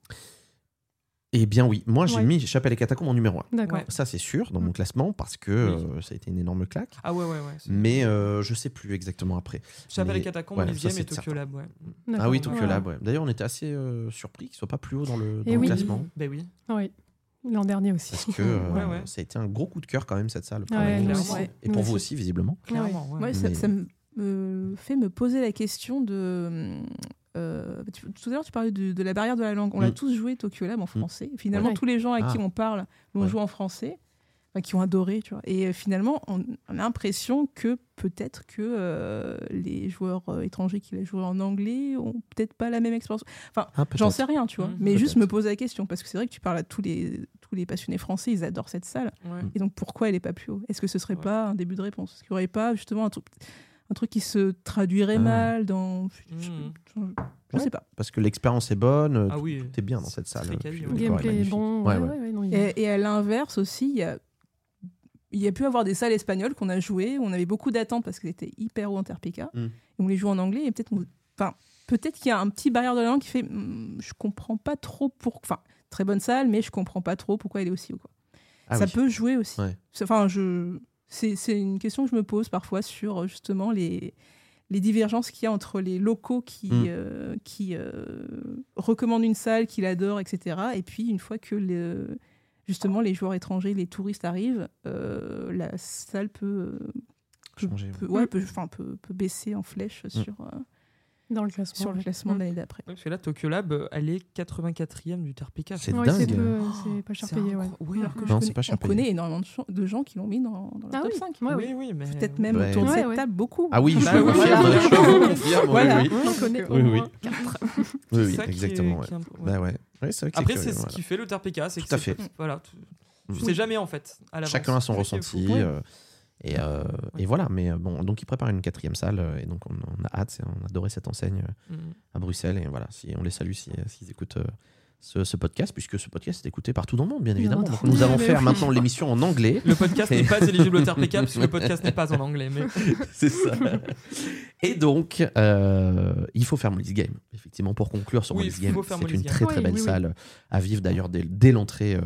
S2: Eh bien, oui, moi j'ai
S3: Ouais.
S2: mis Chapelle et Catacombes en numéro 1.
S3: D'accord.
S1: Ouais.
S2: Ça, c'est sûr, dans
S1: Mm.
S2: mon classement, parce que
S1: Oui.
S2: euh, ça a été une énorme claque.
S1: Ah ouais, ouais, ouais. c'est-
S2: Mais euh, je sais plus exactement après.
S1: Chapelle
S2: mais-
S1: et Catacombes,
S2: ouais, ça,
S1: Elysium
S2: c'est
S1: et Tokyo
S2: certain.
S1: Lab, ouais.
S2: Ah
S3: D'accord.
S2: oui, Tokyo
S3: Ouais.
S2: Lab. ouais. D'ailleurs, on était assez euh, surpris qu'il soit pas plus haut dans le, dans
S3: Eh
S2: le
S3: oui.
S2: classement.
S1: Ben oui.
S3: Ah oui, l'an dernier aussi.
S2: Parce que euh,
S1: Ouais, ouais.
S2: ça a été un gros coup de cœur quand même cette salle. pour
S3: Ouais,
S2: nous
S1: nous
S2: aussi.
S4: aussi.
S2: Et pour
S3: Nous
S2: vous
S3: aussi.
S2: aussi, visiblement.
S1: Clairement. ouais.
S4: Moi, ça,
S2: Mais-
S4: ça me euh, fait me poser la question de. euh, tu- tout à l'heure, tu parlais de, de la barrière de la langue. On l'a
S2: Mm.
S4: tous joué Tokyo Lab en français. Finalement,
S3: Ouais.
S4: tous les gens à qui
S2: Ah.
S4: on parle l'ont
S2: Ouais.
S4: joué en français, enfin, qui ont adoré. Tu vois. Et euh, finalement, on, on a l'impression que peut-être que euh, les joueurs euh, étrangers qui l'ont joué en anglais ont peut-être pas la même expérience.
S2: Ah, peut-être.
S4: J'en sais rien, tu vois.
S1: Mm.
S4: Mais juste
S2: Peut-être.
S4: me poser la question, parce que c'est vrai que tu parles à tous les, tous les passionnés français, ils adorent cette salle.
S1: Ouais.
S4: Et donc pourquoi elle n'est pas plus haut Est-ce que ce serait
S1: Ouais.
S4: pas un début de réponse Est-ce qu'il n'y aurait pas justement un truc, un truc qui se traduirait
S2: Ah.
S4: mal dans... Je
S1: Mhm.
S4: ne
S2: Ouais.
S4: sais pas.
S2: parce que l'expérience est bonne,
S1: Ah
S2: tout,
S1: oui,
S2: tout est bien dans
S1: c'est
S2: cette salle. hein,
S1: très quali,
S2: Puis le
S1: ouais.
S2: décor est
S3: Gameplay est
S2: magnifique.
S3: bon.
S2: Ouais,
S3: ouais,
S2: ouais.
S3: ouais, non, il-
S4: Et, et à l'inverse aussi, il y a... Il y a pu avoir des salles espagnoles qu'on a jouées, où on avait beaucoup d'attentes parce qu'elles étaient hyper haut en Terpica,
S2: Mm.
S4: et on les joue en anglais, et peut-être on- enfin, peut-être qu'il y a un petit barrière de la langue qui fait Hmm, je comprends pas trop pour. Enfin, très bonne salle, mais je comprends pas trop pourquoi elle est aussi haut. quoi.
S2: Ah
S4: ça
S2: oui.
S4: peut jouer aussi.
S2: Ouais.
S4: C'est- Enfin, je c'est c'est une question que je me pose parfois sur euh, justement les les divergences qu'il y a entre les locaux qui
S2: Mm.
S4: euh, qui euh, recommandent une salle qu'ils adorent, etc. Et puis une fois que le- justement les joueurs étrangers, les touristes arrivent, euh, la salle peut euh, peut-
S2: Changer, Hmm.
S4: peut, ouais, peut- enfin, peut- peut baisser en flèche sur euh,
S3: dans le classement.
S4: sur le classement
S3: Mm.
S4: de l'année d'après.
S1: Ouais, Parce que là, Tokyo Lab, euh, elle est 84e du Terpica.
S2: C'est
S3: Ouais,
S2: dingue.
S3: c'est peu-
S1: Oh,
S3: c'est pas cher
S1: c'est
S3: payé. ouais.
S1: incro- ouais, alors que
S2: Non,
S4: Je
S2: c'est pas cher
S4: on
S2: payé.
S4: connaît énormément de, gens- de gens qui l'ont mis dans, dans le
S3: Ah
S4: top
S3: oui,
S4: 5.
S3: ouais, ouais.
S1: Oui, oui, mais.
S4: Peut-être même
S2: Ouais.
S4: autour de cette
S3: Ouais, ouais.
S4: table, beaucoup.
S2: Ah oui, je
S1: Bah
S2: le
S1: oui, voilà.
S2: confirme, je le confirme, oui,
S4: Voilà.
S2: oui.
S3: On connaît au
S2: Oui, oui.
S3: moins quatre.
S2: Oui,
S1: C'est
S2: oui,
S1: ça qui est-
S2: exactement. ouais.
S1: qui est imp- ouais.
S2: Bah ouais. Ouais, c'est vrai que
S1: Après,
S2: curieux,
S1: c'est ce
S2: voilà.
S1: qui fait le Terpica. c'est
S2: Tout
S1: que
S2: à
S1: c'est-
S2: fait.
S1: Voilà. tu-
S2: Mm.
S1: Tu sais jamais, en fait. à l'avance.
S2: Chacun a son
S1: C'est ça qui est
S2: ressenti.
S1: fou.
S2: euh, et, euh, et
S1: Ouais.
S2: voilà, mais euh, bon, donc il prépare une quatrième salle, euh, et donc on, on a hâte, c'est- on adorait cette enseigne euh,
S1: Mm.
S2: à Bruxelles, et voilà, si, on les salue s'ils si, s'ils écoutent euh, ce, ce podcast, puisque ce podcast est écouté partout dans le monde, bien évidemment.
S4: non,
S2: Donc,
S4: non.
S2: nous allons
S3: Mais
S2: faire
S3: oui.
S2: maintenant l'émission en anglais.
S1: Le podcast n'est pas éligible au Terpica parce que le podcast n'est pas en anglais. Mais
S2: C'est ça. Et donc, euh, il faut faire Molly's Game, effectivement, pour conclure sur
S1: Oui,
S2: Molly's
S1: il
S2: Game.
S1: faut faire
S2: C'est
S1: Molly's
S2: une
S1: Game.
S2: très très
S3: Oui,
S2: belle
S3: oui, oui.
S2: salle à vivre d'ailleurs dès, dès l'entrée euh,
S1: Mm.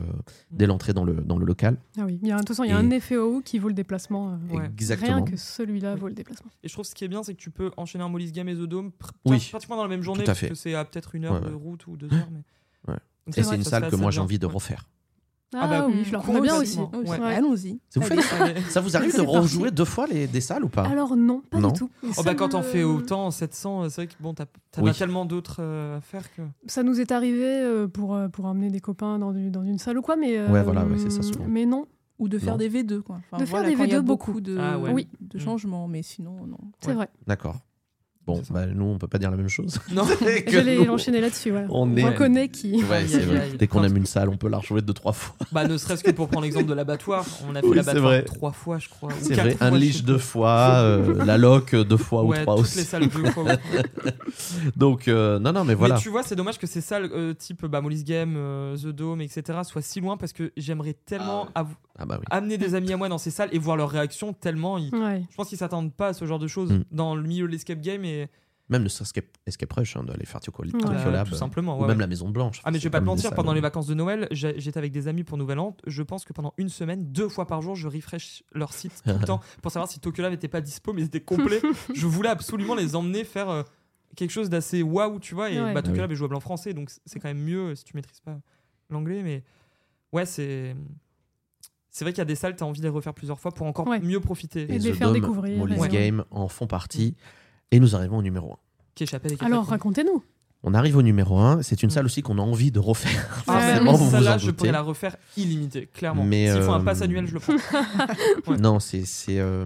S2: dès l'entrée dans le, dans le local.
S3: Ah oui, il y a, de toute façon, il y a
S2: Et-
S3: un effet haut qui vaut le déplacement. euh,
S1: Ouais.
S2: Exactement.
S3: Rien que celui-là vaut le déplacement.
S1: Et je trouve ce qui est bien, c'est que tu peux enchaîner un Molly's Game et The Dome pr-
S2: Oui.
S1: pratiquement dans la même journée.
S2: à
S1: parce
S2: fait.
S1: que c'est à peut-être une heure
S2: Ouais, ouais.
S1: de route ou deux heures. Mais...
S2: Ouais.
S1: Donc
S2: Et
S1: vrai
S2: c'est une
S1: ça se
S2: salle
S1: fait
S2: que
S1: assez
S2: moi j'ai
S1: bien.
S2: envie de
S1: Ouais.
S2: refaire.
S1: Ah
S3: Ah,
S1: bah
S3: oui, je le reconnais bien aussi.
S1: complètement.
S4: Ah oui,
S1: Ouais.
S4: Allons-y.
S2: Ça vous,
S4: Allez.
S2: fait-
S1: Allez.
S2: ça vous arrive de
S3: C'est parti.
S2: rejouer deux fois les, des salles ou pas
S3: Alors non, pas
S2: Ah. Non.
S3: du tout.
S1: Oh
S3: Ça
S1: bah quand
S3: me-
S1: t'en fais autant, 700, c'est vrai que bon, t'as t'en
S2: Oui.
S1: as tellement d'autres euh, à faire que.
S3: Ça nous est arrivé euh, pour, euh, pour amener des copains dans, du- dans une salle ou quoi, mais... euh,
S2: Ouais, voilà, ouais, c'est ça, souvent.
S3: Mais non.
S4: Ou de faire
S2: Non.
S4: des V2. Quoi. Enfin,
S3: De faire des
S4: quand il y a
S3: V2
S4: beaucoup
S3: beaucoup.
S4: de,
S1: Ah ouais.
S4: oui,
S1: Mm.
S4: de changements, mais sinon, non.
S3: C'est
S1: Ouais.
S3: vrai.
S2: D'accord. Bon,
S1: C'est ça.
S2: bah, nous on peut pas dire la même chose.
S1: Non.
S2: Que
S3: J'allais
S2: nous-
S3: l'enchaîner là-dessus. Voilà.
S2: On
S3: On
S2: est-
S3: reconnaît qui.
S2: Ouais,
S1: Aïe,
S2: c'est
S1: aïe,
S2: vrai.
S1: aïe.
S2: Dès qu'on aime une salle, on peut la rejouer deux trois fois.
S1: bah ne serait-ce que pour prendre l'exemple de l'abattoir, on a fait
S2: Oui, c'est vrai.
S1: l'abattoir trois fois, je crois. ou
S2: C'est
S1: quatre
S2: vrai.
S1: fois,
S2: Un
S1: je
S2: liche
S1: sais
S2: deux fois, euh, la loc deux fois
S1: pas.
S2: ou
S1: Ouais,
S2: trois
S1: toutes
S2: aussi.
S1: les salles deux fois. ouais.
S2: Donc euh, non non mais voilà.
S1: Mais tu vois, c'est dommage que ces salles euh, type bah, Molly's Game, euh, The Dome, etc. soient si loin parce que j'aimerais tellement av-
S2: Ah bah oui.
S1: amener des amis à moi dans ces salles et voir leur réaction tellement. ils-
S3: Ouais.
S1: Je pense qu'ils s'attendent pas à ce genre de choses
S2: Mm.
S1: dans le milieu de l'escape game et
S2: Même le escape, escape rush, hein, d'aller faire Tokyo Tokyo
S3: Ouais.
S1: Bah,
S2: Lab,
S1: tout
S2: euh,
S1: simplement. ouais,
S2: ou même
S1: ouais.
S2: la Maison Blanche.
S1: Ah mais je
S2: C'est
S1: vais pas te
S2: quand même des
S1: mentir,
S2: salles,
S1: pendant
S2: euh,
S1: les vacances de Noël, j'ai- j'étais avec des amis pour Nouvel An, je pense que pendant une semaine, deux fois par jour, je refresh leur site tout le temps pour savoir si Tokyo Lab n'était pas dispo mais c'était complet. je voulais absolument les emmener faire euh, quelque chose d'assez waouh, tu vois. Et
S3: Ouais.
S1: Battle
S2: Ah oui.
S1: Club est jouable en français, donc c- c'est quand même mieux euh, si tu maîtrises pas l'anglais. Mais ouais, c'est. C'est vrai qu'il y a des salles, tu as envie de les refaire plusieurs fois pour encore
S3: Ouais.
S1: mieux profiter.
S3: Et de les
S2: The
S3: faire
S2: Dome,
S3: découvrir,
S2: Molly's
S3: ouais.
S2: Game en font partie. Et nous arrivons au numéro 1.
S1: Qui échappait des
S3: Alors racontez-nous.
S1: Euh,
S2: On arrive au numéro 1. C'est une
S1: Mm.
S2: salle aussi qu'on a envie de refaire.
S1: Ah, mais
S2: forcément, vous vous en
S1: celle-là, je
S2: doutez.
S1: pourrais la refaire illimitée, clairement.
S2: Mais,
S1: S'il faut un
S2: euh,
S1: pass annuel, je le prends. Ouais.
S2: Non, c'est. c'est, euh,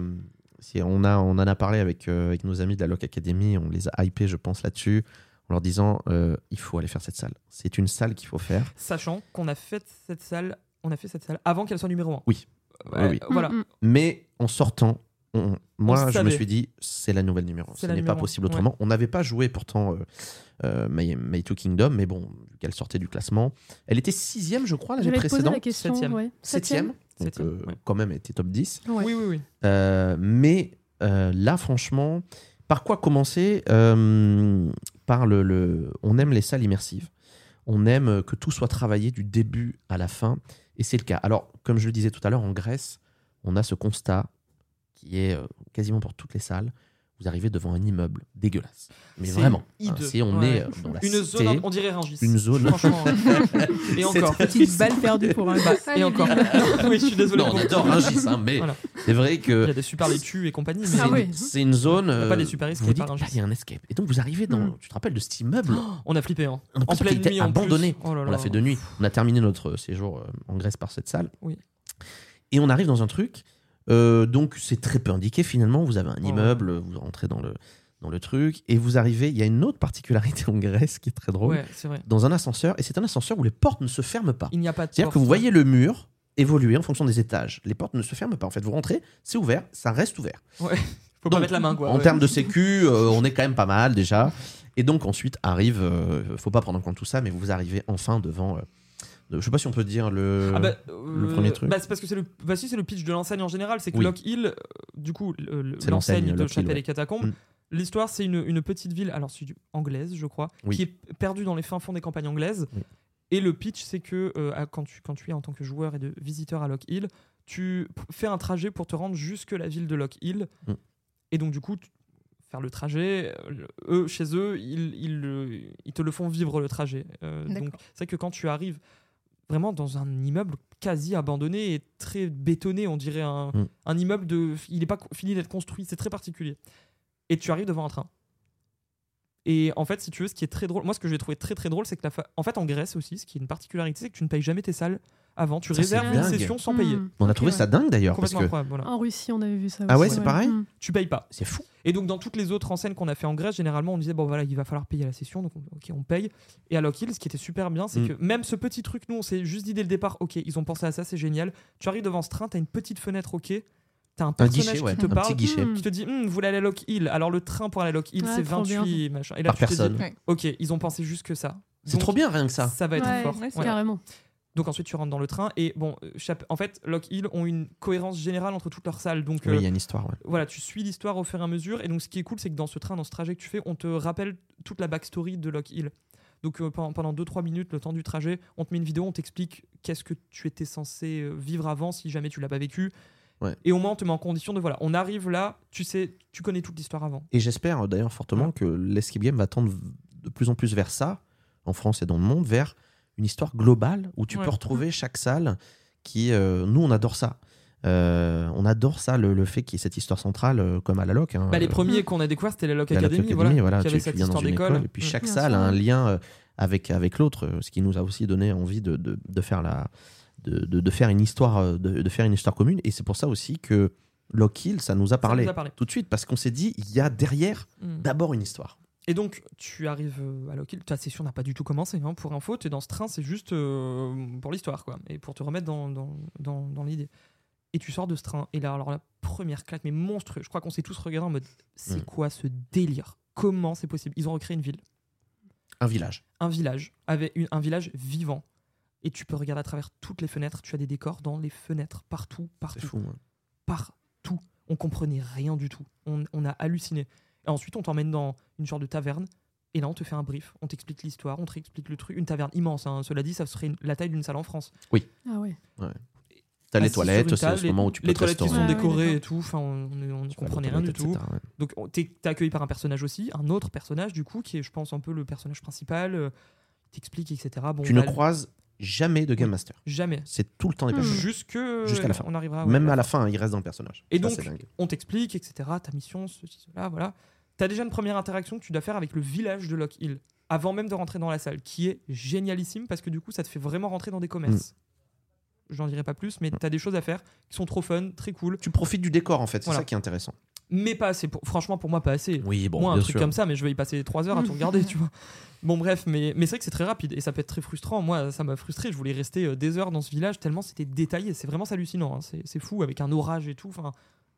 S2: c'est- on, a, on en a parlé avec, euh, avec nos amis de la Loc Academy. On les a hypés, je pense, là-dessus. En leur disant euh, il faut aller faire cette salle. C'est une salle qu'il faut faire.
S1: Sachant qu'on a fait cette salle, on a fait cette salle avant qu'elle soit numéro 1.
S2: Oui. Oui, oui.
S1: Voilà.
S3: Mm, mm.
S2: Mais en sortant, on-
S1: On
S2: moi,
S1: le
S2: je me
S1: savait.
S2: suis dit, c'est la nouvelle numéro. un.
S1: C'est
S2: Ce
S1: la
S2: n'est pas
S1: numéro un,
S2: possible
S1: ouais.
S2: autrement. On n'avait pas joué pourtant euh, euh, My, My Two Kingdom, mais bon, vu qu'elle sortait du classement. Elle était sixième, je crois, l'année
S3: J'allais te poser
S2: précédente.
S3: la question.
S1: septième.
S3: ouais.
S2: Septième. Donc,
S1: Septième,
S2: euh,
S1: ouais.
S2: quand même, elle était top 10.
S3: Ouais.
S1: Oui, oui, oui.
S2: Euh, mais euh, là, franchement, par quoi commencer Euh, Par le, le- On aime les salles immersives. On aime que tout soit travaillé du début à la fin. Et c'est le cas. Alors, comme je le disais tout à l'heure, en Grèce, on a ce constat qui est euh, quasiment pour toutes les salles. Vous arrivez devant un immeuble dégueulasse. Mais
S1: C'est
S2: vraiment.
S1: hideux.
S2: hein, c'est- on
S1: Ouais.
S2: est euh, dans la
S1: Une
S2: cité.
S1: zone, on dirait Rungis.
S2: une zone.
S1: Franchement. Et encore.
S4: Petite balle perdue pour un
S1: Bah, et
S3: Salut,
S1: encore. oui, je suis désolé.
S2: Non, on
S1: pour-
S2: adore Rungis, hein, mais
S1: Voilà.
S2: c'est vrai que
S1: Il y a des super laitues et compagnie.
S2: c'est
S1: Mais
S3: Ah
S2: une-
S3: oui.
S2: c'est une zone.
S1: a
S2: euh,
S1: pas des super escapes
S2: Vous dites,
S1: à Rungis.
S2: Ah, il y a un escape. Et donc vous arrivez dans.
S1: Hmm.
S3: Mm.
S2: Tu te rappelles de cet immeuble
S1: On a flippé. Hein.
S2: On a
S1: En
S2: l'impression
S1: pleine
S2: qu'il était
S1: nuit, en plus.
S2: abandonné.
S1: Oh là
S2: On l'a
S1: là.
S2: fait de nuit. On a terminé notre séjour euh, en Grèce par cette salle.
S1: Oui.
S2: Et on arrive dans un truc. euh, donc c'est très peu indiqué finalement. Vous avez un
S1: ouais.
S2: immeuble, vous rentrez dans le, dans le truc et vous arrivez. Il y a une autre particularité en Grèce qui est très drôle.
S1: Ouais, c'est vrai.
S2: Dans un ascenseur et c'est un ascenseur où les portes ne se ferment pas.
S1: Il n'y a pas de.
S2: C'est-à-dire
S1: porte.
S2: que vous voyez le mur évoluer en fonction des étages. Les portes ne se ferment pas. En fait, vous rentrez, c'est ouvert, ça reste ouvert.
S1: Faut pas
S2: Donc,
S1: mettre la main, quoi.
S2: En
S1: ouais.
S2: termes de sécu, euh, on est quand même pas mal déjà. Et donc ensuite arrive, euh, faut pas prendre en compte tout ça, mais vous arrivez enfin devant. euh, de- je sais pas si on peut dire le.
S1: Ah bah, euh,
S2: le premier truc.
S1: bah, c'est parce que c'est le, bah, si, c'est le pitch de l'enseigne en général. C'est que
S2: Oui.
S1: Lock Hill, euh, du coup, le- le-
S2: C'est l'enseigne,
S1: l'enseigne de
S2: Lock Hill,
S1: Chapelle
S2: ouais.
S1: et Catacombes.
S2: Mm.
S1: L'histoire, c'est une, une petite ville, alors c'est du- anglaise, je crois,
S2: Oui.
S1: qui est perdue dans les fins fonds des campagnes anglaises.
S2: Oui.
S1: Et le pitch, c'est que euh, à- quand, tu, quand tu es en tant que joueur et de visiteur à Lock Hill, tu p- fais un trajet pour te rendre jusque la ville de Lock Hill.
S2: Mm.
S1: Et donc, du coup, tu- faire le trajet, euh, le- eux, chez eux, ils, ils, le- ils te le font vivre le trajet. Euh,
S4: D'accord.
S1: donc, c'est vrai que quand tu arrives vraiment dans un immeuble quasi abandonné et très bétonné, on dirait un,
S2: Mm.
S1: un immeuble de, il n'est pas co- fini d'être construit, c'est très particulier. Et tu arrives devant un train. Et en fait, si tu veux, ce qui est très drôle, moi ce que j'ai trouvé très très drôle, c'est que la fa- en fait en Grèce aussi, ce qui est une particularité, c'est que tu ne payes jamais tes salles avant, tu
S2: Ça, c'est
S1: réserves une
S2: dingue.
S1: session sans payer.
S3: Mm.
S2: On a
S1: Ok,
S2: trouvé
S1: ouais.
S2: ça dingue d'ailleurs parce
S1: Complètement
S2: que
S1: incroyable, voilà.
S3: En Russie, on avait vu ça aussi.
S2: Ah ouais, c'est pareil
S3: Mm.
S1: Tu payes pas.
S2: c'est fou.
S1: Et donc dans toutes les autres enseignes qu'on a fait en Grèce, généralement on disait bon voilà il va falloir payer la session, donc on- ok on paye. Et à Lock Hill, ce qui était super bien, c'est
S2: Mm.
S1: que même ce petit truc, nous on s'est juste dit dès le départ, ok ils ont pensé à ça, c'est génial. Tu arrives devant ce train, t'as une petite fenêtre, ok, t'as un
S2: Un
S1: personnage
S2: guichet,
S1: qui
S2: ouais,
S1: te
S2: un
S1: parle,
S2: petit guichet
S3: Mm.
S1: qui te dit Hum, vous voulez aller à Lock Hill, alors le train pour aller à Lock Hill
S3: Ouais,
S1: c'est
S3: trop bien.
S1: 28 machin. Et là
S2: par
S1: tu te dis,
S2: personne.
S4: Ouais.
S1: ok ils ont pensé juste que ça.
S2: C'est
S1: Donc,
S2: trop bien rien que ça.
S1: Ça va être
S3: Ouais,
S1: fort.
S4: ouais,
S1: Ouais.
S3: Carrément.
S1: Donc ensuite tu rentres dans le train et bon, euh, chap- en fait Lock Hill ont une cohérence générale entre toutes leurs salles, donc
S2: Oui,
S1: euh,
S2: il y a une histoire. ouais.
S1: voilà, tu suis l'histoire au fur et à mesure. Et donc, ce qui est cool, c'est que dans ce train, dans ce trajet que tu fais, on te rappelle toute la backstory de Lock Hill. Donc, euh, pen- pendant 2-3 minutes, le temps du trajet, on te met une vidéo, on t'explique qu'est-ce que tu étais censé euh, vivre avant si jamais tu l'as pas vécu.
S2: Ouais.
S1: Et au moins, on te met en condition de voilà, on arrive là, tu sais, tu connais toute l'histoire avant.
S2: Et j'espère euh, d'ailleurs fortement que l'escape game va tendre v- de plus en plus vers ça, en France et dans le monde, vers une histoire globale où tu
S1: Ouais.
S2: peux retrouver chaque salle qui. euh, nous, on adore ça. Euh, on adore ça, le, le fait qu'il y ait cette histoire centrale, euh, comme à la loc. hein.
S1: Bah, les
S2: Euh,
S1: premiers qu'on a découvert, c'était la Lock
S2: La Lotte
S1: Academy, voilà,
S2: Academy, voilà,
S1: qui
S2: tu-
S1: avait
S2: tu
S1: cette
S2: viens dans
S1: histoire
S2: une
S1: d'école.
S2: Et puis
S1: Mm.
S2: chaque
S3: Bien
S2: salle
S3: sûr,
S2: a un
S3: ouais.
S2: lien euh, avec, avec l'autre, euh, ce qui nous a aussi donné envie de, de- de faire, la, de, de- de faire une histoire, euh, de, de faire une histoire commune. Et c'est pour ça aussi que Lock Hill, ça nous a parlé Bah,
S1: nous a parlé.
S2: tout de suite, parce qu'on s'est dit, il y a derrière
S1: Mm.
S2: d'abord une histoire.
S1: Et donc, tu arrives euh, à Lock Hill. Ta session n'a pas du tout commencé. hein. Pour info, tu es dans ce train, c'est juste euh, pour l'histoire, quoi. Et pour te remettre dans, dans, dans- dans l'idée. Et tu sors de ce train. Et là, alors la première claque, mais monstrueux. Je crois qu'on s'est tous regardés en mode c'est
S2: Mm.
S1: quoi ce délire Comment c'est possible Ils ont recréé une ville,
S2: Un village.
S1: un village, avec une- un village vivant. Et tu peux regarder à travers toutes les fenêtres. Tu as des décors dans les fenêtres, partout,
S2: C'est
S1: partout
S2: fou. hein.
S1: partout. On comprenait rien du tout. On, on a halluciné. Et ensuite, on t'emmène dans une sorte de taverne. Et là, on te fait un brief. On t'explique l'histoire, on te réexplique le truc. Une taverne immense. hein. Cela dit, ça serait une- la taille d'une salle en France.
S3: Ah ouais.
S2: T'as les
S1: assis sur
S2: toilettes,
S1: une
S2: c'est ce
S1: table,
S2: moment où tu peux
S1: les
S2: te
S1: toilettes qui
S2: restaurer.
S1: sont
S3: Ouais,
S1: décorées
S3: d'accord.
S1: et tout. Enfin, on, on- on ne
S2: Tu vas
S1: comprenait
S2: aux
S1: rien du
S2: toilettes,
S1: tout.
S2: etc., ouais.
S1: Donc on- t'es t'es accueilli par un personnage aussi, un autre personnage du coup qui est je pense un peu le personnage principal, euh, il t'explique etc. Bon, bah, Hmm.
S2: Tu
S1: on
S2: ne
S1: a-
S2: croises jamais de Game Master.
S1: jamais.
S2: C'est tout le temps les
S3: Hmm.
S2: personnages.
S1: Jusque
S2: Jusqu'à la fin.
S1: On arrivera. Ah ouais,
S2: Même à la fin, hein, il reste dans le personnage.
S1: Et
S2: Ça,
S1: donc-
S2: c'est dingue.
S1: On t'explique etc. Ta mission, ceci cela, voilà. T'as déjà une première interaction que tu dois faire avec le village de Lock Hill avant même de rentrer dans la salle, qui est génialissime parce que du coup ça te fait vraiment rentrer dans des
S2: Mm.
S1: commerces. J'en dirai pas plus, mais t'as des choses à faire qui sont trop fun, très cool,
S2: Tu profites du décor en fait, c'est
S1: Voilà.
S2: ça qui est intéressant.
S1: mais pas assez. pour- franchement pour moi pas assez.
S2: Oui, bon,
S1: moi un
S2: bien
S1: truc
S2: sûr.
S1: comme ça mais je vais y passer 3 heures à tout regarder tu vois bon bref mais, mais c'est vrai que c'est très rapide et ça peut être très frustrant moi ça m'a frustré je voulais rester euh, des heures dans ce village tellement c'était détaillé c'est vraiment c'est hallucinant hein. c'est, c'est fou avec un orage et tout enfin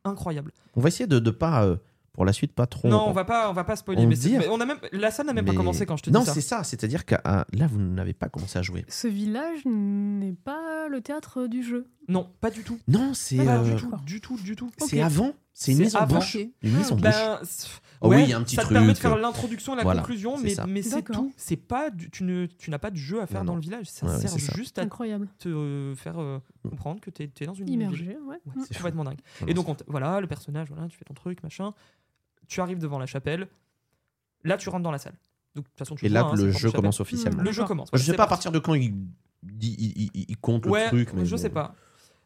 S1: incroyable
S2: On va essayer de ne pas, euh, pour la suite, pas trop.
S1: non on va pas on va pas spoiler
S2: on
S1: mais, c'est-
S2: dire-
S1: mais on a même la salle n'a même pas
S2: Mais-
S1: commencé quand je te
S2: Non,
S1: dis ça
S2: c'est ça, c'est-à-dire que ah, là, vous n'avez pas commencé à jouer.
S3: Ce village n'est pas le théâtre du jeu.
S1: non pas du tout
S2: Non, c'est
S1: Pas
S2: euh,
S1: du tout du tout du tout
S2: c'est avant, c'est une
S1: C'est
S2: mise en
S1: avant.
S2: bouche. Une mise en
S1: Ben,
S2: bouche.
S1: c'est-
S2: Ah oui,
S1: ouais,
S2: il y a un petit
S1: ça te permet de
S2: truc,
S1: faire
S2: euh,
S1: l'introduction et la
S2: voilà,
S1: conclusion,
S2: c'est
S1: mais
S2: ça.
S1: mais c'est
S3: D'accord.
S1: tout. C'est pas du- tu ne tu n'as pas de jeu à faire
S2: Non,
S1: dans
S2: non.
S1: le village. Ça
S2: Ouais, ouais,
S1: sert
S2: c'est ça.
S1: juste à
S3: Incroyable.
S1: te euh, faire euh,
S2: Mm.
S1: comprendre que t'es es dans une ville.
S3: Immergé, ouais.
S1: Ouais,
S3: Mm.
S1: c'est
S2: C'est
S1: complètement dingue.
S2: Non,
S1: Et donc, on t- voilà, le personnage, voilà, tu fais ton truc, machin. Tu arrives devant la chapelle. Là, tu rentres dans la salle. Donc, de toute façon, tu
S2: Et
S1: le
S2: là,
S1: vois, hein, c'est
S2: le
S1: une
S2: jeu
S1: porte de
S2: commence
S1: chapelle.
S2: officiellement.
S1: Le jeu commence.
S2: Je
S1: Voilà,
S2: sais
S1: c'est
S2: pas à
S1: parti.
S2: partir de quand il, il- il- il- il compte
S1: Ouais,
S2: le truc. Mais
S1: je
S2: bon,
S1: sais pas.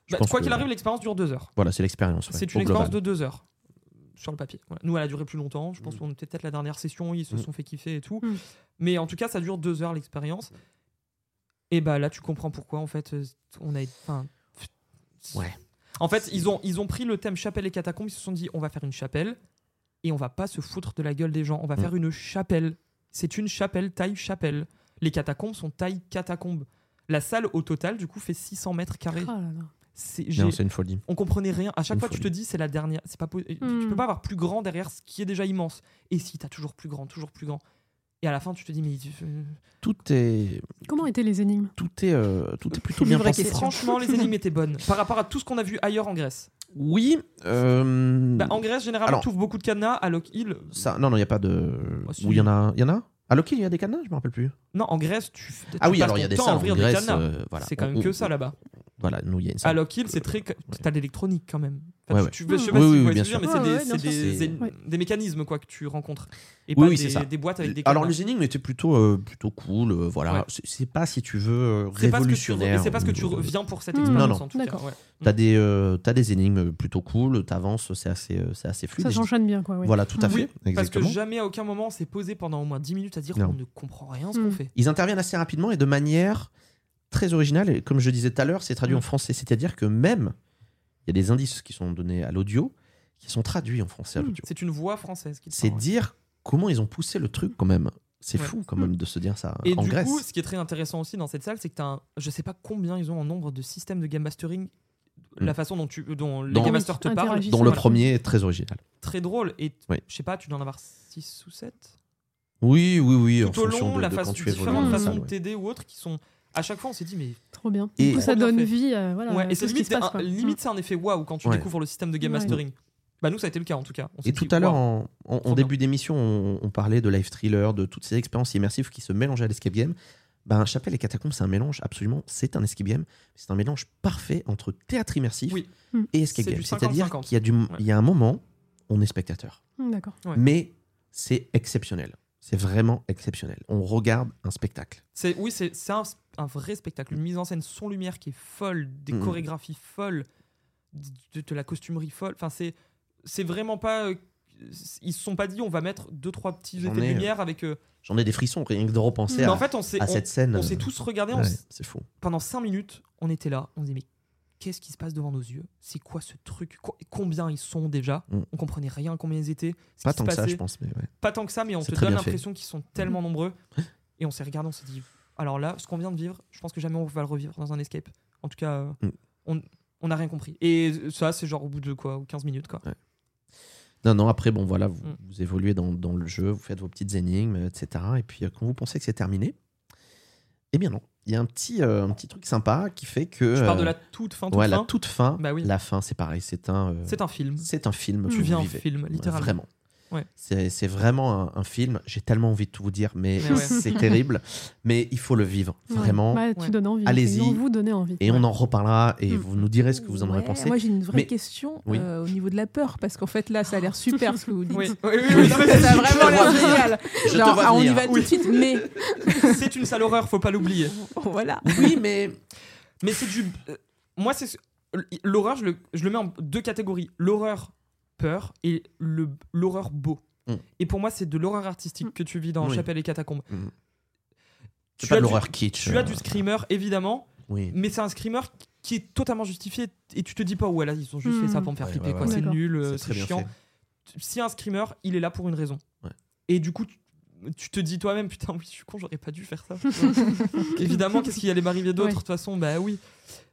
S2: je
S1: Bah,
S2: pense
S1: quoi
S2: que-
S1: qu'il arrive, l'expérience dure deux heures.
S2: Voilà, c'est l'expérience. ouais,
S1: C'est
S2: au
S1: une
S2: global.
S1: expérience de deux heures euh, sur le papier. Voilà. Nous, elle a duré plus longtemps. Je pense
S2: Mm.
S1: qu'on était peut-être la dernière session, ils se
S2: Mm.
S1: sont fait kiffer et tout.
S3: Mm.
S1: Mais en tout cas, ça dure deux heures l'expérience. Et bah là, tu comprends pourquoi en fait, euh, on a. Enfin,
S2: Ouais.
S1: En fait, ils ont, ils ont pris le thème chapelle et catacombes. Ils se sont dit, on va faire une chapelle et on va pas se foutre de la gueule des gens. On va
S2: Mm.
S1: faire une chapelle. C'est une chapelle taille chapelle. Les catacombes sont taille catacombe. La salle au total, du coup, fait 600 mètres carrés.
S3: Ah là là.
S1: C'est-
S2: Non,
S1: j'ai-
S2: c'est une folie.
S1: on comprenait rien. À chaque
S2: Une
S1: fois, tu te
S2: folie.
S1: dis, c'est la dernière. C'est pas possible. Tu
S3: Hmm.
S1: peux pas avoir plus grand derrière ce qui est déjà immense. Et si, t'as toujours plus grand, toujours plus grand. Et à la fin, tu te dis, mais euh,
S2: Tout est,
S3: Comment étaient les énigmes
S2: tout est, euh, tout est plutôt bien
S4: Vraie
S2: pensé.
S4: question.
S1: franchement, les énigmes étaient bonnes par rapport à tout ce qu'on a vu ailleurs en Grèce.
S2: Oui. euh,
S1: Bah, en Grèce, généralement,
S2: Alors-
S1: tu ouvres beaucoup de cadenas. À Lock Hill,
S2: ça, non, non, il n'y a pas de.
S1: Oh, si.
S2: Où il y en a, il y en a. À Loki, il y a des cadenas, je me rappelle plus.
S1: non, en Grèce, tu. tu
S2: Ah oui,
S1: passes
S2: alors il y a
S1: ton
S2: des
S1: temps à
S2: salles en
S1: ouvrir des
S2: Grèce.
S1: cadenas.
S2: euh, voilà.
S1: C'est quand même
S2: On-
S1: que
S2: on-
S1: ça là-bas.
S2: Voilà, nous il y a une
S1: À
S2: salle.
S1: Lock Hill, c'est très. T'as de l'électronique quand même. Enfin,
S2: Ouais,
S1: tu-
S2: ouais.
S1: tu veux- je sais
S3: Hmm.
S1: pas
S2: Oui,
S1: si
S2: oui,
S1: vous voyez
S2: bien
S1: ce que je veux dire,
S3: sûr.
S1: mais
S3: Ouais,
S1: c'est
S3: ouais,
S1: des-
S3: bien
S1: c'est
S2: sûr.
S1: des,
S3: Ouais.
S1: des mécanismes quoi que tu rencontres. Et
S2: Oui,
S1: pas
S2: oui,
S1: des,
S2: c'est ça.
S1: des boîtes avec des
S2: Alors
S1: cadenas.
S2: les énigmes étaient plutôt, euh, plutôt cool. euh, voilà,
S1: Ouais.
S2: c'est c'est pas si tu veux euh,
S1: C'est pas ce que tu-
S2: révolutionnaire. Mmh.
S1: et C'est parce que tu reviens pour cette
S3: Hmm.
S1: expérience
S2: Non, non.
S1: en tout cas.
S3: D'accord.
S1: ouais.
S2: T'as des, euh, t'as des énigmes plutôt cool. T'avances, c'est assez, euh, c'est assez fluide.
S3: Ça
S2: Et je-
S3: s'enchaîne bien, quoi. ouais.
S2: Voilà, tout à
S3: Mm.
S2: fait.
S1: Oui, Parce que
S2: exactement.
S1: jamais à aucun moment on s'est posé pendant au moins 10 minutes à dire
S2: Non.
S1: qu'on ne comprend rien à ce
S3: Mm.
S1: qu'on fait.
S2: Ils interviennent assez rapidement et de manière très originale. Et comme je disais tout à l'heure, c'est traduit
S1: Mm.
S2: en français. C'est-à-dire que même, il y a des indices qui sont donnés à l'audio, qui sont traduits en français à l'audio.
S1: Mm. C'est une voix française qui te
S2: C'est
S1: parle.
S2: dire comment ils ont poussé le truc quand même. C'est
S1: Ouais. Mm.
S2: fou quand même de se dire ça
S1: Et
S2: en
S1: du
S2: Grèce.
S1: coup, ce qui est très intéressant aussi dans cette salle, c'est que tu as je sais pas combien ils ont en nombre de systèmes de game mastering, la
S2: Mm.
S1: façon dont, tu, euh, dont les
S2: Dans-
S1: game masters te parlent,
S3: Interagissent.
S2: dont le
S1: Voilà.
S2: premier est très original.
S1: très drôle. Et t-
S2: Oui.
S1: je sais pas, tu dois en avoir 6 ou 7
S2: Oui, oui, oui, en
S1: tout au
S2: fonction
S1: long,
S2: de,
S1: la
S2: de
S1: façon,
S2: quand tu évolues.
S1: différentes
S2: dans la
S1: façons
S2: salle,
S1: de
S2: ouais.
S1: t'aider ou autres qui sont. À chaque fois, on s'est dit, mais
S3: Trop bien.
S2: Et-
S3: du coup, ça
S1: Trop bien
S3: donne
S1: fait.
S3: vie à voilà, euh,
S1: Ouais, et
S3: Ah tout
S1: c'est
S3: ce qui
S1: limite,
S3: se passe.
S1: un-
S3: quoi.
S1: limite c'est un effet waouh quand tu
S2: Ouais.
S1: découvres le système de game
S3: Ouais.
S1: mastering. Bah nous ça a été le cas en tout cas. On s'est
S2: Et tout
S1: dit,
S2: à l'heure,
S1: waouh.
S2: en, en- en
S1: Trop bien.
S2: début d'émission, on, on parlait de live thriller, de toutes ces expériences immersives qui se mélangeaient à l'escape game. Ben, Chapelle et Catacombes, c'est un mélange, absolument, c'est un escape game. C'est un mélange parfait entre théâtre immersif
S1: Oui.
S2: et escape
S1: C'est
S2: game.
S1: du
S2: C'est-à-dire
S1: 50-50.
S2: qu'il y, a du- il y a un moment, on est spectateur.
S3: Mm, D'accord.
S1: Ouais.
S2: Mais c'est exceptionnel. C'est vraiment exceptionnel. On regarde un spectacle.
S1: C'est oui, c'est c'est un, un vrai spectacle, une mise en scène son lumière qui est folle, des
S2: Mm.
S1: chorégraphies folles, de, de la costumerie folle. Enfin, c'est c'est vraiment pas. euh, ils se sont pas dit on va mettre deux trois petits
S2: J'en
S1: effets de
S2: ai, euh,
S1: lumière avec. eux.
S2: J'en ai des frissons rien que de repenser
S1: Mais
S2: à,
S1: en fait, on s'est
S2: à
S1: on-
S2: cette scène.
S1: on, s'est
S2: euh,
S1: tous regardés on
S2: ouais,
S1: s-
S2: c'est fou.
S1: pendant cinq minutes. On était là, on se disait mais qu'est-ce qui se passe devant nos yeux C'est quoi ce truc Co- Combien ils sont déjà
S2: Mm.
S1: On comprenait rien combien ils étaient. ce
S2: Pas
S1: qui se
S2: tant que ça,
S1: passait.
S2: je pense. Mais ouais.
S1: Pas tant que ça, mais on
S2: C'est
S1: te
S2: très
S1: donne
S2: bien fait.
S1: l'impression qu'ils sont tellement nombreux. Et on s'est regardé, on s'est dit, alors là, ce qu'on vient de vivre, je pense que jamais on va le revivre dans un escape. En tout cas, euh,
S2: Mm.
S1: on on n'a rien compris. Et ça, c'est genre au bout de quoi ou 15 minutes, quoi.
S2: Non, non, après, bon, voilà, vous,
S1: Mm.
S2: vous évoluez dans, dans le jeu, vous faites vos petites énigmes, etc. Et puis, euh, quand vous pensez que c'est terminé, eh bien non. Il y a un petit, euh, un petit truc sympa qui fait que.
S1: Je parle de la
S2: euh,
S1: toute fin, toute
S2: ouais, la
S1: fin.
S2: toute fin.
S1: Bah oui.
S2: La fin, c'est pareil. C'est un, euh,
S1: C'est un film.
S2: c'est un film. que
S1: Tu
S2: vous
S1: viens un
S2: vivez.
S1: film,
S2: Ouais,
S1: littéralement.
S2: Vraiment.
S1: Ouais.
S2: C'est c'est vraiment un, un film. J'ai tellement envie de tout vous dire, mais,
S1: Mais ouais.
S2: c'est terrible. Mais il faut le vivre, vraiment.
S4: Bah,
S3: Ouais, Bah, tu
S1: Ouais.
S3: donnes envie.
S2: Allez-y.
S3: Ils vont vous donner envie.
S2: Et on en reparlera et
S5: Mm.
S2: vous nous direz ce que vous en avez
S4: Ouais,
S2: pensé.
S4: Moi, j'ai une vraie
S2: Mais-
S4: question
S2: Oui.
S4: euh, au niveau de la peur, parce qu'en fait, là, ça a l'air super ce que vous dites.
S1: Oui,
S4: Oui, ça a vraiment l'air
S2: Je te vois
S4: génial.
S2: Je
S4: Genre,
S2: te vois
S4: ah, on y
S2: venir.
S4: va tout
S1: Oui.
S4: de suite, mais
S1: c'est une sale horreur, faut pas l'oublier.
S4: voilà.
S2: Oui, mais
S1: Mais c'est du. euh, moi, c'est. ce- L'horreur, je le, je le mets en deux catégories. L'horreur peur et le- l'horreur beau.
S2: Mm.
S1: Et pour moi, c'est de l'horreur artistique que tu vis dans
S2: Oui.
S1: Chapelle et Catacombes.
S2: Mm.
S1: Tu
S2: c'est pas
S1: as
S2: de
S1: du-
S2: l'horreur kitsch.
S1: Tu as
S2: euh,
S1: du screamer, évidemment,
S2: Oui.
S1: mais c'est un screamer qui est totalement justifié et tu te dis pas, ouais, là, ils ont juste fait ça pour me faire
S2: Ouais,
S1: flipper,
S2: ouais,
S1: quoi.
S2: ouais.
S1: C'est
S3: D'accord.
S1: nul, euh,
S2: C'est
S1: c'est
S2: très bien
S1: chiant.
S2: fait.
S1: Si un screamer, il est là pour une raison.
S2: Ouais.
S1: Et du coup, tu, tu te dis toi-même, putain, oui, je suis con, j'aurais pas dû faire ça. Évidemment, qu'est-ce qu'il allait m'arriver d'autre, de
S3: Ouais.
S1: toute façon Bah oui.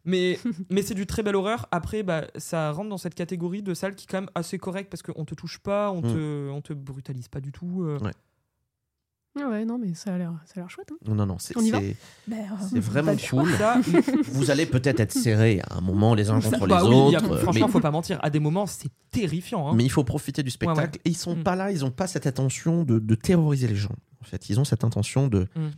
S1: Mais, mais c'est du très bel horreur. Après, bah, ça rentre dans cette catégorie de salles qui est quand même assez correcte parce qu'on te touche pas, on,
S2: Mm.
S1: te, on te brutalise pas du tout. euh.
S2: Ouais.
S3: Ah Ouais, non, mais ça a l'air, ça a l'air chouette. hein.
S2: Non, non, non, c'est
S3: On y va Ah,
S2: c'est-
S4: Ben, euh,
S2: c'est
S4: pas
S2: vraiment
S4: le choix.
S2: cool.
S1: Ça,
S2: Vous allez peut-être être serrés à un moment les uns contre
S1: bah
S2: les
S1: oui, il y a-
S2: autres, euh, mais
S1: franchement, faut pas mentir. À des moments, c'est terrifiant. hein.
S2: Mais il faut profiter du spectacle.
S1: Ouais, ouais.
S2: Et ils sont
S1: Mm.
S2: pas là, ils n'ont pas cette intention de, de terroriser les gens. En fait, ils ont cette intention de,
S1: Mm.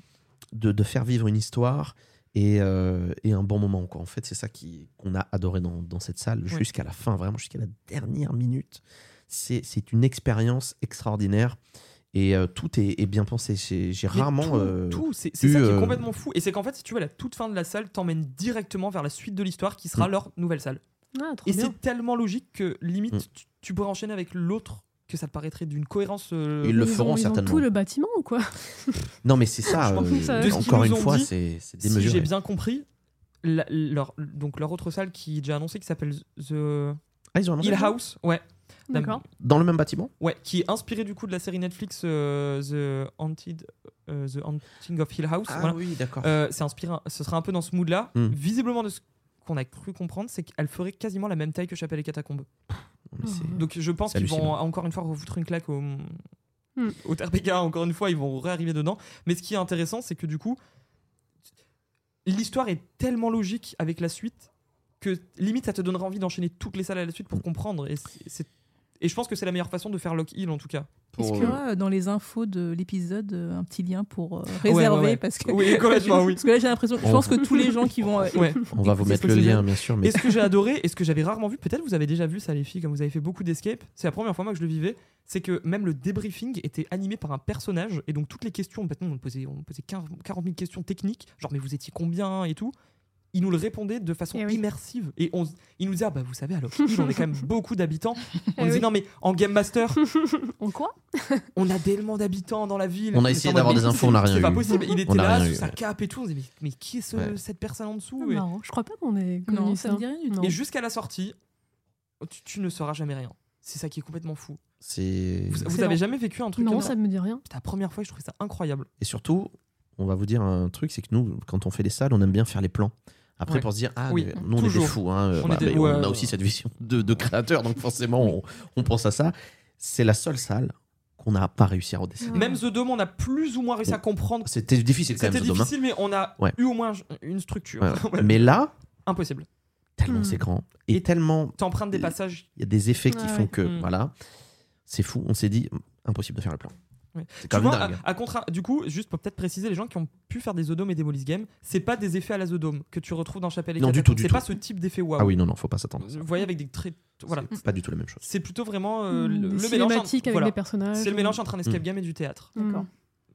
S2: de, de faire vivre une histoire et, euh, et un bon moment. Quoi. En fait, c'est ça qui- qu'on a adoré dans, dans cette salle jusqu'à la fin, vraiment jusqu'à la dernière minute. C'est c'est une expérience extraordinaire et euh, tout est, est bien pensé. J'ai j'ai
S1: Mais
S2: rarement.
S1: tout,
S2: euh,
S1: tout, c'est c'est
S2: eu,
S1: ça qui
S2: euh,
S1: est complètement fou. Et c'est qu'en fait, si tu veux, la toute fin de la salle t'emmène directement vers la suite de l'histoire qui sera
S2: Mm.
S1: leur nouvelle salle.
S3: Ah, trop
S1: Et
S3: bien.
S1: c'est tellement logique que limite,
S2: Mm.
S1: tu, tu pourrais enchaîner avec l'autre que ça te paraîtrait d'une cohérence. euh,
S2: Ils le
S3: Ils ont-
S2: feront
S3: ils ont
S2: certainement.
S3: tout le bâtiment ou quoi
S2: Non, mais c'est ça.
S1: Je pense
S2: euh,
S3: que ça- De
S1: ce qu'ils
S2: encore
S1: nous
S2: une
S1: ont
S2: fois,
S1: dit,
S2: c'est c'est
S1: si
S2: démesuré.
S1: j'ai bien compris, la- leur, donc leur autre salle qui est déjà annoncée qui s'appelle The
S2: Ah, ils ont un
S1: Hill
S2: endroit
S1: House, ouais,
S3: D'accord.
S2: Dans le même bâtiment
S1: ouais, qui est inspirée du coup de la série Netflix euh, The Haunted, euh, The Haunting of Hill House. voilà.
S2: Ah oui, d'accord.
S1: Euh, c'est inspiré, ce sera un peu dans ce mood-là.
S2: Mm.
S1: Visiblement, de ce qu'on a cru comprendre, c'est qu'elle ferait quasiment la même taille que Chapelle et Catacombes.
S2: Non, mais c'est-
S1: Donc je pense
S2: C'est
S1: qu'ils vont
S2: hallucinant.
S1: encore une fois refoutre une claque au, au Terpéka, encore une fois, ils vont réarriver dedans. Mais ce qui est intéressant, c'est que du coup, l'histoire est tellement logique avec la suite que limite ça te donnera envie d'enchaîner toutes les salles à la suite pour comprendre. Et, c'est- c'est- et je pense que c'est la meilleure façon de faire Lock Hill en tout cas.
S4: Est-ce
S2: Pour,
S4: qu'il y aura euh, dans les infos de l'épisode euh, un petit lien pour euh,
S1: ouais,
S4: réserver
S1: ouais.
S4: Parce que,
S1: Oui, complètement, oui. Oh.
S4: parce que là, j'ai l'impression, je
S2: On-
S4: pense que tous les gens qui vont. euh,
S1: Ouais.
S2: On va vous
S1: C'est
S2: mettre
S1: ce
S2: le
S1: que j'ai
S2: lien,
S1: dit.
S2: bien sûr. Mais
S1: Et ce que j'ai adoré, et ce que j'avais rarement vu, peut-être vous avez déjà vu ça les filles, comme vous avez fait beaucoup d'escape, c'est la première fois moi que je le vivais, c'est que même le débriefing était animé par un personnage, et donc toutes les questions, maintenant on posait, on posait 15 40 000 questions techniques, genre mais vous étiez combien et tout, il nous le répondait de façon
S3: Eh oui.
S1: immersive, et on, s- il nous disait, ah bah vous savez, alors on est quand même beaucoup d'habitants, on
S3: Eh
S1: disait
S3: oui.
S1: non mais en Game Master,
S3: En quoi
S1: on a tellement d'habitants dans la ville.
S2: On a
S1: On était
S2: essayé
S1: en mode,
S2: d'avoir
S1: mais
S2: des infos,
S1: c'est-
S2: on n'a rien
S1: C'est pas
S2: eu.
S1: possible, il
S2: On
S1: était
S2: n'a
S1: là,
S2: rien
S1: sous
S2: eu,
S1: sa
S2: ouais.
S1: cape et tout, on disait mais, mais qui est ce-
S2: Ouais.
S1: cette personne en dessous Et-
S3: Marrant. Je crois pas qu'on ait connu
S4: Non,
S3: ça.
S4: ça me dit rien du tout.
S1: Et jusqu'à la sortie, tu, tu ne sauras jamais rien. C'est ça qui est complètement fou.
S2: c'est.
S1: Vous, vous
S3: Excellent.
S1: avez jamais vécu un truc
S3: Non,
S1: comme
S3: ça me dit rien.
S1: C'était la première fois que je trouvais ça incroyable.
S2: Et surtout, on va vous dire un truc c'est que nous, quand on fait les salles, on aime bien faire les plans. Après,
S1: Ouais.
S2: pour se dire, ah,
S1: Oui,
S2: mais nous, on est des
S1: toujours.
S2: fous. hein, euh,
S1: On
S2: bah,
S1: est des-
S2: mais
S1: ouais,
S2: on a
S1: ouais.
S2: aussi cette vision de, de créateur, donc forcément, on, on pense à ça. C'est la seule salle qu'on n'a pas réussi à redessiner.
S3: Ouais.
S1: Même The Dome, on a plus ou moins réussi à comprendre.
S2: C'était difficile Oh. quand
S1: C'était
S2: même, ce domaine.
S1: difficile, mais on a
S2: Ouais.
S1: eu au moins une structure. Ouais.
S2: Mais là,
S1: Impossible.
S2: tellement
S3: Hmm.
S2: c'est grand et
S1: Et-
S2: tellement
S1: T'empruntes des passages.
S2: il y a des effets qui
S3: Ouais,
S2: font
S3: ouais.
S2: que,
S1: Hmm.
S2: voilà, c'est fou. On s'est dit, impossible de faire le plan.
S1: Ouais.
S2: C'est
S1: Tu
S2: quand même
S1: vois, ah, à,
S2: dingue.
S1: à contra- du coup, juste pour peut-être préciser, les gens qui ont pu faire des The Dome et des Molly's Game, c'est pas des effets à la The Dome que tu retrouves dans Chapelle et
S2: Non, du
S1: Catacombes.
S2: tout, du
S1: C'est
S2: tout.
S1: pas ce type d'effet waouh.
S2: Ah oui, non, non, faut pas s'attendre. à ça.
S1: Vous voyez, avec des traits. Voilà.
S2: C'est pas du tout la même chose.
S1: C'est plutôt vraiment euh, le,
S3: Mmh,
S1: le
S3: Des
S1: mélange.
S3: cinématiques avec
S1: voilà.
S3: des personnages.
S1: C'est le mélange entre un escape
S2: Mm.
S1: game et du théâtre.
S4: D'accord.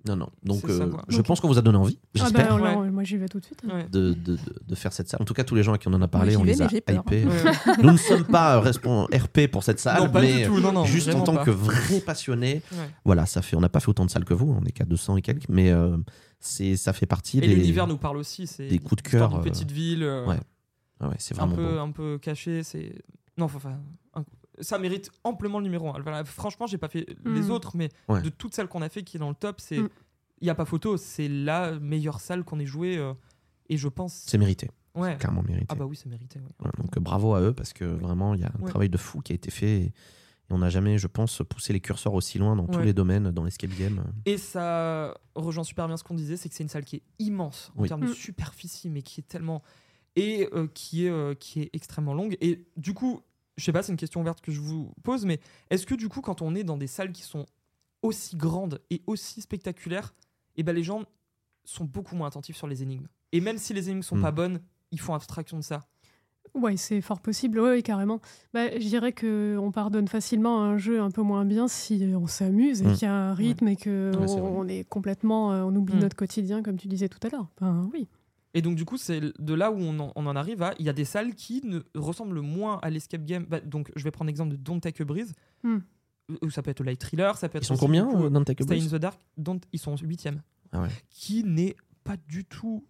S2: Non, non. Donc,
S1: C'est ça,
S2: euh,
S1: quoi.
S2: je
S3: Ok.
S2: pense qu'on vous a donné envie,
S3: Ah bah,
S2: j'espère,
S3: alors,
S1: Ouais.
S3: moi j'y vais tout de suite.
S1: Ouais.
S2: de, de- de- de faire cette salle. En tout cas, tous les gens à qui on en a parlé,
S4: j'y
S2: on
S4: vais,
S2: les a
S4: mais j'ai peur.
S2: hypés.
S1: Ouais.
S2: Nous ne sommes pas euh, respon- RP pour cette salle,
S1: non, pas
S2: Bah, mais
S1: du tout. Non, non,
S2: juste en
S1: vraiment
S2: tant
S1: pas.
S2: que vrai passionné,
S1: Ouais.
S2: voilà, ça fait. On n'a pas fait autant de salles que vous. On est qu'à 200 et quelques, mais euh, c'est ça fait partie
S1: Et
S2: des.
S1: l'univers nous parle aussi. C'est
S2: des coups de
S1: l'histoire
S2: cœur,
S1: d'une
S2: euh,
S1: petite ville, euh,
S2: ouais, Ah ouais, c'est
S1: un
S2: vraiment
S1: peu, hein.
S2: beau.
S1: un peu cachée. C'est non, faut- enfin, un- ça mérite amplement le numéro 1. franchement, j'ai pas fait les
S3: Mm.
S1: autres, mais
S2: Ouais.
S1: de toutes celles qu'on a fait qui est dans le top, c'est il
S3: Mm.
S1: y a pas photo. C'est la meilleure salle qu'on ait jouée. euh, et je pense,
S2: C'est mérité,
S1: ouais.
S2: clairement mérité.
S1: Ah bah oui, c'est mérité. ouais.
S2: Voilà, donc euh, bravo à eux parce que vraiment il y a un
S1: Ouais.
S2: travail de fou qui a été fait. Et, et on n'a jamais, je pense, poussé les curseurs aussi loin dans tous
S1: Ouais.
S2: les domaines, dans l'escape game.
S1: Et ça rejoint super bien ce qu'on disait, c'est que c'est une salle qui est immense en
S2: Oui.
S1: termes de
S3: Mm.
S1: superficie, mais qui est tellement et euh, qui est euh, qui est extrêmement longue. Et du coup, je sais pas, c'est une question ouverte que je vous pose, mais est-ce que du coup, quand on est dans des salles qui sont aussi grandes et aussi spectaculaires, et ben les gens sont beaucoup moins attentifs sur les énigmes. Et même si les énigmes sont
S2: Mm.
S1: pas bonnes, ils font abstraction de ça.
S3: Ouais, c'est fort possible, ouais, ouais, carrément. Bah, je dirais que on pardonne facilement un jeu un peu moins bien si on s'amuse et
S2: Mm.
S3: qu'il y a un rythme et que
S2: Ouais,
S3: on,
S2: c'est vrai.
S3: on est complètement, euh, on oublie
S1: Mm.
S3: notre quotidien comme tu disais tout à l'heure. Ben oui.
S1: Et donc, du coup, c'est de là où on en, on en arrive à. Il y a des salles qui ne ressemblent le moins à l'escape game. Bah, donc, je vais prendre l'exemple de Don't Take a Breeze.
S3: Hmm.
S1: Ou ça peut être au Light Thriller. Ça peut être
S2: Ils sont
S1: aussi,
S2: combien
S1: du coup,
S2: euh, dans le Take a
S1: Stay in
S2: Breath
S1: the Dark. Don't- ils sont 8
S2: Ah ouais.
S1: Qui n'est pas du tout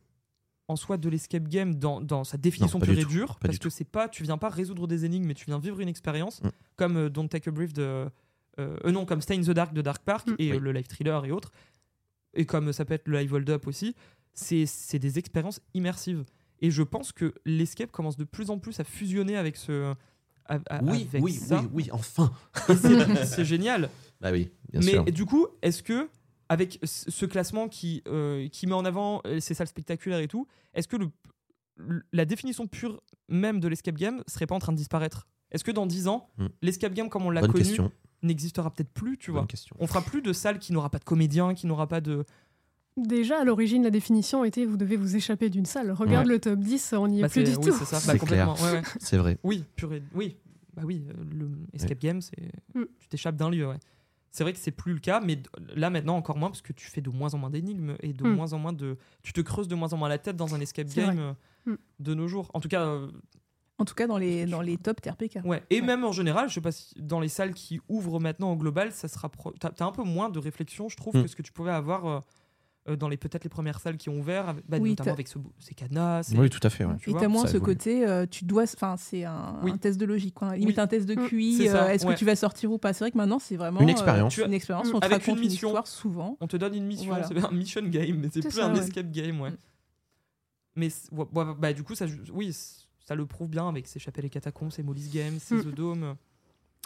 S1: en soi de l'escape game dans, dans sa définition
S2: pas
S1: pure
S2: du
S1: et
S2: tout,
S1: dure.
S2: pas
S1: Parce
S2: du
S1: que c'est pas, tu viens pas résoudre des énigmes, mais tu viens vivre une expérience.
S2: Hmm.
S1: Comme euh, Don't Take a Breath de. euh, euh, non, comme Stay in the Dark de Dark Park
S3: Hmm.
S1: et euh,
S2: Mm. Oui.
S1: le Live Thriller et autres. Et comme ça peut être le Live Hold Up aussi. C'est c'est des expériences immersives. Et je pense que l'escape commence de plus en plus à fusionner avec ce. a- a-
S2: Oui,
S1: avec
S2: oui,
S1: ça.
S2: oui, oui, enfin.
S1: Et c'est- c'est génial.
S2: Bah oui, bien
S1: Mais
S2: sûr.
S1: du coup, est-ce que, avec ce ce classement qui, euh, qui met en avant euh, ces salles spectaculaires et tout, est-ce que le, le- la définition pure même de l'escape game serait pas en train de disparaître Est-ce que dans 10 ans,
S2: Hmm.
S1: l'escape game comme on l'a
S2: Bonne
S1: connu
S2: question.
S1: n'existera peut-être plus, tu vois
S2: Bonne question.
S1: On fera plus de salles qui n'aura pas de comédien, qui n'aura pas de.
S3: Déjà à l'origine, la définition était vous devez vous échapper d'une salle. Regarde le top 10, on n'y est
S1: Bah,
S3: plus
S1: c'est-
S3: du
S1: oui,
S3: tout.
S1: c'est ça,
S2: C'est
S1: bah, complètement. Ouais, ouais.
S2: C'est vrai.
S1: Oui, pur et- oui, bah oui, euh, le escape game, c'est
S3: Mm.
S1: tu t'échappes d'un lieu. ouais. C'est vrai que c'est plus le cas, mais d- là maintenant encore moins parce que tu fais de moins en moins d'énigmes et de
S3: Mm.
S1: moins en moins de, tu te creuses de moins en moins la tête dans un escape
S3: C'est
S1: game euh,
S3: Mm.
S1: de nos jours. En tout cas, euh,
S4: En tout cas, dans les, dans les top TRPK.
S1: ouais. Et
S4: Ouais.
S1: même en général, je sais pas si dans les salles qui ouvrent maintenant au global, ça se rapproche. T'as t'as un peu moins de réflexion, je trouve,
S2: Mm.
S1: que ce que tu pouvais avoir. euh, euh, dans les peut-être les premières salles qui ont ouvert, avec- bah,
S4: Oui,
S1: notamment
S4: t'as-
S1: avec ce, ces cadenas, ces-
S2: Oui, tout à fait. ouais.
S1: tu
S4: Et
S1: vois,
S4: t'as moins
S2: ça
S4: ce
S2: évolue.
S4: côté, euh, tu dois, enfin, c'est un,
S1: Oui.
S4: un test de logique, quoi. hein. limite
S1: Oui.
S4: un test de
S3: Mm.
S4: QI.
S1: C'est ça,
S4: euh, Est-ce
S1: ouais. Mm.
S4: que tu vas sortir ou pas C'est vrai que maintenant, c'est vraiment
S2: Une
S4: euh,
S2: expérience.
S4: une expérience. On te
S1: Avec
S4: raconte
S1: une
S4: une,
S1: mission.
S4: histoire souvent.
S1: On te donne une mission,
S4: Voilà.
S1: c'est un mission game, mais c'est
S3: C'est
S1: plus
S3: ça,
S1: un
S3: ouais.
S1: escape game, ouais.
S4: Mm.
S1: Mais c'est- ouais, ouais, bah, du coup, ça, ju- oui, c- ça le prouve bien avec ses chapelles et catacombes, ses Molly's Games, ses
S3: Mm.
S1: The Dome.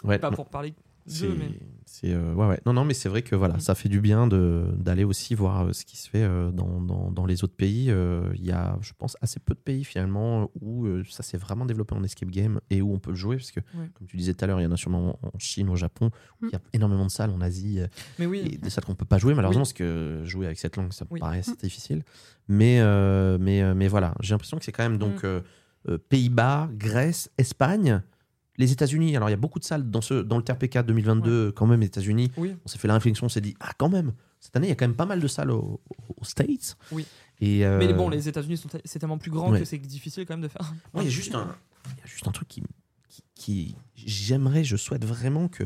S2: Ouais,
S1: Pas
S2: non,
S1: pour parler
S2: c'est-
S1: d'eux, mais.
S2: c'est, euh, ouais, ouais. Non, non, mais c'est vrai que voilà,
S1: Mm.
S2: ça fait du bien de- d'aller aussi voir euh, ce qui se fait euh, dans, dans- dans les autres pays. Euh, Il y a, je pense, assez peu de pays finalement où euh, ça s'est vraiment développé en escape game et où on peut le jouer. Parce que,
S1: Ouais. Mm.
S2: comme tu disais tout à l'heure, il y en a sûrement en en Chine, au Japon, où il y a énormément de salles, en Asie, euh,
S1: Mais oui,
S2: et des salles qu'on peut pas jouer malheureusement parce que jouer avec cette langue ça me
S1: Oui. Mm.
S2: paraît assez difficile mais euh, mais euh, mais voilà j'ai l'impression que c'est quand même donc
S1: Mm.
S2: euh, euh, Pays-Bas Grèce Espagne les États-Unis alors il y a beaucoup de salles dans ce dans le TRPK 2022 quand même les États-Unis
S1: Oui.
S2: on s'est fait la réflexion on s'est dit ah quand même cette année il y a quand même pas mal de salles au- au- aux States
S1: Oui.
S2: et euh,
S1: mais bon, les États-Unis, sont te- c'est tellement plus grand
S2: Ouais.
S1: que c'est difficile quand même de faire.
S2: moi, il y a juste un, il y a juste un truc qui, qui, qui- j'aimerais, je souhaite vraiment que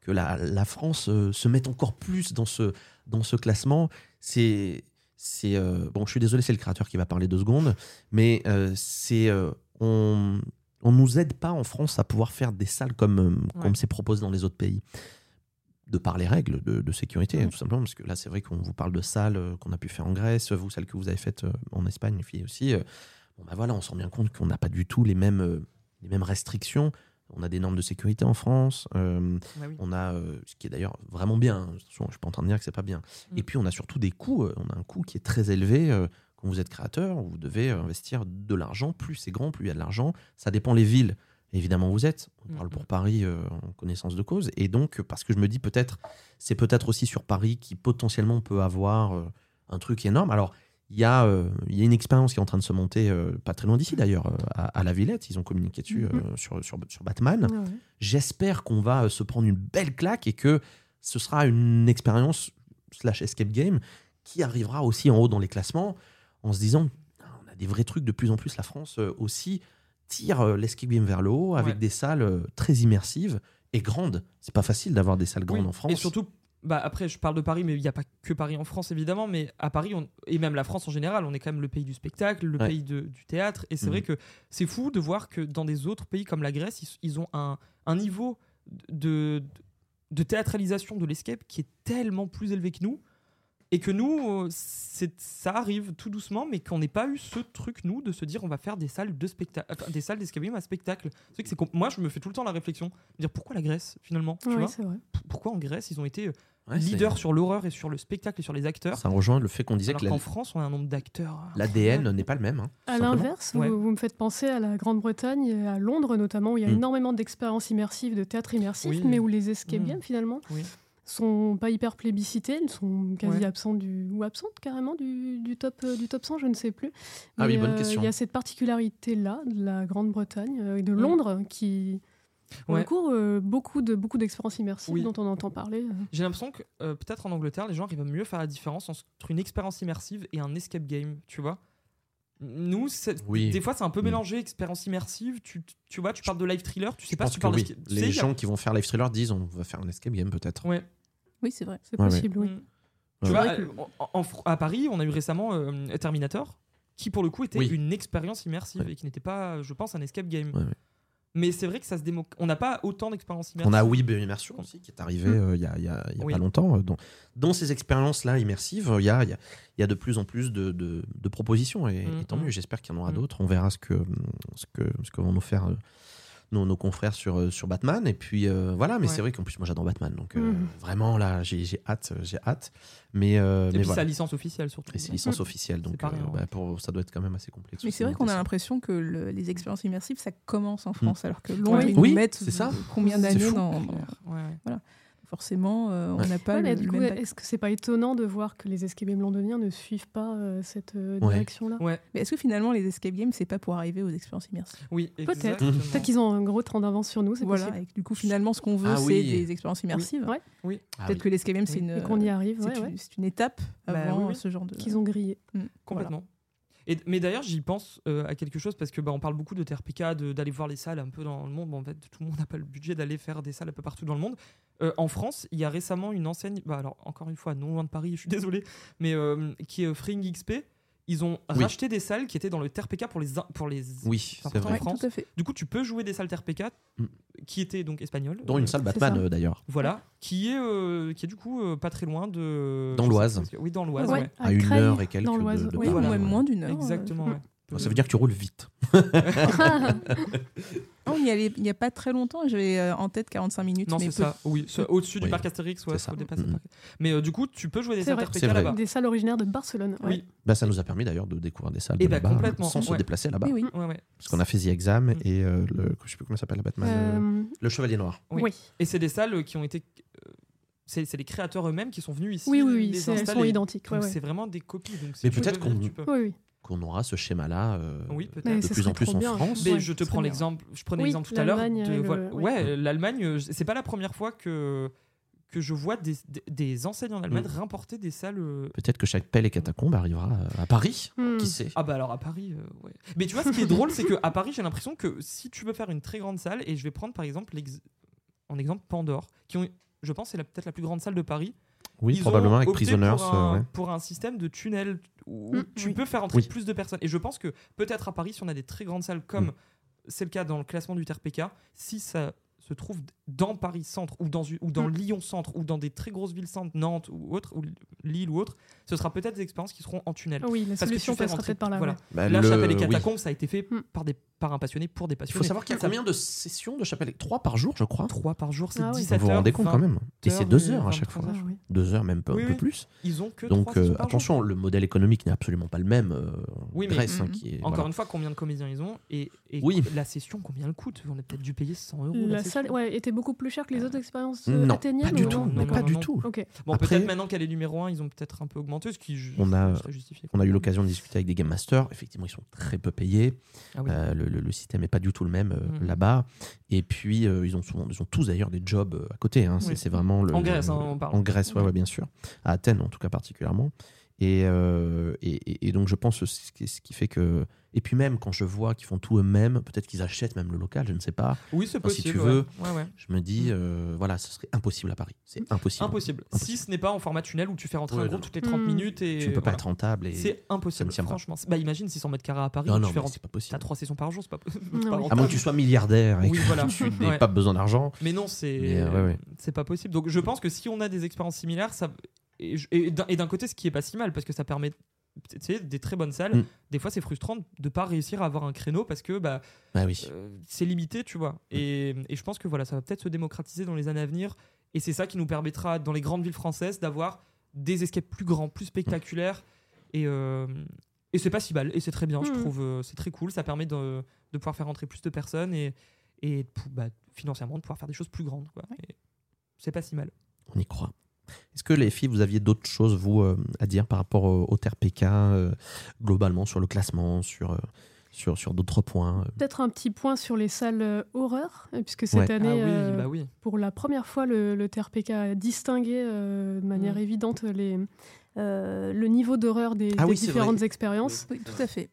S2: que la, la France euh, se mette encore plus dans ce dans ce classement. C'est c'est euh, bon, je suis désolé, c'est le créateur qui va parler deux secondes, mais euh, c'est euh, on on nous aide pas en France à pouvoir faire des salles comme euh,
S1: Ouais.
S2: comme c'est proposé dans les autres pays de par les règles de, de sécurité,
S1: Mhm.
S2: tout simplement, parce que là, c'est vrai qu'on vous parle de salles euh, qu'on a pu faire en Grèce, vous, celles que vous avez faites euh, en Espagne, les filles aussi. euh, Bon, bah voilà, on se rend bien compte qu'on n'a pas du tout les mêmes, euh, les mêmes restrictions. On a des normes de sécurité en France. euh,
S1: Bah oui.
S2: on a, euh, ce qui est d'ailleurs vraiment bien. hein, attention, Je suis pas en train de dire que c'est pas bien.
S1: Mm.
S2: Et puis, on a surtout des coûts. euh, On a un coût qui est très élevé. euh, quand vous êtes créateur, vous devez euh, investir de l'argent. Plus c'est grand, plus il y a de l'argent. Ça dépend les villes. Évidemment, vous êtes. On parle
S1: Mm,
S2: pour Paris euh, en connaissance de cause. Et donc, euh, parce que je me dis peut-être, c'est peut-être aussi sur Paris qui potentiellement peut avoir euh, un truc énorme. Alors, il y, a, euh, il y a une expérience qui est en train de se monter, euh, pas très loin d'ici d'ailleurs, euh, à, à la Villette. Ils ont communiqué dessus
S1: Mm-hmm.
S2: euh, sur, sur, sur Batman.
S3: Ah Ouais, ouais.
S2: J'espère qu'on va euh, se prendre une belle claque et que ce sera une expérience slash escape game qui arrivera aussi en haut dans les classements en se disant Ah, on a des vrais trucs de plus en plus. La France euh, aussi tire euh, l'escape game vers le haut avec
S1: Ouais.
S2: des salles euh, très immersives et grandes. C'est pas facile d'avoir des salles grandes
S1: Oui,
S2: en France.
S1: Et surtout, bah, après, je parle de Paris, mais il n'y a pas que Paris en France, évidemment. Mais à Paris, on- et même la France en général, on est quand même le pays du spectacle, le
S2: Ouais.
S1: pays de- du théâtre. Et c'est
S2: Mhm.
S1: vrai que c'est fou de voir que dans des autres pays comme la Grèce, ils, ils ont un, un niveau de, de théâtralisation de l'escape qui est tellement plus élevé que nous. Et que nous, euh, c'est- ça arrive tout doucement, mais qu'on n'ait pas eu ce truc, nous, de se dire on va faire des salles de spectacle, enfin, des salles d'escape game à spectacle. C'est vrai que c'est com- moi, je me fais tout le temps la réflexion, dire pourquoi la Grèce finalement, tu
S3: Ouais,
S1: vois
S3: c'est vrai.
S1: P- pourquoi en Grèce ils ont été
S2: Ouais, c'est-
S1: leader sur l'horreur et sur le spectacle et sur les acteurs.
S2: Ça rejoint le fait qu'on disait
S1: alors
S2: que la-
S1: qu'en France, on a un nombre d'acteurs.
S2: l'ADN
S1: incroyable.
S2: n'est pas le même. hein,
S3: À
S2: simplement.
S3: l'inverse, vous-
S1: Ouais.
S3: vous, me faites penser à la Grande-Bretagne et à Londres notamment, où il y a
S2: Mm.
S3: énormément d'expériences immersives, de théâtre immersif,
S1: Oui.
S3: mais où les escape
S1: Mm.
S3: games finalement
S1: Oui.
S3: sont pas hyper plébiscitées, elles sont quasi
S1: Ouais.
S3: absentes du, ou absentes carrément du, du top, euh, du top 100, je ne sais plus.
S2: Ah oui,
S3: Mais,
S2: bonne
S3: euh,
S2: question.
S3: Il y a cette particularité-là de la Grande-Bretagne euh, et de Londres qui... Pour
S1: Ouais.
S3: le coup, euh, beaucoup de- beaucoup d'expériences immersives
S1: Oui.
S3: dont on entend parler. euh,
S1: J'ai l'impression que euh, peut-être en Angleterre, les gens arrivent à mieux faire la différence entre une expérience immersive et un escape game, tu vois. Nous, c'est-
S2: Oui.
S1: des fois, c'est un peu
S2: Mm.
S1: mélangé, expérience immersive, tu, tu vois, tu parles de live thriller, tu sais
S2: Je
S1: pas
S2: pense
S1: si tu
S2: que
S1: parles
S2: oui.
S1: d'escape- tu sais,
S2: Les
S1: il y a-
S2: gens qui vont faire live thriller disent on va faire un escape game peut-être.
S1: hein. Ouais.
S4: Oui, c'est vrai.
S3: C'est
S2: Ouais, ouais.
S3: possible, oui.
S1: Mm. Tu
S2: Ouais.
S1: vois,
S3: C'est vrai
S1: euh, en- en Fr- à Paris, on a eu récemment euh, Terminator, qui pour le coup était
S2: Oui.
S1: une expérience immersive
S2: Ouais.
S1: et qui n'était pas, je pense, un escape game.
S2: Ouais, ouais.
S1: Mais c'est vrai que ça se démo... On n'a pas autant d'expériences immersives.
S2: On a Weeb Immersion aussi qui est arrivé
S4: Hmm.
S1: Mm.
S2: euh, il y a, il y a- il y a
S1: Oui.
S2: pas longtemps. euh, Dans, dans ces expériences-là immersives, euh, il y a, il y a- il y a de plus en plus de, de- de propositions et,
S1: Mm,
S2: et tant
S1: mm.
S4: Hmm.
S2: mieux. J'espère qu'il y en aura
S1: Mm.
S2: d'autres. On verra ce que, ce que, ce que vont nous faire euh, nos, nos confrères sur, euh, sur Batman. Et puis euh, voilà, mais
S1: Ouais.
S2: c'est vrai qu'en plus, moi j'adore Batman. Donc euh,
S4: Hmm.
S3: Mm.
S2: vraiment là, j'ai j'ai hâte. euh, J'ai hâte. Mais, euh,
S1: Et
S2: mais
S1: puis
S2: voilà.
S1: sa licence officielle surtout.
S2: Et c'est licence
S3: Mm.
S4: Hmm.
S2: officielle. Donc
S1: pas rien,
S2: euh,
S1: ouais.
S2: bah, pour, ça doit être quand même assez complexe. aussi
S4: Mais
S2: hein,
S4: c'est vrai
S2: de
S4: qu'on a
S2: monter ça.
S4: l'impression que le- les expériences immersives, ça commence en
S1: Mm.
S4: France, alors que Londres,
S3: Oui.
S4: ils nous
S2: Oui,
S4: mettent
S2: c'est ça.
S4: combien
S3: C'est
S4: d'années
S2: fou.
S4: dans, dans-
S1: Ouais, ouais.
S4: Forcément, euh,
S2: Ouais.
S4: on n'a pas
S3: Ouais,
S4: le,
S3: mais
S4: le
S3: du coup,
S4: même bac-
S3: est-ce que c'est pas étonnant de voir que les escape games londoniens ne suivent pas euh, cette euh,
S2: Ouais.
S3: direction-là
S1: Ouais,
S4: Mais est-ce que finalement, les escape games, c'est pas pour arriver aux expériences immersives
S1: oui,
S3: Peut-être.
S1: exactement.
S3: Peut-être qu'ils ont un gros train d'avance sur nous, c'est
S4: Voilà,
S3: possible.
S4: et que du coup, finalement, ce qu'on veut,
S2: Ah
S4: c'est
S2: oui.
S4: des expériences immersives.
S3: Ouais.
S2: Ah
S4: Peut-être
S2: oui.
S4: que l'escape game, c'est
S1: Oui.
S4: une,
S3: Et qu'on y arrive,
S4: c'est
S3: ouais,
S4: une,
S3: ouais.
S4: c'est une étape
S1: Bah
S4: avant
S1: oui, oui.
S4: ce genre de.
S3: Qu'ils ont grillé.
S4: Mm. Voilà.
S1: Complètement. Et, mais d'ailleurs, j'y pense euh, à quelque chose parce que bah, on parle beaucoup de TRPK, de- d'aller voir les salles un peu dans le monde. Bon, en fait, tout le monde n'a pas le budget d'aller faire des salles un peu partout dans le monde. Euh, en France, il y a récemment une enseigne, bah, alors encore une fois, non loin de Paris, je suis désolé, mais euh, qui est euh, Freeing XP. Ils ont
S2: Oui.
S1: racheté des salles qui étaient dans le TRPK pour les. in- Pour les...
S2: Oui, c'est
S1: important.
S2: vrai.
S4: Ouais,
S1: France.
S4: tout à fait.
S1: Du coup, tu peux jouer des salles TRPK
S2: Mm.
S1: qui étaient donc espagnoles.
S2: Dans une
S1: Euh,
S2: salle
S4: C'est
S2: Batman
S4: ça.
S2: euh, d'ailleurs.
S1: Voilà, qui est, euh, qui est du coup euh, pas très loin de.
S2: Dans
S1: je sais
S2: l'Oise.
S1: plus ce que- Oui, dans l'Oise.
S3: Ouais,
S1: ouais.
S2: à une
S3: Creil,
S2: heure et quelques
S3: Dans
S2: de-
S3: l'Oise.
S2: de
S4: Oui,
S2: Voilà.
S4: ou même moins d'une heure. euh,
S1: Exactement.
S3: Mm.
S1: ouais.
S2: Bon, Ça veut dire que tu roules vite.
S4: Ah, On y allait il n'y a pas très longtemps, j'avais euh, en tête 45 minutes.
S1: Non,
S4: mais
S1: c'est
S4: peu-
S1: ça. Oui, c'est au-dessus
S2: Oui.
S1: du parc Astérix, ouais,
S2: C'est ça.
S1: faut dépasser le
S2: Mm.
S1: parc. Mais euh, du coup, tu peux jouer des
S3: C'est
S1: salles
S3: vrai.
S1: TRPK
S2: C'est vrai.
S1: là-bas.
S3: Des salles originaires de Barcelone. ouais.
S1: Oui,
S2: Bah, ça nous a permis d'ailleurs de découvrir des salles
S1: Eh
S2: de
S1: ben,
S2: là-bas,
S1: complètement,
S2: sans se
S1: ouais.
S2: déplacer là-bas.
S4: Oui, oui.
S1: ouais, ouais.
S2: Parce qu'on a fait The Exam
S1: Mm.
S2: et euh, le, je sais plus comment s'appelle le Batman. euh,
S3: Euh,
S2: le Chevalier Noir.
S1: Oui.
S3: oui. oui.
S1: Et c'est des salles qui ont été. euh, C'est c'est les créateurs eux-mêmes qui sont venus ici.
S3: Oui, oui,
S1: les
S3: c'est- elles sont
S1: installer.
S3: identiques. ouais,
S1: Donc,
S3: ouais.
S1: C'est vraiment des copies. Donc, si
S2: Mais
S1: tu veux
S2: peut-être
S1: venir,
S2: qu'on-
S1: tu peux.
S3: Oui, oui.
S2: Qu'on aura ce schéma-là euh,
S1: Oui, peut-être.
S3: Mais
S2: de
S3: ce
S2: plus en
S3: serait
S2: plus
S3: trop
S2: en
S3: bien.
S2: France.
S1: Mais
S3: Ouais,
S1: je te
S3: très
S1: prends
S3: bien.
S1: l'exemple. Je prenais
S3: Oui,
S1: l'exemple tout à l'heure.
S3: l'Allemagne,
S1: de-
S3: le-
S1: voilà.
S3: ouais.
S1: Ouais, l'Allemagne. euh, C'est pas la première fois que que je vois des, des- des enseignes en Allemagne remporter des salles. euh,
S2: Peut-être que chaque pelle et catacombe arrivera euh, à Paris.
S3: Mm.
S2: Qui sait
S1: Ah bah alors à Paris, euh, ouais. Mais tu vois, ce qui est drôle, c'est que à Paris, j'ai l'impression que si tu veux faire une très grande salle, et je vais prendre par exemple l'ex- en exemple Pandore, qui ont, je pense, c'est la- peut-être la plus grande salle de Paris.
S2: Oui,
S1: Ils
S2: probablement
S1: ont
S2: avec
S1: opté
S2: Prisoners.
S1: Pour un,
S2: euh, ouais.
S1: pour un système de tunnel où
S3: Mm,
S1: tu
S4: oui.
S1: peux faire entrer
S2: Oui.
S1: plus de personnes. Et je pense que peut-être à Paris, si on a des très grandes salles comme
S2: Mm.
S1: c'est le cas dans le classement du TRPK, si ça se trouve dans Paris centre ou dans, une- ou dans
S3: Mm.
S1: Lyon centre ou dans des très grosses villes centre, Nantes ou autre, ou Lille ou autre, ce sera peut-être des expériences qui seront en tunnel.
S3: Ah Oui, la
S1: Parce que tu
S3: solution
S1: fais
S3: passera
S1: rentrer-
S3: peut-être par là.
S1: voilà.
S3: ouais.
S2: Bah,
S1: La
S2: le-
S1: chapelle et
S2: oui.
S1: catacombes, ça a été fait
S3: Mm.
S1: par, des, par un passionné pour des
S2: Il
S1: passionnés.
S2: faut savoir qu'il y a
S1: Ça-
S2: combien de sessions de chapelle Trois par jour, je crois.
S1: 3 par jour, c'est
S3: Ah ouais.
S1: 17
S2: Vous vous
S1: heures,
S2: rendez compte
S1: 20
S2: quand même. Et c'est deux
S1: et
S2: heures à chaque fois.
S3: Ah,
S1: 23 heures.
S3: oui.
S2: Deux heures, même pas
S1: Oui,
S2: un
S1: oui.
S2: peu plus.
S1: Ils ont que
S2: Donc
S1: trois
S2: euh,
S1: sessions par jour.
S2: attention, le modèle économique n'est absolument pas le même euh, en
S1: Oui, mais- mm-hmm.
S2: Grèce, hein,
S4: Mhm.
S2: qui est,
S1: Encore
S2: voilà.
S1: une fois, combien de comédiens ils ont et, et
S2: Oui.
S1: co- la session, combien elle coûte On a peut-être dû payer 100 euros.
S3: La
S1: session.
S3: salle ouais, était beaucoup plus chère que les autres expériences euh,
S2: Non,
S3: athéniennes
S2: pas du
S3: ou
S2: tout,
S3: non
S2: mais
S3: D'accord.
S2: pas du
S1: non.
S2: tout.
S3: Ok.
S1: Bon,
S2: Après-
S1: peut-être maintenant qu'elle est numéro 1, ils ont peut-être un peu augmenté, ce qui ju-
S2: On a-
S1: serait justifié.
S2: On a eu l'occasion de discuter avec des game masters. Effectivement, ils sont très peu payés.
S1: Ah oui.
S2: Euh, le, le- le système n'est pas du tout le même euh,
S1: Mhm.
S2: là-bas. Et puis, euh, ils ont souvent, ils ont tous d'ailleurs des jobs euh, à côté. hein. C'est
S1: Oui.
S2: c'est vraiment le-
S1: En Grèce,
S2: le-
S1: hein, on parle.
S2: En Grèce, ouais, ouais, bien sûr. À Athènes, en tout cas particulièrement. Et, euh, et, et- et donc, je pense que c'est ce qui- ce qui fait que. Et puis même quand je vois qu'ils font tout eux-mêmes, peut-être qu'ils achètent même le local, je ne sais pas.
S1: Oui, c'est
S2: Enfin, Ah, si
S1: possible.
S2: tu
S1: ouais.
S2: veux.
S1: Ouais, ouais.
S2: Je me dis, euh, voilà, ce serait impossible à Paris. C'est impossible.
S1: Mm. Impossible. Si
S2: Impossible.
S1: ce n'est pas en format tunnel où tu fais rentrer
S2: Ouais,
S1: un
S2: non,
S1: groupe
S2: non.
S1: toutes les 30
S3: Mm.
S1: minutes et.
S2: Tu ne peux pas
S1: voilà.
S2: être rentable. Et...
S1: C'est impossible,
S2: tient pas.
S1: franchement. Bah, imagine 600 mètres carrés à Paris,
S2: Non,
S1: où
S2: non,
S1: tu fais
S2: mais
S1: rentrer.
S2: c'est pas
S1: T'as
S2: possible. Ah,
S1: trois sessions par jour, c'est pas, c'est pas
S3: oui. À moins
S2: À moins que
S1: rentable.
S2: tu sois milliardaire et
S1: Oui, voilà.
S2: que tu n'aies
S1: Ouais.
S2: pas besoin d'argent.
S1: Mais non, c'est
S2: Mais, euh, ouais, ouais.
S1: c'est pas possible. Donc je pense que si on a des expériences similaires, ça et, je- et d'un et d'un côté, ce qui est pas si mal parce que ça permet tu sais, des très bonnes salles.
S2: Mm.
S1: Des fois, c'est frustrant de pas réussir à avoir un créneau parce que bah
S2: Bah oui.
S1: euh, c'est limité, tu vois. Et, et je pense que voilà, ça va peut-être se démocratiser dans les années à venir. Et c'est ça qui nous permettra, dans les grandes villes françaises, d'avoir des escapes plus grands, plus spectaculaires. Et, euh, et c'est pas si mal. Et c'est très bien, je
S5: Mhm.
S1: trouve. euh, C'est très cool. Ça permet de, de pouvoir faire rentrer plus de personnes et, et de pou- bah, financièrement de pouvoir faire des choses plus grandes. quoi.
S4: Ouais.
S1: Et C'est pas si mal.
S2: On y croit. Est-ce que les filles, vous aviez d'autres choses, vous, euh, à dire par rapport au, au TRPK, euh, globalement, sur le classement, sur, euh, sur, sur d'autres points euh,
S3: Peut-être un petit point sur les salles euh, horreur, euh, puisque
S2: Ouais.
S3: cette
S1: Ah oui,
S3: année, euh,
S1: bah oui.
S3: pour la première fois, le, le TRPK a distingué euh, de manière
S1: Mm.
S3: évidente les, euh, le niveau d'horreur des,
S2: Ah
S3: des
S2: oui, c'est vrai.
S3: différentes expériences.
S4: Oui, tout à fait.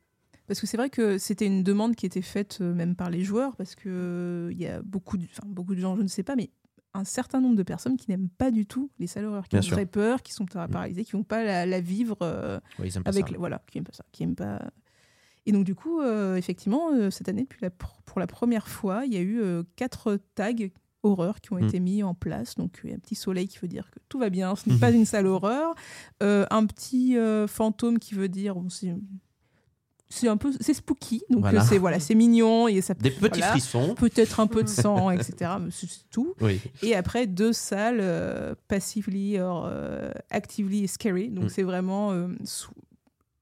S4: Parce que c'est vrai que c'était une demande qui était faite euh, même par les joueurs, parce que euh, il y a beaucoup de, enfin, beaucoup de gens, je ne sais pas, mais un certain nombre de personnes qui n'aiment pas du tout les salles horreurs, qui
S2: Bien
S4: ont
S2: sûr. Mm.
S4: très peur, qui sont paralysées, qui n'ont pas la, la vivre euh,
S2: ouais, ils aiment pas
S4: avec
S2: ça.
S4: le- voilà, qui aiment pas ça, qui aiment pas. Et donc du coup, euh, effectivement, euh, cette année, depuis la pr- pour la première fois, il y a eu euh, quatre tags horreur qui ont
S2: Mm.
S4: été mis en place. Donc il y a un petit soleil qui veut dire que tout va bien, ce n'est pas une salle horreur. Euh, un petit euh, fantôme qui veut dire bon, c'est c'est un peu c'est spooky, donc
S2: Voilà.
S4: euh, c'est voilà, c'est mignon et ça
S2: Des petits
S4: voilà.
S2: frissons.
S4: peut-être un peu de sang, etc. Mais c'est c'est tout.
S2: Oui.
S4: Et après, deux salles, euh, passively or euh, actively scary. Donc,
S2: Mm.
S4: c'est vraiment euh, sou-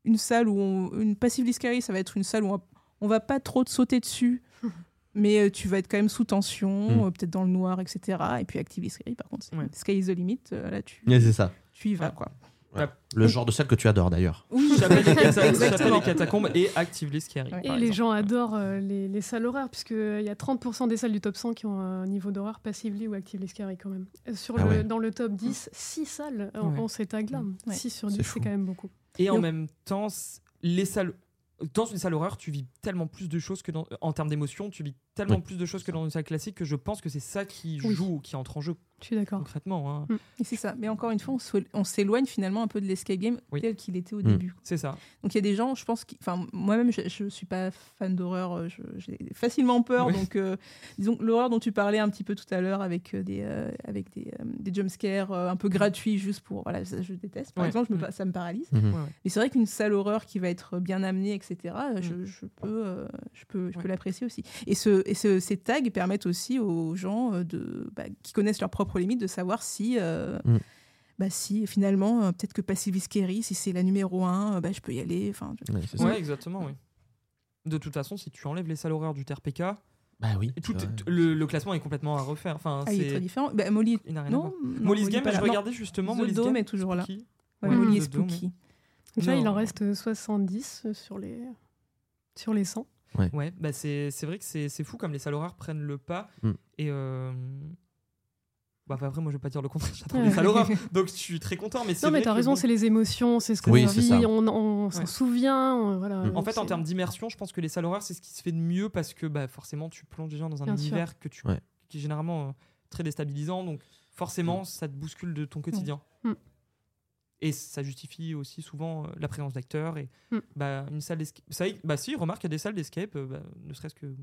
S4: une salle où on, une passively scary, ça va être une salle où on, on va pas trop te sauter dessus, mais euh, tu vas être quand même sous tension,
S2: Mm.
S4: euh, peut-être dans le noir, etc. Et puis, actively scary, par contre, c'est-
S1: Ouais.
S4: sky is the limit. euh, là, tu,
S2: Mais c'est ça.
S4: tu y vas,
S2: Ah,
S1: Ouais.
S4: quoi.
S2: Le genre de salle que tu adores d'ailleurs.
S4: Oui,
S1: Chapelle des cata- Chapelle
S4: exactement.
S1: des catacombes et Active List Scary.
S4: Ouais.
S1: par
S3: Et les
S1: exemple.
S3: gens adorent euh, les, les salles horreurs, puisqu'il y a 30% des salles du top 100 qui ont un niveau d'horreur passively ou actively scary quand même. Euh, Sur
S2: Ah
S3: le,
S2: ouais.
S3: Dans le top 10, 6 salles euh,
S1: Mm. Ouais.
S3: ont ces tags-là.
S4: Ouais.
S3: 6 sur
S2: C'est
S3: 10,
S2: fou.
S3: c'est quand même beaucoup.
S1: Et en
S4: Donc-
S1: même temps, c- les salles. Dans une salle horreur, tu vis tellement plus de choses que dans, euh, en termes d'émotion, tu vis tellement
S2: Oui.
S1: plus de choses que dans une salle classique que je pense que c'est ça qui
S3: Oui.
S1: joue, qui entre en jeu
S3: Je suis
S4: Ah.
S3: d'accord.
S1: concrètement. hein.
S4: Et c'est ça. Mais encore une fois, on se- on s'éloigne finalement un peu de l'escape game
S1: Oui.
S4: tel qu'il était au
S2: Mm.
S4: début.
S1: C'est ça.
S4: Donc il y a des gens, je pense, qui, enfin moi-même, je, je suis pas fan d'horreur, euh, je- j'ai facilement peur.
S1: Oui.
S4: Donc euh, disons que l'horreur dont tu parlais un petit peu tout à l'heure avec euh, des euh, avec des, euh, des jumpscares euh, un peu gratuits juste pour voilà, ça, je déteste. Par
S1: Ouais.
S4: exemple, je me
S1: Mm.
S4: pa- ça me paralyse.
S2: Mhm.
S1: Ouais, ouais.
S4: Mais c'est vrai qu'une sale horreur qui va être bien amenée, etc. euh,
S1: Mm.
S4: Je, je peux euh, je peux je
S1: Ouais.
S4: peux l'apprécier aussi. Et ce et ce- ces tags permettent aussi aux gens euh, de bah, qui connaissent leurs propres limites de savoir si euh,
S2: Mm.
S4: bah, si finalement, euh, peut-être que Passivis Scary, si c'est la numéro 1, bah, je peux y aller. Enfin, je-
S2: Ouais, c'est ça.
S1: Ouais, exactement, oui. De toute façon, si tu enlèves les salles horreurs du TRPK,
S2: Bah oui.
S1: tout,
S2: c'est vrai.
S1: t- le, le classement est complètement à refaire. Enfin,
S4: Ah, il est très
S1: c'est.
S4: différent. Bah, Molly,
S1: Il n'a rien à voir.
S4: non, non,
S1: Molly's
S4: Molly
S1: Game,
S4: pas
S1: je
S4: là.
S1: regardais justement
S4: Non, The
S1: Molly's
S4: Dome
S1: Game.
S4: est toujours là.
S1: Qui-
S4: Ouais,
S3: Ouais,
S4: Molly
S1: The
S4: est
S1: Dome,
S4: spooky.
S3: Donc là,
S1: Non.
S3: il en reste euh, 70 euh, sur les, sur les 100.
S1: Ouais, bah c'est c'est vrai que c'est c'est fou comme les salles horreurs prennent le pas.
S2: Mm.
S1: Et. euh, Bah, enfin, après, moi, je vais pas dire le contraire, j'attends
S3: Ouais.
S1: les salles horreurs. Donc, je suis très content. Mais c'est
S3: Non, mais
S1: vrai
S3: t'as
S1: que,
S3: raison,
S1: bon,
S3: c'est les émotions, c'est ce que
S2: Oui,
S3: l'on
S2: c'est
S3: vit,
S2: ça.
S3: on, on s'en
S1: Ouais.
S3: souvient. on- voilà,
S2: Mm.
S1: En fait, en
S3: c'est-
S1: termes d'immersion, je pense que les salles horreurs, c'est ce qui se fait de mieux parce que bah, forcément, tu plonges déjà dans un
S3: Bien sûr.
S1: univers que tu,
S2: Ouais.
S1: qui est généralement euh, très déstabilisant. Donc,
S2: Mm.
S1: forcément, ça te bouscule de ton quotidien.
S3: Mm.
S1: Et ça justifie aussi souvent euh, la présence d'acteurs. Et
S3: Mm.
S1: bah, une salle d'escape. ça y- Bah, si, remarque, il y a des salles d'escape, euh, bah, ne serait-ce que.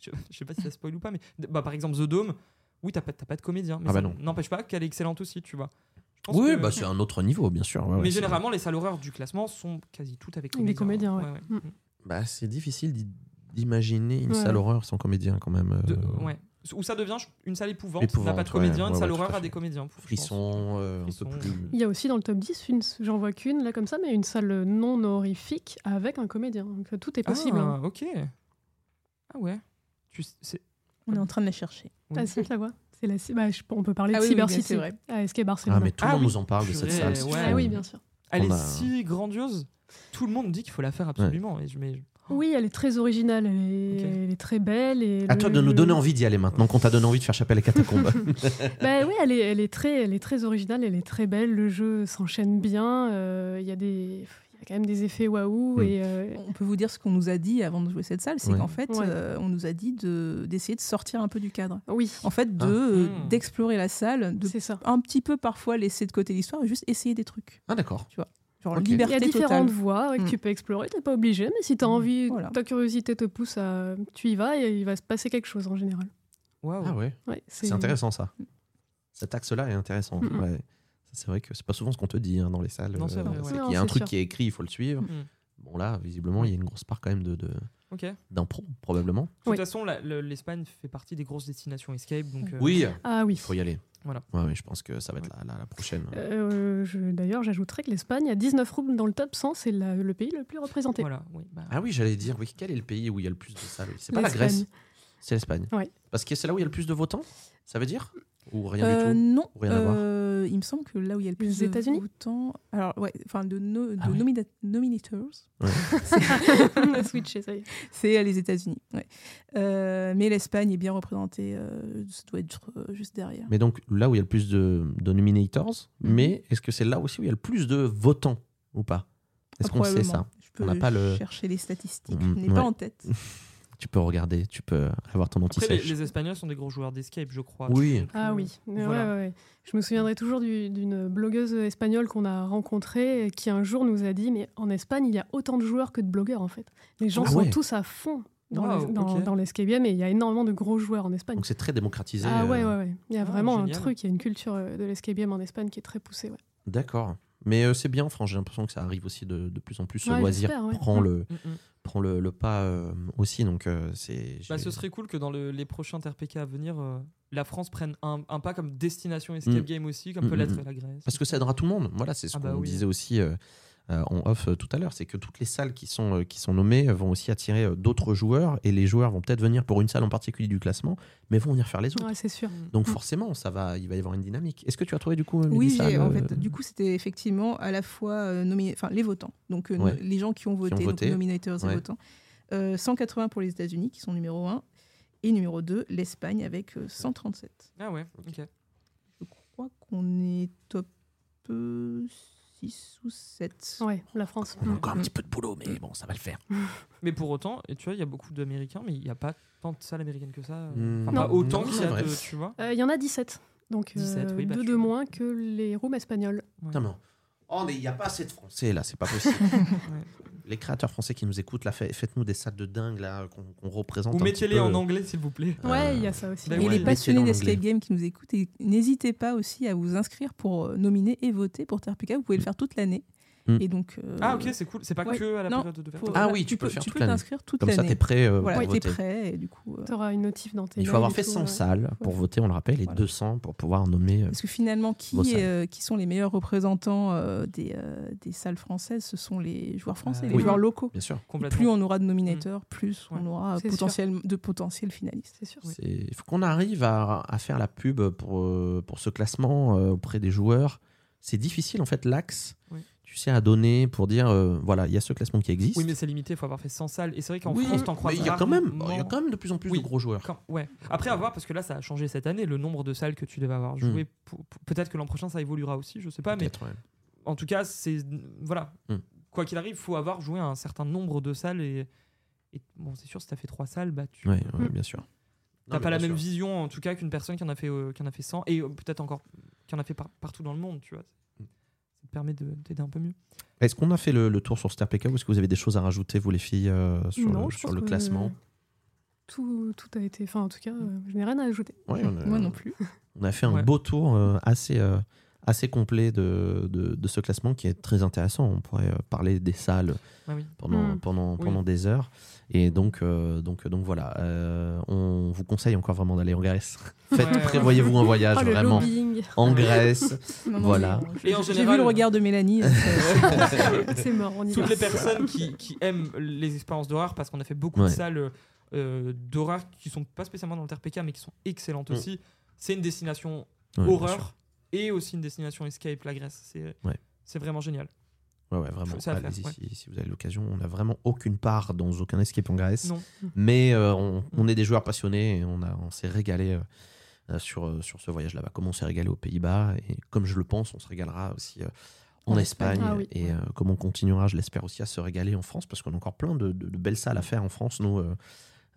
S1: Je, je sais pas si ça spoil ou pas, mais d- bah, par exemple, The Dome, oui, t'as pas, t'as pas de comédien. Mais
S2: Ah bah
S1: ça
S2: non.
S1: n'empêche pas qu'elle est excellente aussi, tu vois. Je pense
S2: Oui,
S1: que-
S2: bah c'est un autre niveau, bien sûr. Ouais, ouais,
S1: mais
S2: c'est-
S1: généralement, les salles horreurs du classement sont quasi toutes avec
S3: Avec des comédiens, ouais. Mm.
S2: Bah, c'est difficile d'i- d'imaginer une
S3: Ouais.
S2: salle horreur sans comédien quand même.
S1: De-
S2: euh,
S1: ouais. Où ça devient une salle épouvante,
S2: Épouvante,
S1: n'a pas de
S2: ouais,
S1: comédien,
S2: ouais,
S1: une salle
S2: ouais, tout
S1: horreur
S2: à
S1: à
S2: fait.
S1: des comédiens. je pense.
S2: Frissons, euh, un
S1: Frissons.
S2: peu plus.
S3: Il y a aussi dans le top 10, une- j'en vois qu'une, là comme ça, mais une salle non horrifique avec un comédien. Donc euh, tout est possible. hein.
S1: Ah, ok. Ah ouais. Tu, s- c'est-
S4: On est en train de la chercher.
S1: oui.
S3: Ah si, je la vois. C'est la... ci- bah, je- On peut parler
S4: Ah
S3: de
S4: oui, oui,
S3: Cyber
S4: bien,
S3: City
S4: c'est vrai.
S3: à Escape Barcelone.
S2: Ah, mais tout le
S1: Ah
S2: monde
S1: oui.
S2: nous en parle de cette
S1: Purée,
S2: salle. c'est
S1: ouais.
S2: fou.
S1: Ah
S3: oui, bien sûr.
S1: Elle
S2: On
S1: est
S2: a-
S1: si grandiose. Tout le monde dit qu'il faut la faire absolument. Et je, mais,
S3: Oui, elle est très originale, elle est,
S1: Ok.
S3: elle est très belle. Et
S2: Oh. À
S3: le-
S2: toi de nous
S3: le-
S2: donner envie d'y aller maintenant qu'on t'a donné envie de faire chapelle à catacombe.
S3: Bah oui, elle est, elle est très, elle est très originale, elle est très belle. Le jeu s'enchaîne bien. euh, Il y a des, il y a quand même des effets waouh
S2: Mm.
S3: et euh,
S4: On peut vous dire ce qu'on nous a dit avant de jouer cette salle, c'est
S2: Ouais.
S4: qu'en fait,
S3: Ouais.
S4: euh, on nous a dit de- d'essayer de, sortir un peu du cadre.
S3: oui,
S4: En fait, de
S2: Ah.
S4: euh,
S1: Mm.
S4: d'explorer la salle, de
S3: c'est ça.
S4: un petit peu parfois laisser de côté l'histoire et juste essayer des trucs.
S2: Ah d'accord.
S4: Genre
S2: Ok.
S3: Il y a
S4: liberté
S3: différentes
S4: totale.
S3: voies ouais, que
S4: Mm.
S3: tu peux explorer, t'es pas obligé, mais si t'as envie,
S4: Voilà.
S3: ta curiosité te pousse à. Tu y vas et il va se passer quelque chose en général.
S1: waouh.
S2: Ah ouais.
S3: Ouais,
S2: C'est intéressant ça. Cet axe-là est intéressant.
S3: Mm.
S2: ouais. Ça, C'est vrai que c'est pas souvent ce qu'on te dit hein, dans les salles.
S1: Non, c'est
S2: Euh,
S1: vrai, ouais.
S2: c'est qu'il
S3: Non,
S2: y a un
S3: c'est
S2: truc
S3: sûr.
S2: qui est écrit, il faut le suivre.
S1: Mm.
S2: Bon, là, visiblement, il y a une grosse part quand même de, de-
S1: Ok. De
S2: d'impro, probablement.
S1: toute
S3: Oui.
S1: façon, la- le- l'Espagne fait partie des grosses destinations escape. Donc, euh,
S2: Oui,
S3: Ah oui.
S2: il faut y aller.
S1: Voilà.
S2: Ouais, ouais, je pense que ça va être la, la- la prochaine.
S3: Euh, je- D'ailleurs, j'ajouterais que l'Espagne, à 19 roubles dans le top 100, c'est la- le pays le plus représenté.
S1: Voilà, oui, bah,
S2: Ah oui, j'allais dire, oui, quel est le pays où il y a le plus de ça oui C'est pas la
S3: L'Espagne.
S2: Grèce, c'est l'Espagne.
S3: Ouais.
S2: Parce que c'est là où il y a le plus de votants, ça veut dire Ou rien du
S4: Euh,
S2: tout
S4: Non,
S2: Ou rien à voir
S4: euh, il me semble que là où il y a le plus
S3: Les États-Unis
S4: de votants, alors ouais, enfin de, no- de
S2: Ah ouais.
S4: nomina- nominators,
S3: On a switché, ça y est.
S4: c'est euh, les États-Unis. ouais. Euh, mais l'Espagne est bien représentée, euh, ça doit être euh, juste derrière.
S2: Mais donc, là où il y a le plus de, de nominators,
S4: Mhm.
S2: mais est-ce que c'est là aussi où il y a le plus de votants ou pas Est-ce
S4: Ah,
S2: qu'on sait ça
S4: probablement. Je peux
S2: On n'a pas le-
S4: chercher les statistiques,
S2: Mm,
S4: je n'ai
S2: ouais.
S4: pas en tête.
S2: Tu peux regarder, tu peux avoir ton
S1: Après, les,
S2: anti-sèche.
S1: les Espagnols sont des gros joueurs d'escape, je crois.
S2: Oui.
S1: Donc,
S3: Ah
S1: euh,
S3: oui,
S4: Mm.
S3: Ouais,
S1: voilà.
S3: ouais, ouais. je me souviendrai toujours du- d'une blogueuse espagnole qu'on a rencontrée et qui un jour nous a dit Mais en Espagne, il y a autant de joueurs que de blogueurs en fait. Les gens
S2: Ah
S3: sont
S2: ouais.
S3: tous à fond dans
S1: Waouh,
S3: les- dans-
S1: ok.
S3: dans l'escape game et il y a énormément de gros joueurs en Espagne.
S2: Donc c'est très démocratisé.
S3: Ah ouais,
S2: euh,
S3: ouais, ouais. Il y a
S1: Ah,
S3: vraiment un
S1: génial.
S3: truc, il y a une culture euh, de l'escape game en Espagne qui est très poussée. ouais.
S2: D'accord. Mais euh, c'est bien, enfin, j'ai l'impression que ça arrive aussi de, de plus en plus. Ce
S3: Ouais,
S2: loisir
S3: j'espère, ouais.
S2: prend,
S3: Mm.
S2: le,
S1: Mm, mm.
S2: prend le, le pas euh, aussi. Donc euh, c'est.
S1: Bah,
S2: j'ai-
S1: ce serait cool que dans le- les prochains TRPK à venir, euh, la France prenne un, un pas comme destination escape
S2: Mm.
S1: game aussi, comme
S2: Mm,
S1: peut
S2: mm,
S1: l'être
S2: mm.
S1: la Grèce.
S2: Parce que ça aidera tout le monde. Voilà, c'est ce
S1: Ah bah
S2: qu'on
S1: oui.
S2: disait aussi euh, euh, en off euh, tout à l'heure. C'est que toutes les salles qui sont, euh, qui sont nommées euh, vont aussi attirer euh, d'autres joueurs. Et les joueurs vont peut-être venir pour une salle en particulier du classement, mais vont venir faire les autres.
S3: Ouais, c'est sûr.
S2: Donc
S3: Mm.
S2: forcément, ça va, il va y avoir une dynamique. Est-ce que tu as trouvé du coup euh,
S4: Oui,
S2: Mélissa,
S4: j'ai- en
S2: le-
S4: fait, du coup, c'était effectivement à la fois euh, nomi- enfin, les votants, donc euh,
S2: Ouais.
S4: no- les gens qui ont voté, donc
S2: voté.
S4: nominators
S2: Ouais.
S4: et votants. Euh, 180 pour les États-Unis, qui sont numéro 1, et numéro 2, l'Espagne avec euh, 137.
S1: Ah ouais, ok.
S4: Je crois qu'on est top 6 ou 7.
S3: Ouais, la France.
S2: on a
S3: Mm.
S2: encore un petit peu de boulot, mais bon, ça va le faire.
S1: Mais pour autant, et tu vois, il y a beaucoup d'Américains, mais il n'y a pas tant de salles américaines que ça. euh,
S2: Mm.
S1: enfin, pas
S3: Non.
S1: autant
S2: Non,
S1: qu'il y
S2: c'est
S1: a
S2: vrai.
S1: de. Tu vois
S3: Euh, Il y en a 17. Donc euh,
S1: 17, oui, bah,
S3: deux
S1: tu-
S3: de moins que les rooms espagnols.
S1: Ouais.
S2: Putain, mais on- Oh, mais il n'y a pas assez de Français là, c'est pas possible. Les créateurs français qui nous écoutent, là, fait- faites-nous des salles de dingue là, qu'on qu'on représente.
S1: Ou
S2: un petit
S1: mettez-les
S2: peu.
S1: en anglais, s'il vous plaît.
S2: Euh,
S3: Ouais, il y a ça aussi.
S1: bah
S4: Et
S1: oui.
S4: les
S1: métier
S4: passionnés
S2: dans l'anglais.
S4: d'escape game qui nous écoutent, et n'hésitez pas aussi à vous inscrire pour euh, nominer et voter pour TRPK. Vous pouvez le faire toute l'année.
S2: Mm.
S4: Et donc, euh,
S1: Ah ok, c'est cool. C'est pas
S4: Ouais.
S1: que à la
S4: Non,
S1: période de euh,
S4: faut-
S1: verre.
S2: Ah
S4: voilà,
S2: oui, tu peux
S4: peux
S2: faire
S4: tu
S2: toute
S4: peux
S2: l'année.
S4: t'inscrire toute
S2: Comme ça,
S4: l'année.
S2: t'es prêt euh,
S4: Voilà,
S2: pour voter.
S4: t'es prêt et du coup. euh,
S3: T'auras une notif dans tes
S2: Il faut
S3: mails
S2: avoir
S3: et
S2: fait
S3: tout,
S2: 100
S3: ouais.
S2: salles pour
S4: Ouais.
S2: voter, on le rappelle, et
S4: Voilà.
S2: 200 pour pouvoir nommer. euh,
S4: Parce que finalement,
S2: Vos
S4: qui,
S2: salles.
S4: euh, qui sont les meilleurs représentants euh, des, euh, des salles françaises Ce sont les joueurs français,
S1: Ah,
S4: les
S2: oui.
S4: joueurs locaux.
S2: Bien sûr.
S4: Et
S1: Complètement. Mmh.
S4: Plus on aura de nominateurs, plus
S1: Ouais.
S4: on aura
S3: C'est
S4: potentiel, de potentiels finalistes.
S3: C'est sûr.
S1: Oui.
S2: C'est- Il faut qu'on arrive à, à faire la pub pour, euh, pour ce classement euh, auprès des joueurs. C'est difficile en fait l'axe,
S1: Oui.
S2: tu sais, à donner pour dire euh, voilà, il y a ce classement qui existe.
S1: Oui, mais c'est limité. Il faut avoir fait 100 salles. Et c'est vrai qu'en
S2: Oui,
S1: France, t'en crois
S2: mais il y a quand même, il y a quand même de plus en plus
S1: Oui.
S2: de gros joueurs.
S1: Quand- ouais. Après, à voir, parce que là, ça a changé cette année, le nombre de salles que tu devais avoir joué. Pour- pour- Peut-être que l'an prochain, ça évoluera aussi, je sais pas. Mais
S2: Mm. Peut-être, ouais.
S1: en tout cas, c'est. Voilà.
S2: Mm.
S1: Quoi qu'il arrive, faut avoir joué à un certain nombre de salles. Et, et bon, c'est sûr, si t'as fait 3 salles, bah, tu
S2: Ouais, ouais,
S3: Mm.
S2: bien sûr.
S1: t'as pas la même vision, en tout cas, qu'une personne qui en a fait, euh, qui en a fait 100. Et euh, peut-être encore. qui en a fait par- partout dans le monde, tu vois. Ça te permet de t'aider un peu mieux.
S2: Est-ce qu'on a fait le, le tour sur ce TRPK ou est-ce que vous avez des choses à rajouter, vous les filles, euh, sur
S3: Non,
S2: le,
S3: je
S2: sur
S3: pense
S2: le
S3: que
S2: classement
S3: Tout, tout a été. Enfin, en tout cas, euh, je n'ai rien à ajouter.
S2: Ouais, on, a,
S4: Moi non plus.
S2: on a fait un
S1: Ouais.
S2: beau tour euh, assez, euh, assez complet de, de, de ce classement qui est très intéressant. On pourrait euh, parler des salles
S1: Ah oui.
S2: pendant,
S3: Mm.
S2: pendant,
S1: Oui.
S2: pendant des heures. Et donc, euh, donc, donc voilà, Euh, on vous conseille encore vraiment d'aller en Grèce.
S1: Ouais,
S2: Faites,
S1: Oh, ouais.
S2: prévoyez-vous un voyage
S3: Ah, le
S2: vraiment
S3: lobbying,
S2: en Grèce.
S4: Non, non,
S2: Voilà.
S4: mais, euh,
S1: Et en
S4: j'ai- J'ai
S1: général-
S4: vu le regard de Mélanie. donc, euh,
S3: c'est mort, on y va.
S1: toutes les personnes qui, qui aiment les expériences d'horreur parce qu'on a fait beaucoup
S2: Ouais.
S1: de salles euh, d'horreur qui sont pas spécialement dans le TRPK mais qui sont excellentes
S2: Mm.
S1: aussi. C'est une destination
S2: Ouais, bien sûr.
S1: horreur et aussi une destination escape la Grèce. C'est
S2: Ouais.
S1: c'est vraiment génial.
S2: Ouais, ouais, vraiment.
S1: C'est à faire,
S2: Allez-y
S1: ouais.
S2: si, si vous avez l'occasion. On n'a vraiment aucune part dans aucun escape en Grèce.
S1: Non.
S2: Mais euh, on, on est des joueurs passionnés et on, a- on s'est régalé euh, euh, sur, euh, sur ce voyage là-bas. Comme on s'est régalé aux Pays-Bas et comme je le pense, on se régalera aussi euh, en,
S4: En
S2: Espagne.
S4: Espagne.
S3: Ah oui.
S2: Et euh, comme on continuera, je l'espère aussi, à se régaler en France parce qu'on a encore plein de, de- de belles salles à faire en France, nous. euh,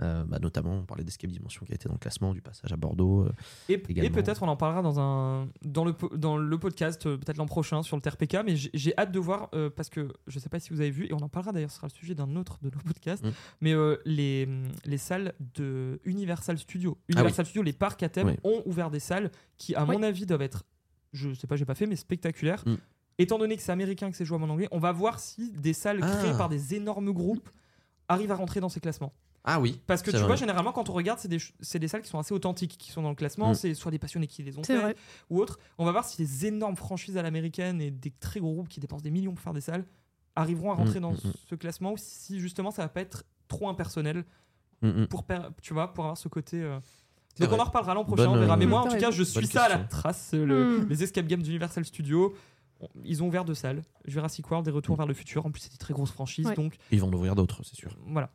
S2: euh, bah, notamment, on parlait d'Escape Dimension qui a été dans le classement, du passage à Bordeaux. euh,
S1: Et, et
S2: Également.
S1: peut-être on en parlera dans, un, dans, le, po- dans le podcast, euh, peut-être l'an prochain sur le TRPK, mais j'ai- j'ai hâte de voir, euh, parce que je sais pas si vous avez vu, et on en parlera d'ailleurs, ce sera le sujet d'un autre de nos podcasts,
S2: Mm.
S1: mais euh, les, les salles de Universal Studios,
S2: Ah
S1: Universal Studios, les parcs à thème
S2: Oui.
S1: ont ouvert des salles qui, à
S3: Oui.
S1: mon avis, doivent être, je sais pas, j'ai pas fait, mais spectaculaires.
S2: Mm.
S1: Étant donné que c'est américain que c'est jouable en anglais, on va voir si des salles créées
S2: Ah.
S1: par des énormes groupes arrivent à rentrer dans ces classements.
S2: Ah oui.
S1: Parce que
S2: C'est
S1: tu
S2: vrai.
S1: vois, généralement, quand on regarde, c'est des, ch- c'est des salles qui sont assez authentiques, qui sont dans le classement.
S2: Mm.
S1: C'est soit des passionnés qui les ont
S3: C'est
S1: fait
S3: vrai.
S1: ou autre. On va voir si des énormes franchises à l'américaine et des très gros groupes qui dépensent des millions pour faire des salles arriveront à rentrer
S2: Mm,
S1: dans
S2: mm, mm.
S1: ce classement ou si justement ça va pas être trop impersonnel
S2: Mm, mm.
S1: pour per- tu vois pour avoir ce côté euh,
S2: C'est
S1: donc on
S2: vrai.
S1: en reparlera l'an prochain
S2: Bonne,
S1: on verra
S2: euh,
S1: mais moi en
S4: T'as
S1: tout cas je suis
S2: Bonne
S1: ça à la
S2: question.
S1: trace le-
S3: Mm.
S1: les escape games d'Universal Studios on- ils ont ouvert deux salles Jurassic World et
S2: Mm.
S1: Retour vers le futur en plus c'est des très grosses franchises
S3: Ouais.
S1: donc
S2: Ils vont en ouvrir d'autres, c'est sûr.
S1: voilà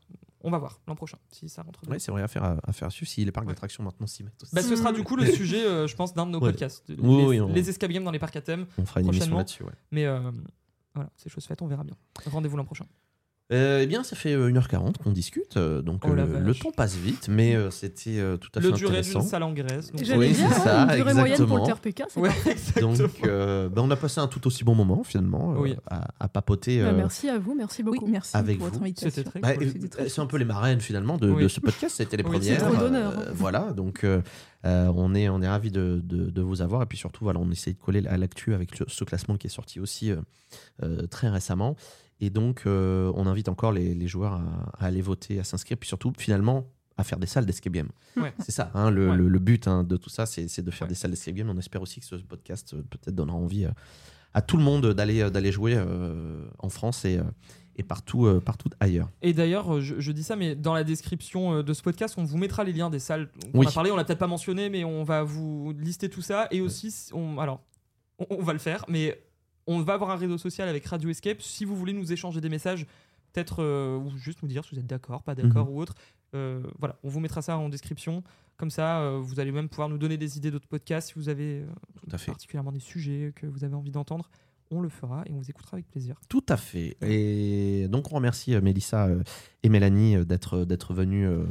S1: on va voir l'an prochain si ça rentre dedans.
S2: Oui, c'est vrai, à faire à, à faire suivre si les parcs
S1: Ouais.
S2: d'attractions maintenant s'y mettent aussi.
S1: Bah, ce sera
S3: Mm.
S1: du coup le sujet euh, je pense d'un de nos
S2: Hmm. Ouais.
S1: podcasts les,
S2: Oui, oui, on-
S1: les escape games dans les parcs à thème
S2: on fera une émission
S1: prochainement.
S2: là-dessus. ouais.
S1: mais euh, voilà c'est chose faite on verra bien rendez-vous l'an prochain
S2: Euh, eh bien, ça fait euh, 1h40 qu'on discute, euh, donc
S1: Oh
S2: euh,
S1: la
S2: le,
S1: vache.
S2: le temps passe vite, mais euh, c'était euh, tout à fait
S1: le durée
S2: intéressant.
S1: d'une salle en Grèce donc-
S3: J'allais
S2: Oui,
S3: dire,
S2: c'est ça,
S3: hein, une durée moyenne pour
S2: exactement.
S3: le TRPK, c'est
S1: Ouais,
S3: pas-
S1: exactement.
S2: Donc, euh, bah, on a passé un tout aussi bon moment finalement euh,
S1: Oui.
S2: à, à papoter.
S3: Bah,
S2: euh,
S3: merci à vous, merci
S4: Oui,
S3: beaucoup.
S4: merci
S2: Avec
S4: pour
S2: vous.
S4: votre invitation.
S1: C'était très
S2: bah,
S1: cool.
S2: euh,
S4: C'était très
S2: c'est un peu les marraines finalement de,
S1: Oui.
S2: de ce podcast. C'était les
S1: Oui, c'est
S2: premières.
S1: trop
S3: d'honneur.
S2: voilà, donc euh, euh, on est on est ravi de, de- de vous avoir et puis surtout voilà, on essaye de coller à l'actu avec le- ce classement qui est sorti aussi euh, euh, très récemment. Et donc euh, on invite encore les, les joueurs à, à aller voter, à s'inscrire, puis surtout finalement à faire des salles d'escape game.
S1: Ouais.
S2: C'est ça, hein, le,
S1: Ouais.
S2: le- le but hein, de tout ça, c'est c'est de faire
S1: Ouais.
S2: des salles d'escape game. On espère aussi que ce podcast euh, peut-être donnera envie euh, à tout le monde d'aller euh, d'aller jouer euh, en France et, euh, et partout, euh, partout ailleurs.
S1: Et d'ailleurs, euh, je, je dis ça, mais dans la description euh, de ce podcast, on vous mettra les liens des salles. On
S2: Oui.
S1: a parlé, on l'a peut-être pas mentionné, mais on va vous lister tout ça. Et aussi, si on, alors, on, on va le faire, mais on va avoir un réseau social avec Radio Escape. Si vous voulez nous échanger des messages, peut-être, euh, ou juste nous dire si vous êtes d'accord, pas d'accord
S2: Mhm.
S1: ou autre. euh, voilà, on vous mettra ça en description. Comme ça, euh, vous allez même pouvoir nous donner des idées d'autres podcasts si vous avez euh,
S2: Tout à fait.
S1: particulièrement des sujets que vous avez envie d'entendre. On le fera et on vous écoutera avec plaisir.
S2: Tout à fait. Et donc, on remercie euh, Mélissa euh, et Mélanie euh, d'être euh, d'être venues euh,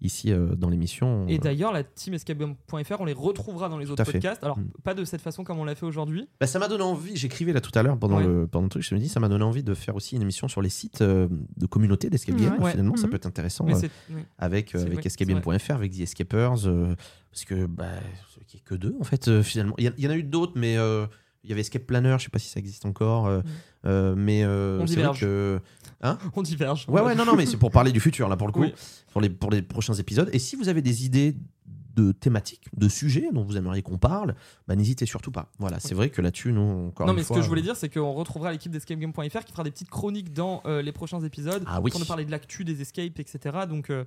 S2: ici euh, dans l'émission.
S1: Et
S2: Euh,
S1: d'ailleurs, la team escaperoom.fr, on les retrouvera dans les
S2: à
S1: autres
S2: fait.
S1: podcasts. Alors,
S2: Mm.
S1: pas de cette façon comme on l'a fait aujourd'hui.
S2: bah, ça m'a donné envie, j'écrivais là tout à l'heure pendant,
S1: Ouais.
S2: le, pendant le truc, je me dis, ça m'a donné envie de faire aussi une émission sur les sites euh, de communautés d'Escape Game.
S1: Ouais.
S2: Finalement, ça
S3: Mhm.
S2: peut être intéressant
S1: Mais
S2: euh,
S1: c'est. oui.
S2: avec, euh,
S1: c'est-
S2: avec
S1: ouais,
S2: escapegame.fr, avec The Escapers, euh, parce que bah, ce qui est que deux, en fait, euh, finalement. Il y, a- il y en a eu d'autres, mais euh, il y avait Escape Planner, je sais pas si ça existe encore, euh,
S1: Mhm.
S2: euh, mais euh,
S1: On
S2: c'est vrai
S1: diverge.
S2: que.
S1: On diverge.
S2: Ouais, ouais, non, non, mais c'est pour parler du futur, là, pour le coup,
S1: Oui.
S2: pour, les, pour les prochains épisodes. Et si vous avez des idées de thématiques, de sujets dont vous aimeriez qu'on parle, bah, n'hésitez surtout pas. Voilà, c'est vrai que là-dessus, nous, encore
S1: Non,
S2: une
S1: mais
S2: fois, euh.
S1: ce que je voulais dire, c'est qu'on retrouvera l'équipe d'escapegame.fr qui fera des petites chroniques dans euh, les prochains épisodes.
S2: Ah oui.
S1: Quand on parlait de l'actu, des escapes, etc. Donc, euh,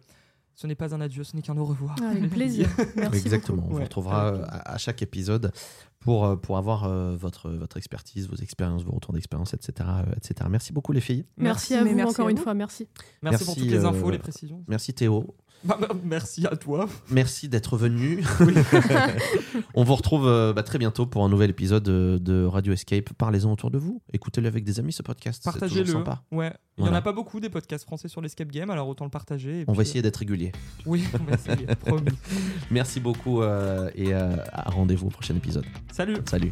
S1: ce n'est pas un adieu, ce n'est qu'un au revoir.
S3: Ah, Avec plaisir. Merci
S2: Exactement, on
S1: Ouais.
S2: vous retrouvera
S1: Avec-
S2: euh, à, à chaque épisode pour, euh, pour avoir euh, votre, votre expertise, vos expériences, vos retours d'expérience, etc., euh, etc. Merci beaucoup, les filles.
S3: Merci,
S4: Merci,
S3: à
S4: mais
S3: vous
S4: merci
S3: encore
S4: à
S3: une
S4: vous.
S3: fois, merci.
S1: Merci, pour
S2: Merci,
S1: toutes les
S2: euh,
S1: infos, les précisions.
S2: Merci, Théo.
S1: Bah, bah, merci à toi.
S2: Merci d'être venu. on vous retrouve euh, bah, très bientôt pour un nouvel épisode euh, de Radio Escape. Parlez-en autour de vous. Écoutez-le avec des amis, ce podcast. C'est toujours
S1: Partagez-le. hein.
S2: sympa.
S1: Ouais. Il n'y en
S2: Voilà.
S1: a pas beaucoup des podcasts français sur l'escape game, alors autant le partager. et
S2: On
S1: puis,
S2: va essayer d'être régulier.
S1: euh, Oui, on va essayer, promis.
S2: Merci beaucoup euh, et euh, à rendez-vous au prochain épisode.
S1: Salut!
S2: Salut.